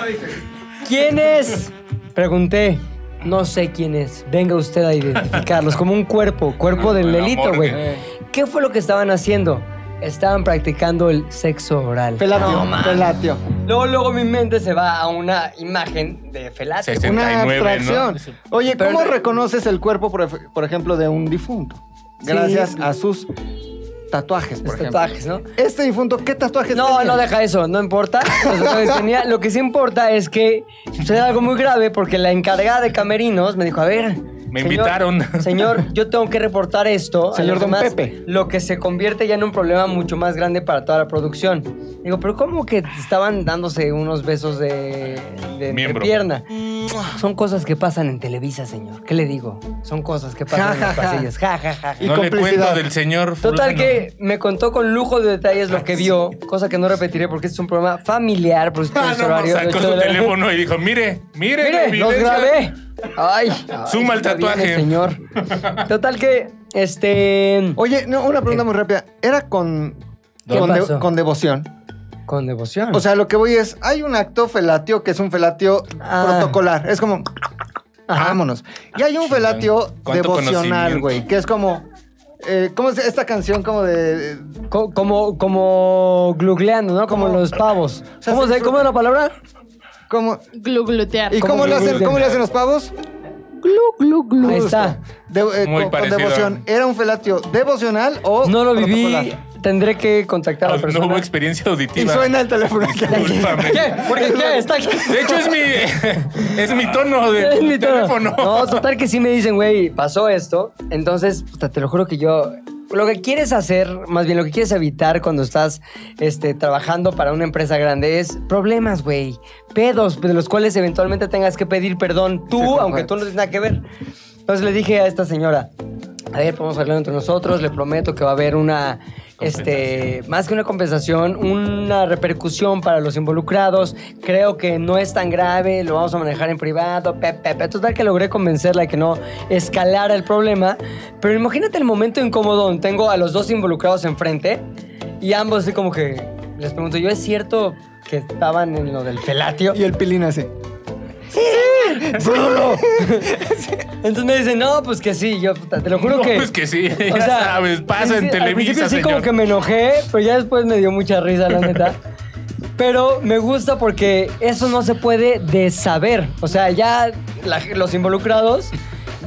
[SPEAKER 1] ¿quién es? Pregunté. No sé quién es. Venga usted a identificarlos. Como un cuerpo, cuerpo del
[SPEAKER 4] Como la
[SPEAKER 1] delito, güey.
[SPEAKER 4] morgue.
[SPEAKER 1] ¿Qué fue lo que estaban haciendo? Estaban practicando el sexo oral.
[SPEAKER 3] Felatio, felatio.
[SPEAKER 1] Luego, luego mi mente se va a una imagen de felatio.
[SPEAKER 4] Sí, sí.
[SPEAKER 3] Una
[SPEAKER 4] 79, ¿no?
[SPEAKER 3] abstracción. Oye,
[SPEAKER 1] Pero
[SPEAKER 3] ¿cómo
[SPEAKER 1] no-
[SPEAKER 3] reconoces el cuerpo, por, ef- por ejemplo, de un difunto? Gracias a sus tatuajes, por
[SPEAKER 1] Los
[SPEAKER 3] ejemplo.
[SPEAKER 1] tatuajes, ¿no?
[SPEAKER 3] Este difunto, ¿qué tatuajes
[SPEAKER 1] No,
[SPEAKER 3] tenía?
[SPEAKER 1] no deja eso, no importa. Los tatuajes tenía. Lo que sí importa es que sucede algo muy grave porque la encargada de camerinos me dijo, a ver.
[SPEAKER 4] Me invitaron.
[SPEAKER 1] Señor, yo tengo que reportar esto. a
[SPEAKER 3] Señor
[SPEAKER 1] los
[SPEAKER 3] don
[SPEAKER 1] demás",
[SPEAKER 3] Pepe.
[SPEAKER 1] Lo que se convierte ya en un problema mucho más grande para toda la producción. Digo, pero ¿cómo que estaban dándose unos besos de, de
[SPEAKER 4] Miembro.
[SPEAKER 1] pierna? Son cosas que pasan en Televisa, señor. ¿Qué le digo? Son cosas que pasan en los pasillos. Ja, ja, ja, ja.
[SPEAKER 4] No le
[SPEAKER 3] complicidad.
[SPEAKER 4] cuento del señor.
[SPEAKER 1] Total
[SPEAKER 4] fulano.
[SPEAKER 1] que me contó con lujo de detalles lo que vio, cosa que no repetiré porque este es un programa familiar, por
[SPEAKER 4] Ah,
[SPEAKER 1] supuesto,
[SPEAKER 4] no,
[SPEAKER 1] horario de
[SPEAKER 4] sacó
[SPEAKER 1] ocho de
[SPEAKER 4] su
[SPEAKER 1] la-
[SPEAKER 4] teléfono y dijo, mire, mire. la
[SPEAKER 1] Mire, los
[SPEAKER 4] evidencia".
[SPEAKER 1] grabé. Ay, ay,
[SPEAKER 4] Suma el
[SPEAKER 1] está bien
[SPEAKER 4] tatuaje.
[SPEAKER 1] el señor. Total que, este,
[SPEAKER 3] Oye, no, una pregunta muy rápida. ¿Era con,
[SPEAKER 1] ¿Qué
[SPEAKER 3] con, de-
[SPEAKER 1] pasó?
[SPEAKER 3] con devoción?
[SPEAKER 1] con devoción.
[SPEAKER 3] O sea, lo que voy es, hay un acto felatio que es un felatio
[SPEAKER 1] Ah.
[SPEAKER 3] protocolar. Es como,
[SPEAKER 1] Ajá.
[SPEAKER 3] vámonos. Y hay un felatio
[SPEAKER 4] ¿Cuánto
[SPEAKER 3] devocional,
[SPEAKER 4] conocimiento?
[SPEAKER 3] güey, que es como, eh, ¿cómo es esta canción? Como de...
[SPEAKER 1] Co- como, como glugleando, ¿no? Como los pavos.
[SPEAKER 3] sea,
[SPEAKER 1] ¿Cómo,
[SPEAKER 3] se
[SPEAKER 1] se, ¿Cómo es la palabra?
[SPEAKER 3] Como,
[SPEAKER 6] Gluglutear.
[SPEAKER 3] ¿Y
[SPEAKER 1] Como
[SPEAKER 3] cómo, le hacen,
[SPEAKER 1] gluten.
[SPEAKER 3] cómo le hacen los pavos?
[SPEAKER 1] Ahí está.
[SPEAKER 3] De- eh,
[SPEAKER 4] Muy
[SPEAKER 3] con- con,
[SPEAKER 4] parecido.
[SPEAKER 3] devoción. ¿Era un felatio devocional o
[SPEAKER 1] No lo viví,
[SPEAKER 3] protocolar?
[SPEAKER 1] tendré que contactar a la
[SPEAKER 4] Ah, No
[SPEAKER 1] persona.
[SPEAKER 4] hubo experiencia
[SPEAKER 3] Y
[SPEAKER 4] auditiva.
[SPEAKER 3] suena el teléfono. aquí.
[SPEAKER 4] Discúlpame.
[SPEAKER 1] ¿Qué? ¿Por qué? ¿Qué? ¿Está aquí?
[SPEAKER 4] De hecho, es mi, es mi tono de
[SPEAKER 1] Es mi tono.
[SPEAKER 4] teléfono.
[SPEAKER 1] No, total que sí me dicen, güey, pasó esto. Entonces, puta, te lo juro que yo. Lo que quieres hacer, más bien lo que quieres evitar cuando estás este, trabajando para una empresa grande es problemas, güey. Pedos de los cuales eventualmente tengas que pedir perdón tú,
[SPEAKER 3] correcto.
[SPEAKER 1] aunque tú no tienes nada que ver. Entonces le dije a esta señora, a ver, podemos hablar entre nosotros, le prometo que va a haber una, este, más que una compensación, una repercusión para los involucrados, creo que no es tan grave, lo vamos a manejar en privado, pe, pe, pe. total que logré convencerla de que no escalara el problema, pero imagínate el momento incómodo, tengo a los dos involucrados enfrente y ambos así como que les pregunto, ¿yo es cierto que estaban en lo del felatio?
[SPEAKER 3] Y el pilín así.
[SPEAKER 1] Entonces me dicen, no, pues que sí, yo puta, te lo juro
[SPEAKER 4] No,
[SPEAKER 1] que...
[SPEAKER 4] pues que sí, ya sabes, pasa en
[SPEAKER 1] al principio
[SPEAKER 4] Televisa,
[SPEAKER 1] sí como
[SPEAKER 4] señor.
[SPEAKER 1] que me enojé, pero ya después me dio mucha risa, la neta. Pero me gusta porque eso no se puede desaber. O sea, ya la- los involucrados...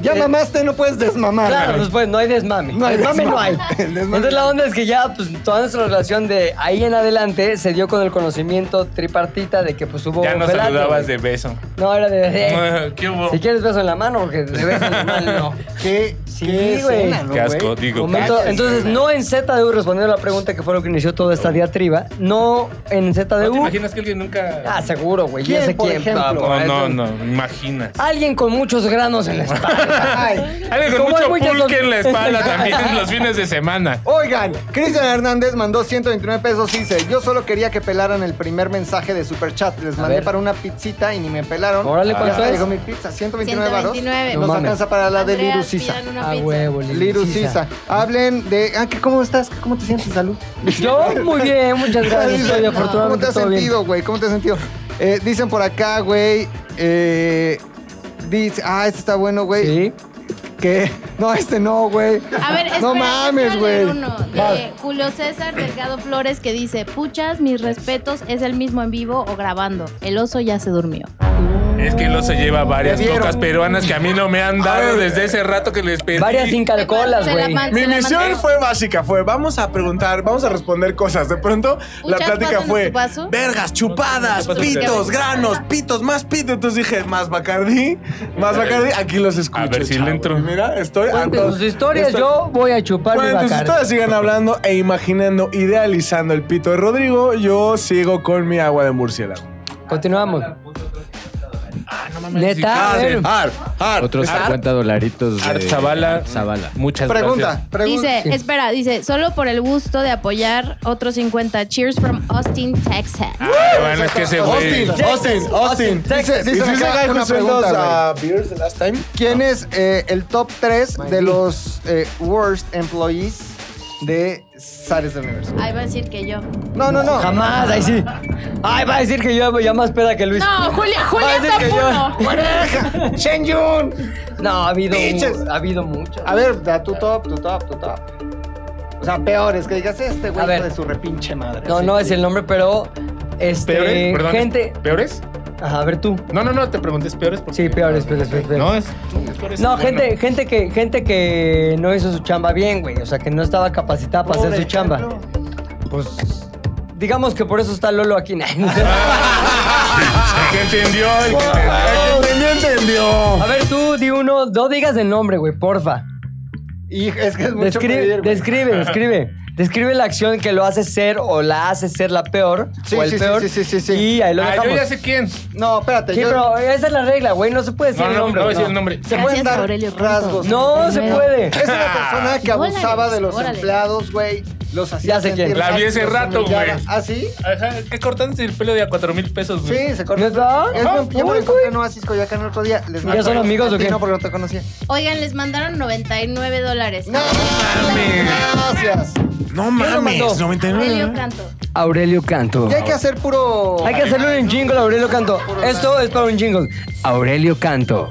[SPEAKER 3] Ya
[SPEAKER 1] eh,
[SPEAKER 3] mamaste, no puedes desmamar.
[SPEAKER 1] Claro, pues, pues, no hay desmame.
[SPEAKER 3] No hay
[SPEAKER 1] desmame, no hay.
[SPEAKER 3] desmame. El desmame.
[SPEAKER 1] Entonces la onda es que ya pues, toda nuestra relación de ahí en adelante se dio con el conocimiento tripartita de que pues hubo
[SPEAKER 4] Ya
[SPEAKER 1] un
[SPEAKER 4] no
[SPEAKER 1] felatio,
[SPEAKER 4] saludabas
[SPEAKER 1] güey.
[SPEAKER 4] de beso.
[SPEAKER 1] No, era de...
[SPEAKER 4] ¿Qué hubo?
[SPEAKER 1] si quieres beso en la mano, porque de beso en la mano no.
[SPEAKER 3] Qué,
[SPEAKER 1] Sí,
[SPEAKER 3] qué
[SPEAKER 1] güey.
[SPEAKER 3] escena, ¿no,
[SPEAKER 4] Qué asco,
[SPEAKER 3] güey?
[SPEAKER 4] digo.
[SPEAKER 1] Momento-
[SPEAKER 4] cállate.
[SPEAKER 1] entonces, no en ZDU, respondiendo a la pregunta que fue lo que inició toda esta diatriba, no en
[SPEAKER 4] ¿No te
[SPEAKER 1] ZDU.
[SPEAKER 4] imaginas que alguien nunca.?
[SPEAKER 1] ah, seguro, güey. Ya
[SPEAKER 3] ¿Quién,
[SPEAKER 1] sé
[SPEAKER 3] por
[SPEAKER 1] quién.
[SPEAKER 3] ejemplo?
[SPEAKER 1] Ah,
[SPEAKER 4] No,
[SPEAKER 1] por
[SPEAKER 4] no,
[SPEAKER 1] eso.
[SPEAKER 4] no, imaginas.
[SPEAKER 1] Alguien con muchos granos en la espalda.
[SPEAKER 3] Ay.
[SPEAKER 4] Alguien con
[SPEAKER 1] Como hay
[SPEAKER 4] mucho
[SPEAKER 1] muchas
[SPEAKER 4] pulque en la espalda
[SPEAKER 1] cosas-
[SPEAKER 4] también los fines de semana.
[SPEAKER 3] Oigan, Cristian Hernández mandó 129 pesos y dice, yo solo quería que pelaran el primer mensaje de Superchat. Les
[SPEAKER 1] A
[SPEAKER 3] mandé
[SPEAKER 1] ver.
[SPEAKER 3] para una pizzita y ni me pelaron.
[SPEAKER 1] Órale,
[SPEAKER 3] Ya
[SPEAKER 1] ¿cuánto
[SPEAKER 3] hasta
[SPEAKER 1] es?
[SPEAKER 3] llegó mi pizza, 129 varos.
[SPEAKER 5] 129.
[SPEAKER 1] No
[SPEAKER 3] Nos
[SPEAKER 1] mames.
[SPEAKER 3] alcanza para la de
[SPEAKER 5] Andrea,
[SPEAKER 3] Liru Sisa.
[SPEAKER 5] pidan una
[SPEAKER 1] Ah,
[SPEAKER 5] pizza.
[SPEAKER 1] huevo,
[SPEAKER 3] Liru Sisa. Hablen de... Ah, ¿qué- ¿Cómo estás? ¿Cómo te sientes, Salud?
[SPEAKER 1] Yo, muy bien, muchas gracias. Estoy
[SPEAKER 3] ¿Cómo te
[SPEAKER 1] afortunadamente
[SPEAKER 3] has
[SPEAKER 1] todo bien.
[SPEAKER 3] sentido, güey? ¿Cómo te has sentido? Eh, dicen por acá, güey... eh, dice, ah, este está bueno, güey.
[SPEAKER 1] Sí.
[SPEAKER 3] Que... No, este no, güey.
[SPEAKER 5] A ver, espera,
[SPEAKER 3] No
[SPEAKER 5] yo
[SPEAKER 3] mames,
[SPEAKER 5] quiero leer
[SPEAKER 3] güey.
[SPEAKER 5] uno de Julio César Delgado Flores que dice, puchas, mis respetos, es el mismo en vivo o grabando. El oso ya se durmió.
[SPEAKER 4] Es que el oso lleva varias
[SPEAKER 3] Te dieron.
[SPEAKER 4] cocas peruanas que a mí no me han dado desde ese rato que les pedí.
[SPEAKER 1] Varias sin calcolas,
[SPEAKER 5] Se la
[SPEAKER 1] güey.
[SPEAKER 5] man-
[SPEAKER 2] Mi
[SPEAKER 5] se la
[SPEAKER 2] misión
[SPEAKER 5] mandé.
[SPEAKER 2] fue básica, fue vamos a preguntar, vamos a responder cosas. De pronto la
[SPEAKER 5] Muchas
[SPEAKER 2] plática
[SPEAKER 5] cosas en
[SPEAKER 2] fue
[SPEAKER 5] su vaso.
[SPEAKER 2] vergas, chupadas, pitos, granos, pitos, más pitos. Entonces dije, más Bacardí, más Bacardí, aquí los escucho.
[SPEAKER 4] A ver si
[SPEAKER 2] chavo.
[SPEAKER 4] le entro.
[SPEAKER 2] Y Mira, estoy
[SPEAKER 1] Cuenten
[SPEAKER 2] harto.
[SPEAKER 1] sus historias,
[SPEAKER 2] Estoy-
[SPEAKER 1] yo voy a chupar mi
[SPEAKER 2] Bueno, entonces
[SPEAKER 1] Bacardi.
[SPEAKER 2] ustedes sigan hablando e imaginando, idealizando el pito de Rodrigo. Yo sigo con mi agua de murciélago.
[SPEAKER 1] Continuamos. Neta,
[SPEAKER 4] Ah,
[SPEAKER 1] a ver.
[SPEAKER 4] sí.
[SPEAKER 2] Ar, ar.
[SPEAKER 10] Otros 50 dolaritos de
[SPEAKER 4] Art Zavala.
[SPEAKER 10] Zavala.
[SPEAKER 4] Muchas
[SPEAKER 3] Pregunta,
[SPEAKER 4] gracias.
[SPEAKER 3] pregunta.
[SPEAKER 5] Dice, espera, dice, solo por el gusto de apoyar otros 50 cheers from Austin, Texas.
[SPEAKER 4] Ah, bueno, es que ese güey.
[SPEAKER 2] Austin, Austin, Austin.
[SPEAKER 3] Dice,
[SPEAKER 2] ¿Y si
[SPEAKER 3] dicen
[SPEAKER 2] ese
[SPEAKER 3] acá
[SPEAKER 2] guy
[SPEAKER 3] una
[SPEAKER 2] who sold us,
[SPEAKER 3] pregunta, güey.
[SPEAKER 2] uh, beers the last time?
[SPEAKER 3] ¿Quién es eh, el top 3 de los eh, worst employees de Zares del Universo.
[SPEAKER 5] Ahí va a decir que yo.
[SPEAKER 3] No, no, no.
[SPEAKER 1] Jamás, ahí sí. Ay, va a decir que yo ya más peda que Luis.
[SPEAKER 6] No, Julia, Julia
[SPEAKER 1] Parece
[SPEAKER 6] está
[SPEAKER 1] que yo-
[SPEAKER 6] a punto.
[SPEAKER 3] Shen Yun.
[SPEAKER 1] No, ha habido,
[SPEAKER 3] Bitches.
[SPEAKER 1] mu- ha habido mucho.
[SPEAKER 3] A ver, da tu top, tu top, tu top. O sea, peor es que digas este güey
[SPEAKER 1] A ver.
[SPEAKER 3] hijo de su repinche madre.
[SPEAKER 1] No,
[SPEAKER 3] Así,
[SPEAKER 1] no es
[SPEAKER 3] sí.
[SPEAKER 1] el nombre, pero. Este,
[SPEAKER 4] ¿Peores? Perdón.
[SPEAKER 1] gente.
[SPEAKER 4] ¿Peores?
[SPEAKER 1] Ajá, a ver tú.
[SPEAKER 4] No, no, no, te preguntes peores. porque-
[SPEAKER 1] Sí, peores, peores, peores, peores.
[SPEAKER 4] No, es. tú, tú eres
[SPEAKER 1] No,
[SPEAKER 4] bueno.
[SPEAKER 1] gente, gente que, gente que no hizo su chamba bien, güey. O sea, que no estaba capacitada para hacer
[SPEAKER 3] Por
[SPEAKER 1] su chamba.
[SPEAKER 3] ejemplo,
[SPEAKER 1] Pues. Digamos que por eso está Lolo aquí. ¿no? Ah.
[SPEAKER 4] El que entendió, el que entendió.
[SPEAKER 2] El que entendió, entendió.
[SPEAKER 1] a ver, tú di uno, no digas de nombre, güey, porfa.
[SPEAKER 3] Y es que es mucho
[SPEAKER 1] Describe,
[SPEAKER 3] pedir, güey.
[SPEAKER 1] describe, describe. Describe la acción que lo hace ser o la hace ser la peor
[SPEAKER 3] Sí,
[SPEAKER 1] o el
[SPEAKER 3] sí, sí,
[SPEAKER 1] peor.
[SPEAKER 3] sí, sí, sí, sí.
[SPEAKER 1] Y ahí lo
[SPEAKER 4] Ah, yo
[SPEAKER 1] dejamos.
[SPEAKER 4] ya sé quién.
[SPEAKER 3] No, espérate.
[SPEAKER 1] Sí,
[SPEAKER 3] yo-
[SPEAKER 1] pero esa es la regla, güey. No se puede decir
[SPEAKER 4] No, no,
[SPEAKER 1] el
[SPEAKER 4] no,
[SPEAKER 1] nombre.
[SPEAKER 4] voy a decir
[SPEAKER 1] No,
[SPEAKER 4] el nombre.
[SPEAKER 3] Se pueden
[SPEAKER 5] Gracias,
[SPEAKER 3] dar
[SPEAKER 5] Aurelio Pinto.
[SPEAKER 3] rasgos.
[SPEAKER 1] No se puede.
[SPEAKER 3] Es una persona que
[SPEAKER 5] Órale,
[SPEAKER 3] abusaba de los
[SPEAKER 5] órale.
[SPEAKER 3] empleados, güey. Los hacía
[SPEAKER 1] Ya sé quién.
[SPEAKER 3] sentir
[SPEAKER 4] La vi
[SPEAKER 3] mal,
[SPEAKER 4] ese
[SPEAKER 3] los
[SPEAKER 4] rato,
[SPEAKER 3] humillaba.
[SPEAKER 4] güey.
[SPEAKER 3] ¿Ah, sí?
[SPEAKER 4] Ajá, que cortándose el pelo de a cuatro mil pesos, güey.
[SPEAKER 3] Sí, se cortó. Es
[SPEAKER 1] ¿Neta?
[SPEAKER 3] buen-
[SPEAKER 1] Ajá,
[SPEAKER 3] yo me
[SPEAKER 1] Ah, uy,
[SPEAKER 3] lo encontré en Oasis Coyoacán el otro día. Les mando
[SPEAKER 1] son
[SPEAKER 3] un
[SPEAKER 1] amigos o
[SPEAKER 3] beso.
[SPEAKER 1] qué?
[SPEAKER 3] No, porque no te conocía.
[SPEAKER 5] Oigan, les mandaron 99 dólares.
[SPEAKER 3] ¡No! Gracias.
[SPEAKER 2] No
[SPEAKER 1] ¿Quién lo mandó?
[SPEAKER 2] mames,
[SPEAKER 5] Aurelio
[SPEAKER 2] 99.
[SPEAKER 5] Canto.
[SPEAKER 1] Aurelio Canto.
[SPEAKER 3] Y hay que hacer puro...
[SPEAKER 1] Hay que hacerle un jingle a Aurelio Canto. Esto es para un jingle. Aurelio Canto.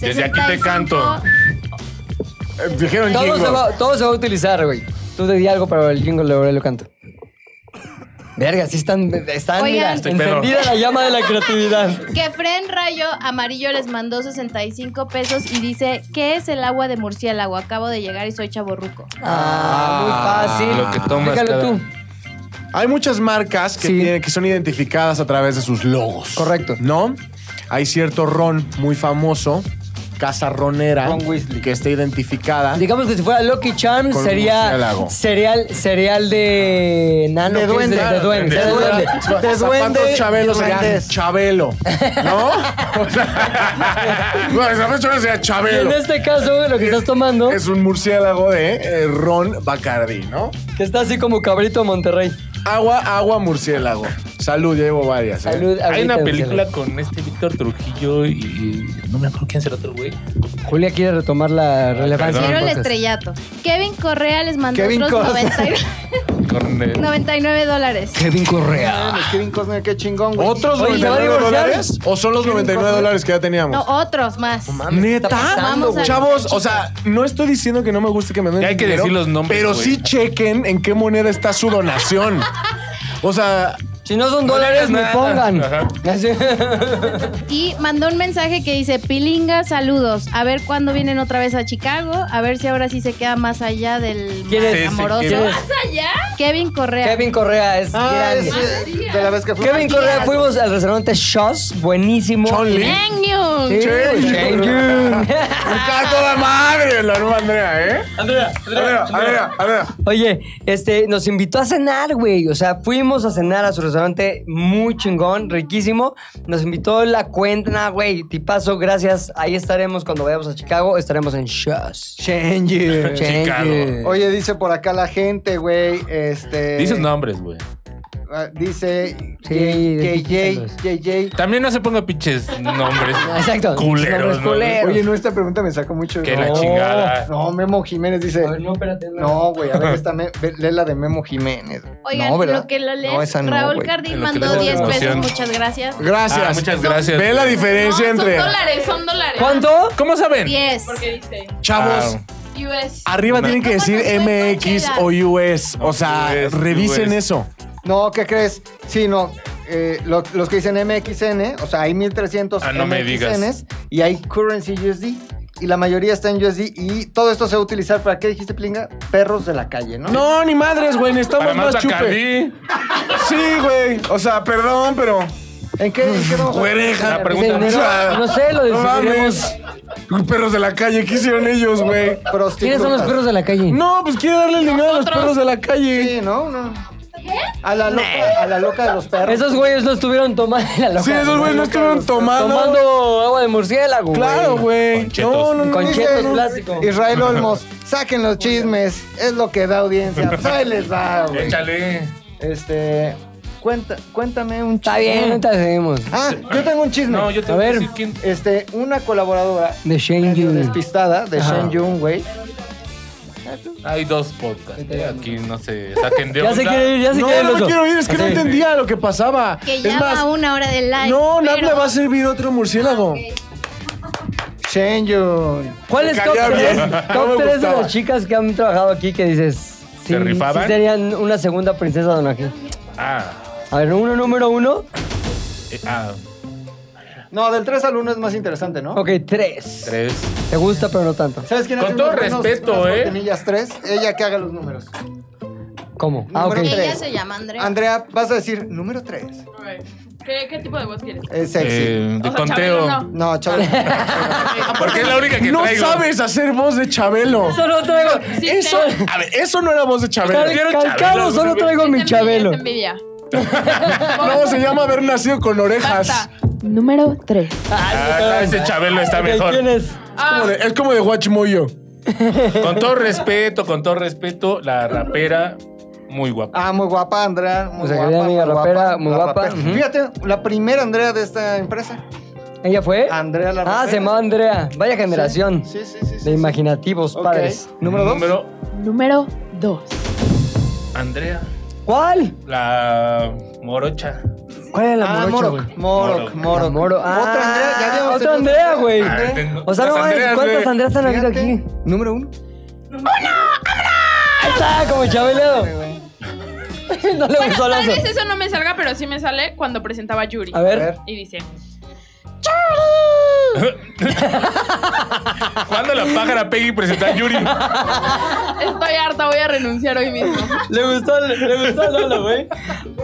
[SPEAKER 4] Desde aquí te canto.
[SPEAKER 2] Eh, Dijeron
[SPEAKER 1] Todo se,
[SPEAKER 2] jingle.
[SPEAKER 1] va, todo se va a utilizar, güey. Tú te di algo para el jingle de Aurelio Canto. Verga, sí están, están mira,
[SPEAKER 5] Oigan.
[SPEAKER 4] Estoy pedo.
[SPEAKER 1] encendida la llama de la creatividad.
[SPEAKER 5] Que Fren Rayo Amarillo les mandó 65 pesos y dice, ¿qué es el agua de murciélago? Acabo de llegar y soy chaborruco.
[SPEAKER 1] Ah, muy fácil.
[SPEAKER 4] lo que tomas
[SPEAKER 1] Explícalo
[SPEAKER 4] cada-
[SPEAKER 1] tú.
[SPEAKER 2] Hay muchas marcas que,
[SPEAKER 1] Sí.
[SPEAKER 2] tienen- que son identificadas a través de sus logos.
[SPEAKER 1] Correcto.
[SPEAKER 2] ¿No? Hay cierto ron muy famoso, Casa Ronera,
[SPEAKER 3] Ron Weasley.
[SPEAKER 2] que está identificada.
[SPEAKER 1] Digamos que si fuera Lucky Charms
[SPEAKER 2] Ah. Con
[SPEAKER 1] sería
[SPEAKER 2] murciélago.
[SPEAKER 1] cereal, cereal de nano.
[SPEAKER 3] De
[SPEAKER 1] ¿qué es?
[SPEAKER 3] duende.
[SPEAKER 1] De, de duende.
[SPEAKER 4] De
[SPEAKER 1] de duende.
[SPEAKER 4] duende.
[SPEAKER 3] De duende
[SPEAKER 2] Zapatos Chabelo
[SPEAKER 3] y
[SPEAKER 2] sería
[SPEAKER 3] duendes.
[SPEAKER 2] Chabelo. ¿No? O sea, bueno, zapatos Chabelo sería
[SPEAKER 1] Y en
[SPEAKER 2] Chabelo.
[SPEAKER 1] este caso, lo que estás tomando,
[SPEAKER 2] Es un murciélago de eh, ron Bacardi, ¿no?
[SPEAKER 1] que está así como cabrito Monterrey.
[SPEAKER 2] Agua, agua, murciélago. Salud, ya llevo varias. ¿eh?
[SPEAKER 1] Salud,
[SPEAKER 4] Hay
[SPEAKER 1] ahorita,
[SPEAKER 4] una
[SPEAKER 1] Marcelo.
[SPEAKER 4] película con este Víctor Trujillo y, y no me acuerdo quién será otro güey.
[SPEAKER 1] Julia quiere retomar la relevancia.
[SPEAKER 4] Perdón.
[SPEAKER 5] Quiero
[SPEAKER 1] del
[SPEAKER 5] el
[SPEAKER 1] podcast.
[SPEAKER 5] estrellato. Kevin Correa les mandó
[SPEAKER 3] Kevin
[SPEAKER 5] otros
[SPEAKER 3] Cosa.
[SPEAKER 5] 99
[SPEAKER 4] Con el-
[SPEAKER 5] 99 dólares.
[SPEAKER 1] Kevin Correa.
[SPEAKER 3] Mames, Ah, Kevin Costner, qué chingón, güey.
[SPEAKER 2] ¿Otros
[SPEAKER 1] Oye, ¿se va a
[SPEAKER 2] 99
[SPEAKER 1] divorciar?
[SPEAKER 2] dólares? ¿O son los 99 dólares que ya teníamos?
[SPEAKER 5] No, oh, otros más.
[SPEAKER 2] ¿Neta?
[SPEAKER 5] pasando, güey?
[SPEAKER 2] Chavos, o sea, no estoy diciendo que no me guste que me den
[SPEAKER 4] Ya hay que
[SPEAKER 2] dinero,
[SPEAKER 4] decir los nombres,
[SPEAKER 2] Pero
[SPEAKER 4] güey.
[SPEAKER 2] sí chequen en qué moneda está su donación. O sea,
[SPEAKER 1] Si no son
[SPEAKER 4] No
[SPEAKER 1] dólares, me
[SPEAKER 4] digas nada.
[SPEAKER 1] pongan.
[SPEAKER 4] Ajá.
[SPEAKER 1] Así.
[SPEAKER 5] Y mandó un mensaje que dice, Pilinga, saludos. A ver cuándo vienen otra vez a Chicago. A ver si ahora sí se queda más allá del
[SPEAKER 1] ¿Quién
[SPEAKER 5] mar
[SPEAKER 1] es ese?
[SPEAKER 5] amoroso.
[SPEAKER 1] ¿Quién es?
[SPEAKER 5] Kevin Correa.
[SPEAKER 1] Kevin Correa es
[SPEAKER 3] Ah,
[SPEAKER 1] grande.
[SPEAKER 3] ese, de la vez que fue.
[SPEAKER 1] Kevin Correa, fuimos al restaurante Shaw's, buenísimo.
[SPEAKER 2] Chonli.
[SPEAKER 5] Thank you.
[SPEAKER 1] Sí,
[SPEAKER 2] Chonli.
[SPEAKER 1] thank you.
[SPEAKER 2] está toda madre la nueva Andrea, ¿eh? Andrea, Andrea, Andrea.
[SPEAKER 1] Oye, este, nos invitó a cenar, güey. O sea, fuimos a cenar a su restaurante muy chingón, riquísimo. Nos invitó la cuenta, güey. Tipazo, gracias. Ahí estaremos cuando vayamos a Chicago. Estaremos en Shaw's.
[SPEAKER 3] Change.
[SPEAKER 1] Thank
[SPEAKER 4] Chicago.
[SPEAKER 1] you.
[SPEAKER 3] Oye, dice por acá la gente, güey. Este.
[SPEAKER 4] Dices nombres, güey.
[SPEAKER 3] ah, Dice.
[SPEAKER 1] Sí,
[SPEAKER 3] JJ,
[SPEAKER 1] identifícalos.
[SPEAKER 3] JJ.
[SPEAKER 4] También no se ponga pinches nombres.
[SPEAKER 1] Exacto.
[SPEAKER 4] Culeros,
[SPEAKER 1] Nombres
[SPEAKER 4] ¿no?
[SPEAKER 1] culeros.
[SPEAKER 3] Oye, no, esta pregunta me sacó mucho.
[SPEAKER 4] Que
[SPEAKER 3] no,
[SPEAKER 4] la chingada.
[SPEAKER 3] No, Memo Jiménez dice.
[SPEAKER 1] A ver, no, espérate.
[SPEAKER 3] No, güey, a ver, esta me, ve- lee la de Memo Jiménez.
[SPEAKER 5] Oigan,
[SPEAKER 3] no, ¿verdad?
[SPEAKER 5] lo que lo leen,
[SPEAKER 3] No, esa no,
[SPEAKER 5] Raúl
[SPEAKER 3] güey.
[SPEAKER 5] Cardín
[SPEAKER 4] En lo que
[SPEAKER 5] mandó
[SPEAKER 4] les
[SPEAKER 5] 10
[SPEAKER 4] hago
[SPEAKER 5] pesos,
[SPEAKER 4] emoción.
[SPEAKER 5] muchas graas.
[SPEAKER 2] Gracias.
[SPEAKER 4] Ah, muchas gracias.
[SPEAKER 2] Ve la diferencia
[SPEAKER 6] No,
[SPEAKER 2] entre.
[SPEAKER 6] Son dólares, son dólares.
[SPEAKER 1] ¿Cuánto?
[SPEAKER 4] ¿Cómo saben?
[SPEAKER 5] 10.
[SPEAKER 6] Porque dice pues,
[SPEAKER 2] Chavos,
[SPEAKER 6] US.
[SPEAKER 2] arriba
[SPEAKER 4] No.
[SPEAKER 2] tienen que
[SPEAKER 5] No,
[SPEAKER 2] decir
[SPEAKER 5] no, no,
[SPEAKER 2] MX
[SPEAKER 5] no,
[SPEAKER 2] o US. O sea,
[SPEAKER 4] US,
[SPEAKER 2] revisen
[SPEAKER 4] US.
[SPEAKER 2] eso.
[SPEAKER 3] No, ¿qué crees? Sí, no. eh, lo- los que dicen MXN, o sea, hay 1300
[SPEAKER 4] Ah, no me digas.
[SPEAKER 3] MXNs, y hay currency USD y la mayoría está en USD y todo esto se va a utilizar para qué dijiste, Plinga? Perros de la calle, ¿no?
[SPEAKER 2] No, ni madres, güey.
[SPEAKER 4] Para
[SPEAKER 2] Necesitamos
[SPEAKER 4] más
[SPEAKER 2] más chupe.
[SPEAKER 4] Bacardí.
[SPEAKER 2] Sí, güey. O sea, perdón, pero.
[SPEAKER 3] ¿En qué, en qué vamos a-
[SPEAKER 2] Güey, deja la
[SPEAKER 1] Ese
[SPEAKER 4] pregunta.
[SPEAKER 1] dinero,
[SPEAKER 2] O sea,
[SPEAKER 1] no sé, lo
[SPEAKER 2] no
[SPEAKER 1] decidiremos.
[SPEAKER 2] mames. Perros de la calle, ¿qué hicieron ellos, güey?
[SPEAKER 3] Prostitutas.
[SPEAKER 1] ¿Quiénes son los perros de la calle?
[SPEAKER 2] No, pues quiere darle el dinero a los
[SPEAKER 6] Nosotros.
[SPEAKER 2] perros de la calle.
[SPEAKER 3] Sí, ¿no? no. A la loca, a la loca de los perros.
[SPEAKER 1] Esos güeyes no estuvieron tomando la loca.
[SPEAKER 2] Sí, esos güeyes no estuvieron tomando.
[SPEAKER 1] Tomando agua de murciélago.
[SPEAKER 2] Claro, güey.
[SPEAKER 4] Conchetos.
[SPEAKER 2] No, no, no.
[SPEAKER 1] Con
[SPEAKER 3] dice,
[SPEAKER 1] chetos
[SPEAKER 3] ¿no?
[SPEAKER 1] plástico.
[SPEAKER 3] Israel Olmos, saquen los chismes, es lo que da audiencia. Pues ahí les va, güey.
[SPEAKER 4] Échale.
[SPEAKER 3] Este, cuenta, cuéntame un
[SPEAKER 1] Está
[SPEAKER 3] chisme.
[SPEAKER 1] bien, ahorita seguimos.
[SPEAKER 3] Ah, yo tengo un chisme.
[SPEAKER 4] No, yo
[SPEAKER 1] A
[SPEAKER 4] tengo que
[SPEAKER 1] ver.
[SPEAKER 4] decir quién.
[SPEAKER 3] Este, una colaboradora
[SPEAKER 1] De Shane
[SPEAKER 3] medio
[SPEAKER 1] Yun.
[SPEAKER 3] despistada de
[SPEAKER 1] Ajá.
[SPEAKER 3] Shen Yun, güey.
[SPEAKER 4] Hay dos podcasts. ¿eh? Aquí no se saquen de
[SPEAKER 1] Ya se
[SPEAKER 4] onda.
[SPEAKER 1] quiere ir, ya se
[SPEAKER 2] No,
[SPEAKER 1] quiere ir.
[SPEAKER 2] no
[SPEAKER 1] el
[SPEAKER 2] me
[SPEAKER 1] oso.
[SPEAKER 2] quiero ir, es que no
[SPEAKER 1] Así.
[SPEAKER 2] entendía lo que pasaba.
[SPEAKER 5] Que
[SPEAKER 2] es
[SPEAKER 5] llama
[SPEAKER 2] más,
[SPEAKER 5] a una hora de live.
[SPEAKER 2] no, Nat
[SPEAKER 5] pero-
[SPEAKER 2] le va a servir otro murciélago.
[SPEAKER 3] Shenyun.
[SPEAKER 1] ¿Cuál es
[SPEAKER 2] Me
[SPEAKER 1] top
[SPEAKER 2] caía
[SPEAKER 1] 3?
[SPEAKER 2] bien, no
[SPEAKER 1] Top
[SPEAKER 2] me
[SPEAKER 1] tres de
[SPEAKER 2] gustaba.
[SPEAKER 1] las chicas que han trabajado aquí que dices. Sí,
[SPEAKER 4] ¿Se rifaban?
[SPEAKER 1] sí serían una segunda princesa Donaje.
[SPEAKER 4] Ah,
[SPEAKER 1] A ver, uno número uno.
[SPEAKER 4] eh, ah,
[SPEAKER 3] No, del 3 al 1 es más interesante, ¿no?
[SPEAKER 1] Ok, tres.
[SPEAKER 4] tres.
[SPEAKER 1] Te gusta, pero no tanto.
[SPEAKER 3] ¿Sabes quién
[SPEAKER 4] Con
[SPEAKER 3] hace
[SPEAKER 4] todo
[SPEAKER 3] unos buenos-
[SPEAKER 4] respeto,
[SPEAKER 3] unas
[SPEAKER 4] ¿eh?
[SPEAKER 3] cortinillas tres? Ella que haga los números.
[SPEAKER 1] ¿Cómo? Ah, ok.
[SPEAKER 3] Número
[SPEAKER 5] Ella
[SPEAKER 3] tres.
[SPEAKER 5] se llama Andrea.
[SPEAKER 3] Andrea, vas a decir número 3.
[SPEAKER 6] A ver, ¿Qué, qué tipo de voz quieres?
[SPEAKER 3] Es sexy.
[SPEAKER 4] Eh, de
[SPEAKER 6] O sea,
[SPEAKER 4] conteo.
[SPEAKER 6] Chabelo, no.
[SPEAKER 3] No, chaval.
[SPEAKER 4] Porque es la única que
[SPEAKER 2] no
[SPEAKER 4] traigo.
[SPEAKER 2] sabes hacer voz de Chabelo.
[SPEAKER 1] Solo traigo.
[SPEAKER 6] Sí,
[SPEAKER 2] Eso,
[SPEAKER 6] te-
[SPEAKER 2] a ver, eso no era voz de Chabelo.
[SPEAKER 4] Prefiero
[SPEAKER 1] Calcado,
[SPEAKER 4] Chabelo,
[SPEAKER 1] solo
[SPEAKER 4] güey.
[SPEAKER 1] traigo mi
[SPEAKER 6] Es envidia,
[SPEAKER 1] Chabelo.
[SPEAKER 6] es envidia.
[SPEAKER 2] No, se llama haber nacido con orejas.
[SPEAKER 6] Basta.
[SPEAKER 5] Número 3.
[SPEAKER 4] Ah, no, ese Chabelo está
[SPEAKER 1] Ok,
[SPEAKER 4] mejor.
[SPEAKER 1] ¿Quién es?
[SPEAKER 2] Es
[SPEAKER 6] Ah.
[SPEAKER 2] como de, es como de Guachimoyo.
[SPEAKER 4] Con todo respeto, con todo respeto, la rapera, muy guapa.
[SPEAKER 3] Ah, muy guapa, Andrea. Muy
[SPEAKER 1] O sea, que
[SPEAKER 3] guapa,
[SPEAKER 1] era amiga
[SPEAKER 3] muy
[SPEAKER 1] rapera,
[SPEAKER 3] guapa,
[SPEAKER 1] muy
[SPEAKER 3] la
[SPEAKER 1] guapa,
[SPEAKER 3] rapera.
[SPEAKER 1] ujú.
[SPEAKER 3] Fíjate, la primera Andrea de esta empresa.
[SPEAKER 1] ¿Ella fue?
[SPEAKER 3] Andrea la
[SPEAKER 1] Ah,
[SPEAKER 3] rapera.
[SPEAKER 1] se llamaba Andrea. Vaya generación.
[SPEAKER 3] Sí, sí, sí. sí,
[SPEAKER 1] De
[SPEAKER 3] sí.
[SPEAKER 1] imaginativos
[SPEAKER 3] Ok.
[SPEAKER 1] padres.
[SPEAKER 3] Número 2.
[SPEAKER 5] Número 2.
[SPEAKER 4] Andrea,
[SPEAKER 1] ¿Cuál?
[SPEAKER 4] la morocha.
[SPEAKER 1] ¿Cuál era la
[SPEAKER 3] Ah,
[SPEAKER 1] morocha,
[SPEAKER 3] Morok,
[SPEAKER 1] güey?
[SPEAKER 3] Morok,
[SPEAKER 1] La
[SPEAKER 3] Morok.
[SPEAKER 1] Moro. Ah,
[SPEAKER 3] Otra Andrea, ya habíamos
[SPEAKER 1] Otra
[SPEAKER 3] tenido-
[SPEAKER 1] Andrea, güey.
[SPEAKER 4] Ah, ten-
[SPEAKER 1] O sea, no
[SPEAKER 4] las
[SPEAKER 1] mames,
[SPEAKER 4] Andreas,
[SPEAKER 1] ¿cuántas
[SPEAKER 4] güey.
[SPEAKER 1] Andreas han habido
[SPEAKER 3] Fíjate,
[SPEAKER 1] aquí?
[SPEAKER 3] Número 1.
[SPEAKER 1] Ahí está, Ah, como chabeleo. no le gustó el
[SPEAKER 6] Tal
[SPEAKER 1] oso.
[SPEAKER 6] vez eso no me salga, pero sí me sale cuando presentaba a Yuri.
[SPEAKER 1] A
[SPEAKER 3] A
[SPEAKER 1] ver.
[SPEAKER 3] ver.
[SPEAKER 6] Y dice,
[SPEAKER 4] ¿Cuándo la pájara Peggy presenta a Yuri?
[SPEAKER 6] estoy harta, voy a renunciar hoy mismo.
[SPEAKER 1] Le gustó, el- le gustó el Lolo, güey.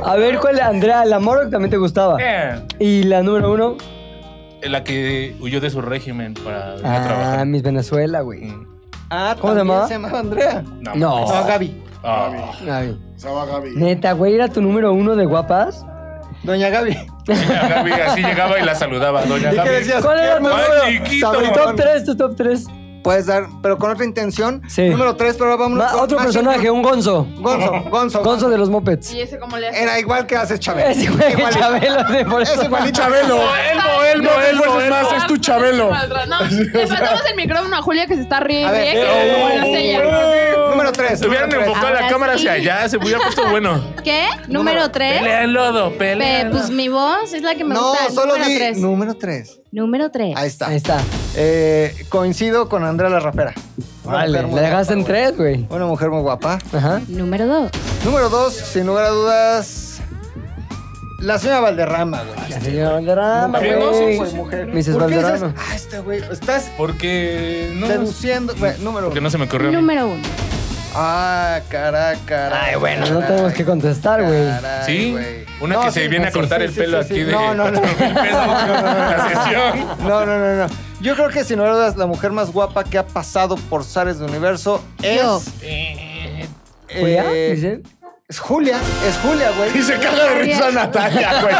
[SPEAKER 1] A ver, ¿cuál? Andrea, la Moro también te gustaba.
[SPEAKER 4] Eh,
[SPEAKER 1] Y la número uno.
[SPEAKER 4] la que huyó de su régimen para venir a
[SPEAKER 1] Ah,
[SPEAKER 4] trabajar.
[SPEAKER 1] mis Venezuela, güey.
[SPEAKER 4] Mm,
[SPEAKER 3] Ah,
[SPEAKER 1] ¿Cómo se
[SPEAKER 3] también
[SPEAKER 1] llamaba?
[SPEAKER 3] Se llamaba Andrea.
[SPEAKER 4] No.
[SPEAKER 1] No.
[SPEAKER 3] No, Gaby.
[SPEAKER 4] Ah,
[SPEAKER 1] Gaby.
[SPEAKER 2] Estaba Gaby.
[SPEAKER 1] Neta, güey, era tu número uno de guapas.
[SPEAKER 3] Doña Gaby.
[SPEAKER 4] doña Gaby, así llegaba y la saludaba, doña
[SPEAKER 3] ¿Y qué
[SPEAKER 4] Gaby.
[SPEAKER 3] decías?
[SPEAKER 1] ¿Cuál era tu
[SPEAKER 4] Ay,
[SPEAKER 1] número?
[SPEAKER 4] chiquito.
[SPEAKER 1] Tu top 3, tu top 3.
[SPEAKER 3] Puedes dar, pero con otra intención.
[SPEAKER 1] Sí.
[SPEAKER 3] Número 3, pero vamos.
[SPEAKER 1] Otro personaje, un Gonzo.
[SPEAKER 3] Gonzo, Gonzo.
[SPEAKER 1] Gonzo de los Mopeds.
[SPEAKER 6] ¿Y ese cómo le hace?
[SPEAKER 3] Era igual que hace Chávez.
[SPEAKER 1] Ese güey
[SPEAKER 3] Igual.
[SPEAKER 1] Chabelo de por
[SPEAKER 3] Es
[SPEAKER 1] eso.
[SPEAKER 3] igual y
[SPEAKER 2] Chabelo.
[SPEAKER 4] Elmo, Elmo,
[SPEAKER 2] No te
[SPEAKER 4] Elmo,
[SPEAKER 2] esfuerces
[SPEAKER 4] Elmo.
[SPEAKER 2] más, es tu Chabelo.
[SPEAKER 6] No, le pasamos el micrófono a Julia que se está
[SPEAKER 3] A
[SPEAKER 6] riendo.
[SPEAKER 3] ver.
[SPEAKER 6] ¿eh?
[SPEAKER 4] Oh,
[SPEAKER 6] Que
[SPEAKER 3] Eh,
[SPEAKER 6] no conoce ella.
[SPEAKER 3] Número 3.
[SPEAKER 4] Se hubieran enfocado la
[SPEAKER 5] Ahora
[SPEAKER 4] cámara hacia
[SPEAKER 5] sí.
[SPEAKER 4] allá, se hubiera puesto bueno.
[SPEAKER 5] ¿Qué? Número 3.
[SPEAKER 4] Pelea el lodo, pelea. el
[SPEAKER 5] Pues
[SPEAKER 4] lodo.
[SPEAKER 5] mi voz es la que me
[SPEAKER 3] No,
[SPEAKER 5] gusta.
[SPEAKER 3] solo
[SPEAKER 5] número
[SPEAKER 3] di.
[SPEAKER 5] 3.
[SPEAKER 3] Número 3.
[SPEAKER 5] Número 3.
[SPEAKER 3] Ahí está.
[SPEAKER 1] Ahí está.
[SPEAKER 3] Eh, coincido con Andrea la rapera. Una
[SPEAKER 1] Vale,
[SPEAKER 3] mujer muy
[SPEAKER 1] la dejaste
[SPEAKER 3] guapa,
[SPEAKER 1] en
[SPEAKER 3] güey.
[SPEAKER 1] tres, güey.
[SPEAKER 3] Una mujer muy guapa.
[SPEAKER 1] Ajá.
[SPEAKER 5] Número 2.
[SPEAKER 3] Número 2, sin lugar a dudas. La señora Valderrama, güey.
[SPEAKER 1] La señora Valderrama,
[SPEAKER 4] Número dos,
[SPEAKER 1] güey.
[SPEAKER 3] Güey,
[SPEAKER 1] Mrs.
[SPEAKER 3] mujer. ¿Por qué dices,
[SPEAKER 1] Valderrama.
[SPEAKER 3] Ah, este güey. Estás
[SPEAKER 4] Porque no,
[SPEAKER 3] deduciendo. güey, número
[SPEAKER 4] porque
[SPEAKER 3] uno.
[SPEAKER 4] no se me ocurrió. a mí.
[SPEAKER 5] Número 1.
[SPEAKER 3] Ah, cara, cara. Ay, bueno,
[SPEAKER 1] No tenemos que contestar, güey.
[SPEAKER 4] Sí, una que se viene a cortar el pelo aquí de
[SPEAKER 3] No, no, no.
[SPEAKER 4] 4,000 pesos la sesión.
[SPEAKER 3] No, no, no, no. Yo creo que sin lugar a dudas, la mujer más guapa que ha pasado por Zares de Universo es.
[SPEAKER 5] Yo.
[SPEAKER 4] Eh,
[SPEAKER 3] eh,
[SPEAKER 1] ¿Julia? ¿Dicen?
[SPEAKER 3] Es Julia, es Julia, güey.
[SPEAKER 2] Y se caga de risa Natalia, güey.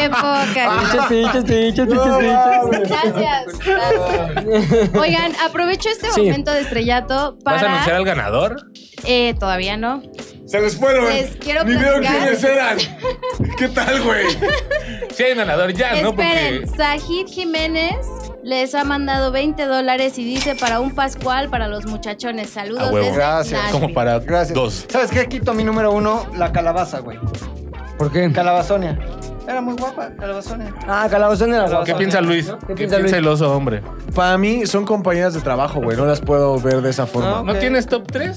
[SPEAKER 5] Qué poca.
[SPEAKER 1] Chiste, chiste, chiste, chiste.
[SPEAKER 5] Gracias. gracias. Oigan, aprovecho este
[SPEAKER 1] Sí.
[SPEAKER 5] momento de estrellato
[SPEAKER 4] ¿Vas a anunciar
[SPEAKER 5] para.
[SPEAKER 4] al ganador?
[SPEAKER 5] Eh, todavía no.
[SPEAKER 2] Se les fueron.
[SPEAKER 5] Les quiero
[SPEAKER 2] Ni vieron
[SPEAKER 5] platicar.
[SPEAKER 2] quiénes eran. ¿Qué tal, güey?
[SPEAKER 4] Sí hay ganador ya, Ah, ¿no? Porque
[SPEAKER 5] Esperen, Sajid Jiménez les ha mandado 20 dólares y dice para un Pascual para los muchachones. Saludos
[SPEAKER 4] A huevo.
[SPEAKER 5] desde
[SPEAKER 3] Gracias.
[SPEAKER 5] Nashville.
[SPEAKER 4] como para
[SPEAKER 3] Gracias.
[SPEAKER 4] dos.
[SPEAKER 3] ¿Sabes qué? Quito mi número uno, la calabaza, güey.
[SPEAKER 1] ¿Por qué?
[SPEAKER 3] Calabazonia. Era muy guapa, calabazonia.
[SPEAKER 1] Ah, calabozón de la guapa.
[SPEAKER 4] ¿Qué piensa Luis? ¿Qué, piensa, el oso, hombre?
[SPEAKER 2] Para mí son compañeras de trabajo, güey. No las puedo ver de esa forma.
[SPEAKER 4] ¿No
[SPEAKER 3] Ok.
[SPEAKER 4] tienes top 3?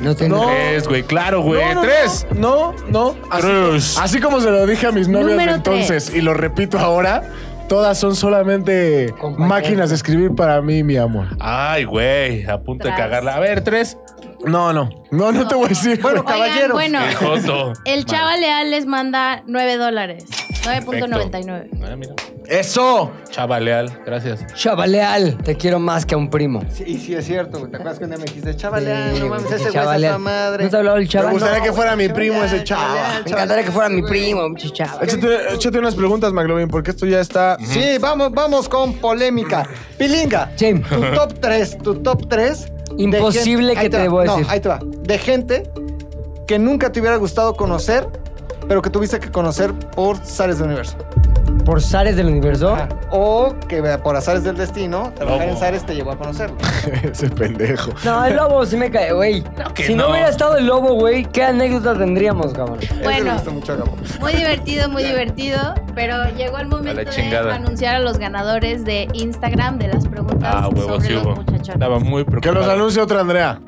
[SPEAKER 1] No tengo.
[SPEAKER 2] No.
[SPEAKER 4] Tres, güey, claro, güey.
[SPEAKER 2] No, no,
[SPEAKER 4] tres.
[SPEAKER 2] No, no. Así,
[SPEAKER 4] Tres.
[SPEAKER 2] así como se lo dije a mis novias
[SPEAKER 5] Número
[SPEAKER 2] de entonces y lo repito ahora, todas son solamente
[SPEAKER 1] Compañeras.
[SPEAKER 2] máquinas de escribir para mí, mi amor.
[SPEAKER 4] Ay, güey, a punto de
[SPEAKER 5] Tres.
[SPEAKER 4] cagarla. A ver, tres.
[SPEAKER 2] No, no. No, no te voy a decir.
[SPEAKER 3] Bueno,
[SPEAKER 5] Oigan,
[SPEAKER 3] caballeros.
[SPEAKER 5] bueno,
[SPEAKER 4] Qué joto.
[SPEAKER 5] el chava leal les manda 9 dólares.
[SPEAKER 4] Perfecto.
[SPEAKER 5] 9.99.
[SPEAKER 4] Ah, mira.
[SPEAKER 2] Eso.
[SPEAKER 4] Chava leal, gracias.
[SPEAKER 1] Chavaleal, te quiero más que a un primo.
[SPEAKER 3] Sí, y sí, es cierto, güey. ¿Te acuerdas cuando me dijiste, chavalea,
[SPEAKER 1] Sí,
[SPEAKER 3] no
[SPEAKER 1] güey,
[SPEAKER 3] mames, ese güey es
[SPEAKER 1] chavaleal.
[SPEAKER 3] la madre?
[SPEAKER 1] ¿No te ha hablado el chaval?
[SPEAKER 2] Me gustaría que fuera mi primo
[SPEAKER 3] Chavaleal,
[SPEAKER 2] ese chava.
[SPEAKER 3] chavaleal,
[SPEAKER 1] Me encantaría que fuera mi
[SPEAKER 3] güey.
[SPEAKER 1] primo, mucho chava.
[SPEAKER 2] Échate, échate unas preguntas, McLovin, porque esto ya está.
[SPEAKER 3] Sí, vamos, vamos con polémica. Pilinga,
[SPEAKER 1] Sí.
[SPEAKER 3] tu top 3, tu top 3.
[SPEAKER 1] Imposible que te debo
[SPEAKER 3] voy
[SPEAKER 1] decir.
[SPEAKER 3] ahí te va. De gente que nunca te hubiera gustado conocer, pero que tuviste que conocer por Sales de Universo. Ah,
[SPEAKER 1] por Zares del Universo.
[SPEAKER 3] O que por azares del destino, trabajar
[SPEAKER 4] Lobo.
[SPEAKER 3] en Zares te llevó a conocerlo.
[SPEAKER 2] Ese pendejo.
[SPEAKER 1] No, el lobo sí me cae, güey.
[SPEAKER 4] que
[SPEAKER 1] si no,
[SPEAKER 4] no.
[SPEAKER 1] hubiera estado el lobo, güey, ¿qué anécdota tendríamos, cabrón?
[SPEAKER 3] Ese le
[SPEAKER 5] Bueno.
[SPEAKER 3] gusta mucho a Gabo.
[SPEAKER 5] Muy divertido, muy divertido. Pero llegó el momento de
[SPEAKER 4] chingada.
[SPEAKER 5] anunciar a los ganadores de Instagram de las preguntas
[SPEAKER 4] Ah, huevo,
[SPEAKER 5] sobre
[SPEAKER 4] sí
[SPEAKER 5] los
[SPEAKER 4] hubo.
[SPEAKER 5] muchachones.
[SPEAKER 4] Estaba muy
[SPEAKER 2] Que los
[SPEAKER 4] preocupado.
[SPEAKER 2] anuncie otra Andrea.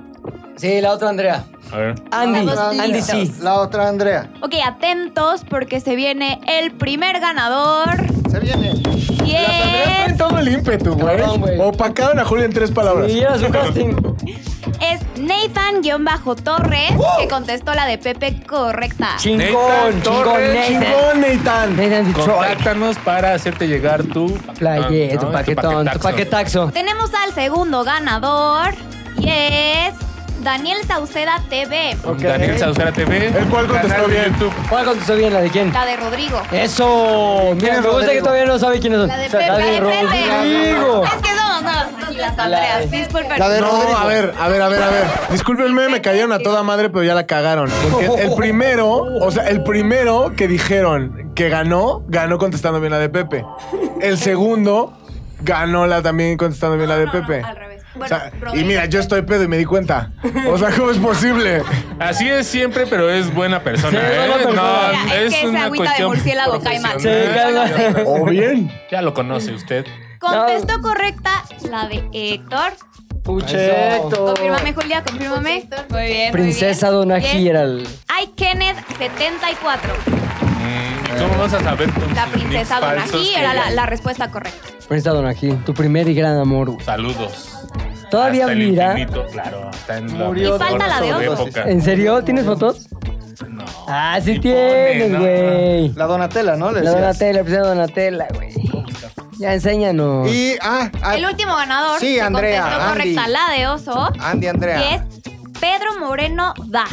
[SPEAKER 1] Sí, la otra Andrea.
[SPEAKER 4] A ver.
[SPEAKER 1] Andy,
[SPEAKER 7] Estamos
[SPEAKER 1] Andy
[SPEAKER 7] listos.
[SPEAKER 1] sí.
[SPEAKER 3] La otra Andrea.
[SPEAKER 7] Ok, atentos porque se viene el primer ganador.
[SPEAKER 3] Se viene.
[SPEAKER 7] Y
[SPEAKER 2] Las Andreas
[SPEAKER 7] es,
[SPEAKER 2] traen todo el ímpetu,
[SPEAKER 1] Cabrón, güey.
[SPEAKER 2] güey. Opacaron a Julia en tres palabras.
[SPEAKER 1] Y era su casting.
[SPEAKER 7] es Nathan-Torres, que contestó la de Pepe correcta.
[SPEAKER 1] Chingón, chingón,
[SPEAKER 4] Nathan Torres,
[SPEAKER 1] Nathan.
[SPEAKER 2] Chingón, Nathan.
[SPEAKER 1] Nathan Detroit.
[SPEAKER 4] Contáctanos para hacerte llegar tu Ah,
[SPEAKER 1] Playe,
[SPEAKER 4] ¿no?
[SPEAKER 1] tu paquetón, tu
[SPEAKER 4] paquetaxo.
[SPEAKER 1] paquetaxo.
[SPEAKER 7] Tenemos al segundo ganador y es Daniel Sauceda TV,
[SPEAKER 3] Ok.
[SPEAKER 4] Daniel Saucera TV.
[SPEAKER 2] El cual contestó
[SPEAKER 4] canal de
[SPEAKER 2] bien.
[SPEAKER 4] YouTube.
[SPEAKER 1] ¿Cuál contestó bien? ¿La de quién?
[SPEAKER 7] la de Rodrigo.
[SPEAKER 1] Eso.
[SPEAKER 3] ¿Quién
[SPEAKER 1] Mira,
[SPEAKER 3] es
[SPEAKER 1] me gusta que
[SPEAKER 3] Rodrigo?
[SPEAKER 1] todavía no sabe quiénes son.
[SPEAKER 7] La de
[SPEAKER 1] La de
[SPEAKER 7] Pepe, Pepe.
[SPEAKER 1] Rodrigo.
[SPEAKER 7] Es que somos nosotros las Andreas, disculpen.
[SPEAKER 3] La de
[SPEAKER 2] No,
[SPEAKER 3] Rodrigo.
[SPEAKER 2] a ver, a ver, a ver, a ver. Discúlpenme, me cayeron a toda madre, pero ya la cagaron. Porque el primero, o sea, el primero que dijeron que ganó, ganó contestando bien la de Pepe. El segundo ganó la también contestando bien la de
[SPEAKER 7] No, no, no,
[SPEAKER 2] Pepe.
[SPEAKER 7] al revés.
[SPEAKER 2] O
[SPEAKER 7] Bueno,
[SPEAKER 2] sea, y
[SPEAKER 7] Rodrigo.
[SPEAKER 2] mira, yo estoy pedo y me di cuenta. O sea, ¿cómo es posible?
[SPEAKER 4] Así es siempre, pero es buena persona.
[SPEAKER 1] Sí,
[SPEAKER 4] ¿eh?
[SPEAKER 1] es buena persona.
[SPEAKER 4] No,
[SPEAKER 7] Mira, es
[SPEAKER 4] es,
[SPEAKER 7] que esa
[SPEAKER 4] una
[SPEAKER 7] agüita de
[SPEAKER 4] cuestión
[SPEAKER 7] murciélago cae mal.
[SPEAKER 4] profesional.
[SPEAKER 1] Sí, cae mal.
[SPEAKER 2] O bien.
[SPEAKER 4] Ya lo conoce usted.
[SPEAKER 7] Contestó correcta la de Héctor.
[SPEAKER 1] Puche,
[SPEAKER 3] Oh.
[SPEAKER 1] Héctor.
[SPEAKER 7] Confírmame, Julia, confírmame. Muy bien.
[SPEAKER 1] Princesa
[SPEAKER 7] muy bien.
[SPEAKER 1] Donají era el.
[SPEAKER 7] Ay, Kenneth 74.
[SPEAKER 4] Mm, ¿Y cómo vas a saber? con
[SPEAKER 7] La
[SPEAKER 4] sus
[SPEAKER 7] princesa
[SPEAKER 4] nicks falsos
[SPEAKER 7] Donají
[SPEAKER 4] que-
[SPEAKER 7] era la, la respuesta correcta.
[SPEAKER 1] Princesa Donají, tu primer y gran amor. güey.
[SPEAKER 4] Saludos.
[SPEAKER 1] Todavía
[SPEAKER 4] Hasta el
[SPEAKER 1] mira.
[SPEAKER 4] infinito, claro. Hasta en la
[SPEAKER 3] Murió
[SPEAKER 7] Y falta la de
[SPEAKER 4] mejor
[SPEAKER 7] otros.
[SPEAKER 4] época.
[SPEAKER 1] ¿En serio? ¿Tienes fotos?
[SPEAKER 4] No.
[SPEAKER 1] Ah, sí
[SPEAKER 4] Ni
[SPEAKER 1] tienes,
[SPEAKER 4] pone, no.
[SPEAKER 1] güey.
[SPEAKER 3] La Donatella, ¿no? Le
[SPEAKER 1] La
[SPEAKER 3] decías.
[SPEAKER 1] Donatella, pues era Donatella, güey. Ya enséñanos.
[SPEAKER 3] Y, ah, ah,
[SPEAKER 7] El último ganador
[SPEAKER 3] Sí,
[SPEAKER 7] que
[SPEAKER 3] Andrea,
[SPEAKER 7] contestó
[SPEAKER 3] Andy.
[SPEAKER 7] correcta la de Oso.
[SPEAKER 3] Andy
[SPEAKER 7] Y
[SPEAKER 3] Andrea.
[SPEAKER 7] es Pedro Moreno Da.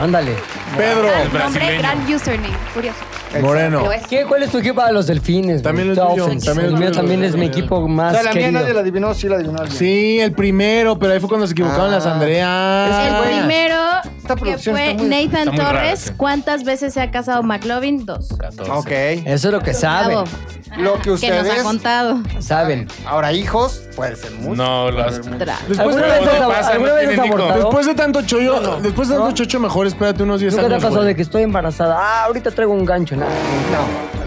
[SPEAKER 1] Ándale.
[SPEAKER 2] Pedro.
[SPEAKER 4] Oh, El
[SPEAKER 7] Nombre,
[SPEAKER 4] brasileño.
[SPEAKER 7] gran username. Curioso.
[SPEAKER 2] Moreno.
[SPEAKER 7] Pero es
[SPEAKER 1] ¿Qué, ¿Cuál es tu equipo para los delfines? güey?
[SPEAKER 2] También es
[SPEAKER 1] Dolphins.
[SPEAKER 2] tuyo, también
[SPEAKER 1] el
[SPEAKER 2] es
[SPEAKER 1] mío
[SPEAKER 2] tuyo,
[SPEAKER 1] también es mi
[SPEAKER 2] también.
[SPEAKER 1] equipo
[SPEAKER 3] O
[SPEAKER 1] más
[SPEAKER 3] sea, la mía
[SPEAKER 1] Ah, querido.
[SPEAKER 3] nadie la adivinó, sí la adivinó alguien.
[SPEAKER 2] Sí, el primero, pero ahí fue cuando se equivocaron
[SPEAKER 3] Ah.
[SPEAKER 2] las Andreas.
[SPEAKER 3] Es
[SPEAKER 5] El
[SPEAKER 3] Ah.
[SPEAKER 5] primero
[SPEAKER 3] Esta
[SPEAKER 5] que
[SPEAKER 3] producción
[SPEAKER 5] fue
[SPEAKER 3] está muy-
[SPEAKER 5] Nathan
[SPEAKER 4] está muy rara,
[SPEAKER 5] Torres.
[SPEAKER 4] sí.
[SPEAKER 5] ¿Cuántas veces se ha casado McLovin? Dos.
[SPEAKER 4] 14.
[SPEAKER 3] Ok.
[SPEAKER 1] Eso es lo que
[SPEAKER 5] Bravo,
[SPEAKER 1] saben.
[SPEAKER 3] Lo que
[SPEAKER 5] que nos ha
[SPEAKER 3] ustedes.
[SPEAKER 5] contado.
[SPEAKER 1] Saben.
[SPEAKER 3] Ahora, hijos, puede ser mucho.
[SPEAKER 4] No, las.
[SPEAKER 5] Tra-
[SPEAKER 2] Después
[SPEAKER 1] ¿Alguna vez
[SPEAKER 2] de,
[SPEAKER 4] no
[SPEAKER 1] has,
[SPEAKER 4] pasa,
[SPEAKER 1] alguna
[SPEAKER 4] no
[SPEAKER 1] vez
[SPEAKER 4] tiene
[SPEAKER 1] has
[SPEAKER 4] ni con-
[SPEAKER 1] abortado?
[SPEAKER 2] después de tanto chollo, después de tanto chocho, mejor espérate unos 10
[SPEAKER 1] Nunca
[SPEAKER 2] años.
[SPEAKER 1] te ha pasado
[SPEAKER 2] güey.
[SPEAKER 1] de que estoy embarazada. Ah, ahorita traigo un gancho. ¿no?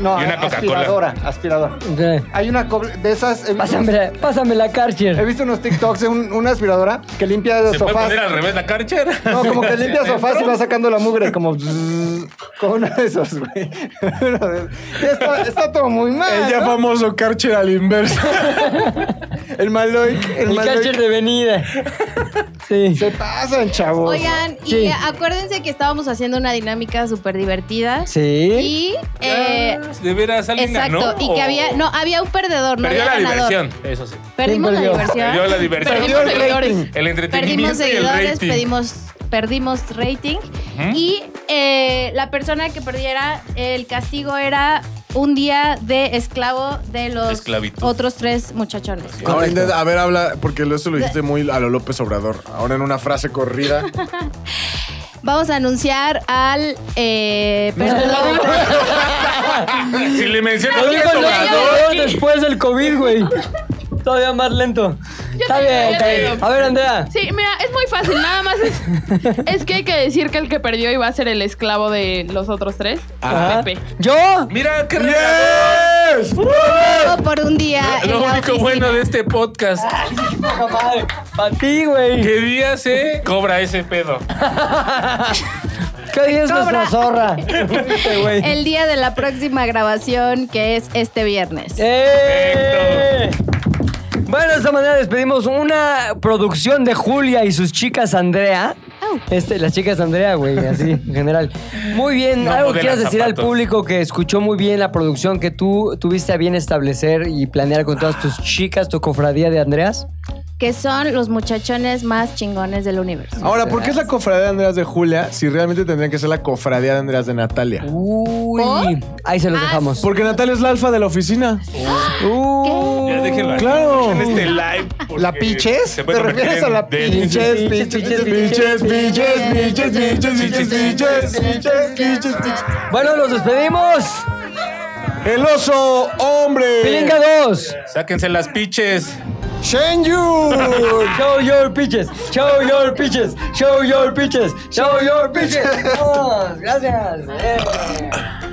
[SPEAKER 3] No, no,
[SPEAKER 4] Y una Coca-Cola.
[SPEAKER 3] aspiradora, aspiradora.
[SPEAKER 1] Sí.
[SPEAKER 3] Hay una co- de esas. He visto, unos,
[SPEAKER 1] Pásame, pásame la
[SPEAKER 3] he
[SPEAKER 1] Karcher.
[SPEAKER 3] visto unos TikToks de un- una aspiradora que limpia los
[SPEAKER 4] ¿Se puede
[SPEAKER 3] sofás.
[SPEAKER 4] poner al revés la carchera?
[SPEAKER 3] No, como que limpia sofás y va sacando la mugre, como. zzzz, Como uno de esos, güey. Uno de esos. Está, está todo muy mal.
[SPEAKER 2] El ya
[SPEAKER 3] ¿no?
[SPEAKER 2] famoso Karcher al inverso.
[SPEAKER 3] El Maloic. El
[SPEAKER 1] El Karcher
[SPEAKER 3] Maloic.
[SPEAKER 1] de venida. Sí.
[SPEAKER 3] Se pasan, chavos.
[SPEAKER 5] Oigan,
[SPEAKER 1] Sí.
[SPEAKER 5] y acuérdense que estábamos haciendo una dinámica súper divertida.
[SPEAKER 1] Sí.
[SPEAKER 5] Y eh,
[SPEAKER 4] de veras, alguien
[SPEAKER 5] exacto,
[SPEAKER 4] ganó,
[SPEAKER 5] y que
[SPEAKER 4] o-
[SPEAKER 5] había no había un perdedor, no
[SPEAKER 4] Perdió
[SPEAKER 5] había
[SPEAKER 4] la
[SPEAKER 5] ganador.
[SPEAKER 4] diversión. Eso sí.
[SPEAKER 5] Perdimos la
[SPEAKER 1] ¿Quién perdió?
[SPEAKER 5] diversión.
[SPEAKER 4] Perdió la diversión. Perdió
[SPEAKER 5] Perdimos
[SPEAKER 4] el
[SPEAKER 5] seguidores.
[SPEAKER 4] El entretenimiento
[SPEAKER 5] Perdimos
[SPEAKER 4] y el
[SPEAKER 5] seguidores,
[SPEAKER 4] rating.
[SPEAKER 5] pedimos, perdimos rating. Y eh, la persona que perdiera el castigo era un día de esclavo de los
[SPEAKER 4] Esclavitud.
[SPEAKER 5] otros tres muchachones.
[SPEAKER 2] Ahora, intenta- a ver, habla, porque eso lo dijiste muy a lo López Obrador. Ahora en una frase corrida.
[SPEAKER 5] Vamos a anunciar al eh, perdedor.
[SPEAKER 4] Si le mencionas
[SPEAKER 1] Lo dijo
[SPEAKER 4] López
[SPEAKER 1] el
[SPEAKER 4] Obrador,
[SPEAKER 1] Obrador después del COVID, güey. Todavía más lento. Está
[SPEAKER 6] te digo,
[SPEAKER 1] bien,
[SPEAKER 6] yo
[SPEAKER 1] está
[SPEAKER 6] te
[SPEAKER 1] bien.
[SPEAKER 6] digo.
[SPEAKER 1] A ver, Andrea.
[SPEAKER 6] Sí, mira, es muy fácil, nada más es, es que hay que decir que el que perdió iba a ser el esclavo de los otros tres.
[SPEAKER 1] Ajá.
[SPEAKER 6] Ah, Pepe.
[SPEAKER 1] ¿Yo?
[SPEAKER 4] Mira qué regalador.
[SPEAKER 2] ¡Yes!
[SPEAKER 5] por un día. en
[SPEAKER 4] Lo
[SPEAKER 5] la
[SPEAKER 4] único
[SPEAKER 5] oficina.
[SPEAKER 4] bueno de este podcast.
[SPEAKER 1] Para ti, güey.
[SPEAKER 4] ¿Qué día se cobra ese pedo?
[SPEAKER 1] ¿Qué día es nuestra
[SPEAKER 5] Cobra.
[SPEAKER 1] zorra? Fuiste, güey.
[SPEAKER 5] El día de la próxima grabación, que es este viernes.
[SPEAKER 1] ¡Eh! Bueno, de esta manera despedimos una producción de Julia y sus chicas Andrea.
[SPEAKER 5] Au.
[SPEAKER 1] Este, las chicas Andrea, güey, así en general. Muy bien,
[SPEAKER 4] No
[SPEAKER 1] algo
[SPEAKER 4] modelan
[SPEAKER 1] quieras decir al
[SPEAKER 4] zapatos.
[SPEAKER 1] público que escuchó muy bien la producción que tú tuviste a bien establecer y planear con todas tus chicas, tu cofradía de Andreas.
[SPEAKER 5] Que son los muchachones más chingones del universo.
[SPEAKER 2] Ahora, ¿por qué es la cofradía de Andreas de Julia si realmente tendría que ser la cofradía de Andreas de Natalia?
[SPEAKER 1] Uy, ahí se los dejamos.
[SPEAKER 2] Porque Natalia es la alfa de la oficina.
[SPEAKER 1] Uy.
[SPEAKER 4] Ya déjenlo aquí.
[SPEAKER 2] Claro.
[SPEAKER 4] En este live. porque
[SPEAKER 3] ¿La piches?
[SPEAKER 4] se
[SPEAKER 3] ¿Te
[SPEAKER 4] puede convertir
[SPEAKER 3] refieres a
[SPEAKER 4] en
[SPEAKER 3] la
[SPEAKER 4] delito.
[SPEAKER 3] pinches, pinches,
[SPEAKER 1] Pinches,
[SPEAKER 3] pinches,
[SPEAKER 2] Biches, biches,
[SPEAKER 3] pinches,
[SPEAKER 2] biches, biches, biches, biches, biches, biches,
[SPEAKER 1] Bueno, los despedimos.
[SPEAKER 2] El oso hombre.
[SPEAKER 1] Pilinga 2.
[SPEAKER 4] Sáquense las piches.
[SPEAKER 2] Shen Yu.
[SPEAKER 1] Show your pitches. Show your pitches. Oh, Show your pitches. Show your pitches. Vamos, gracias. Bien.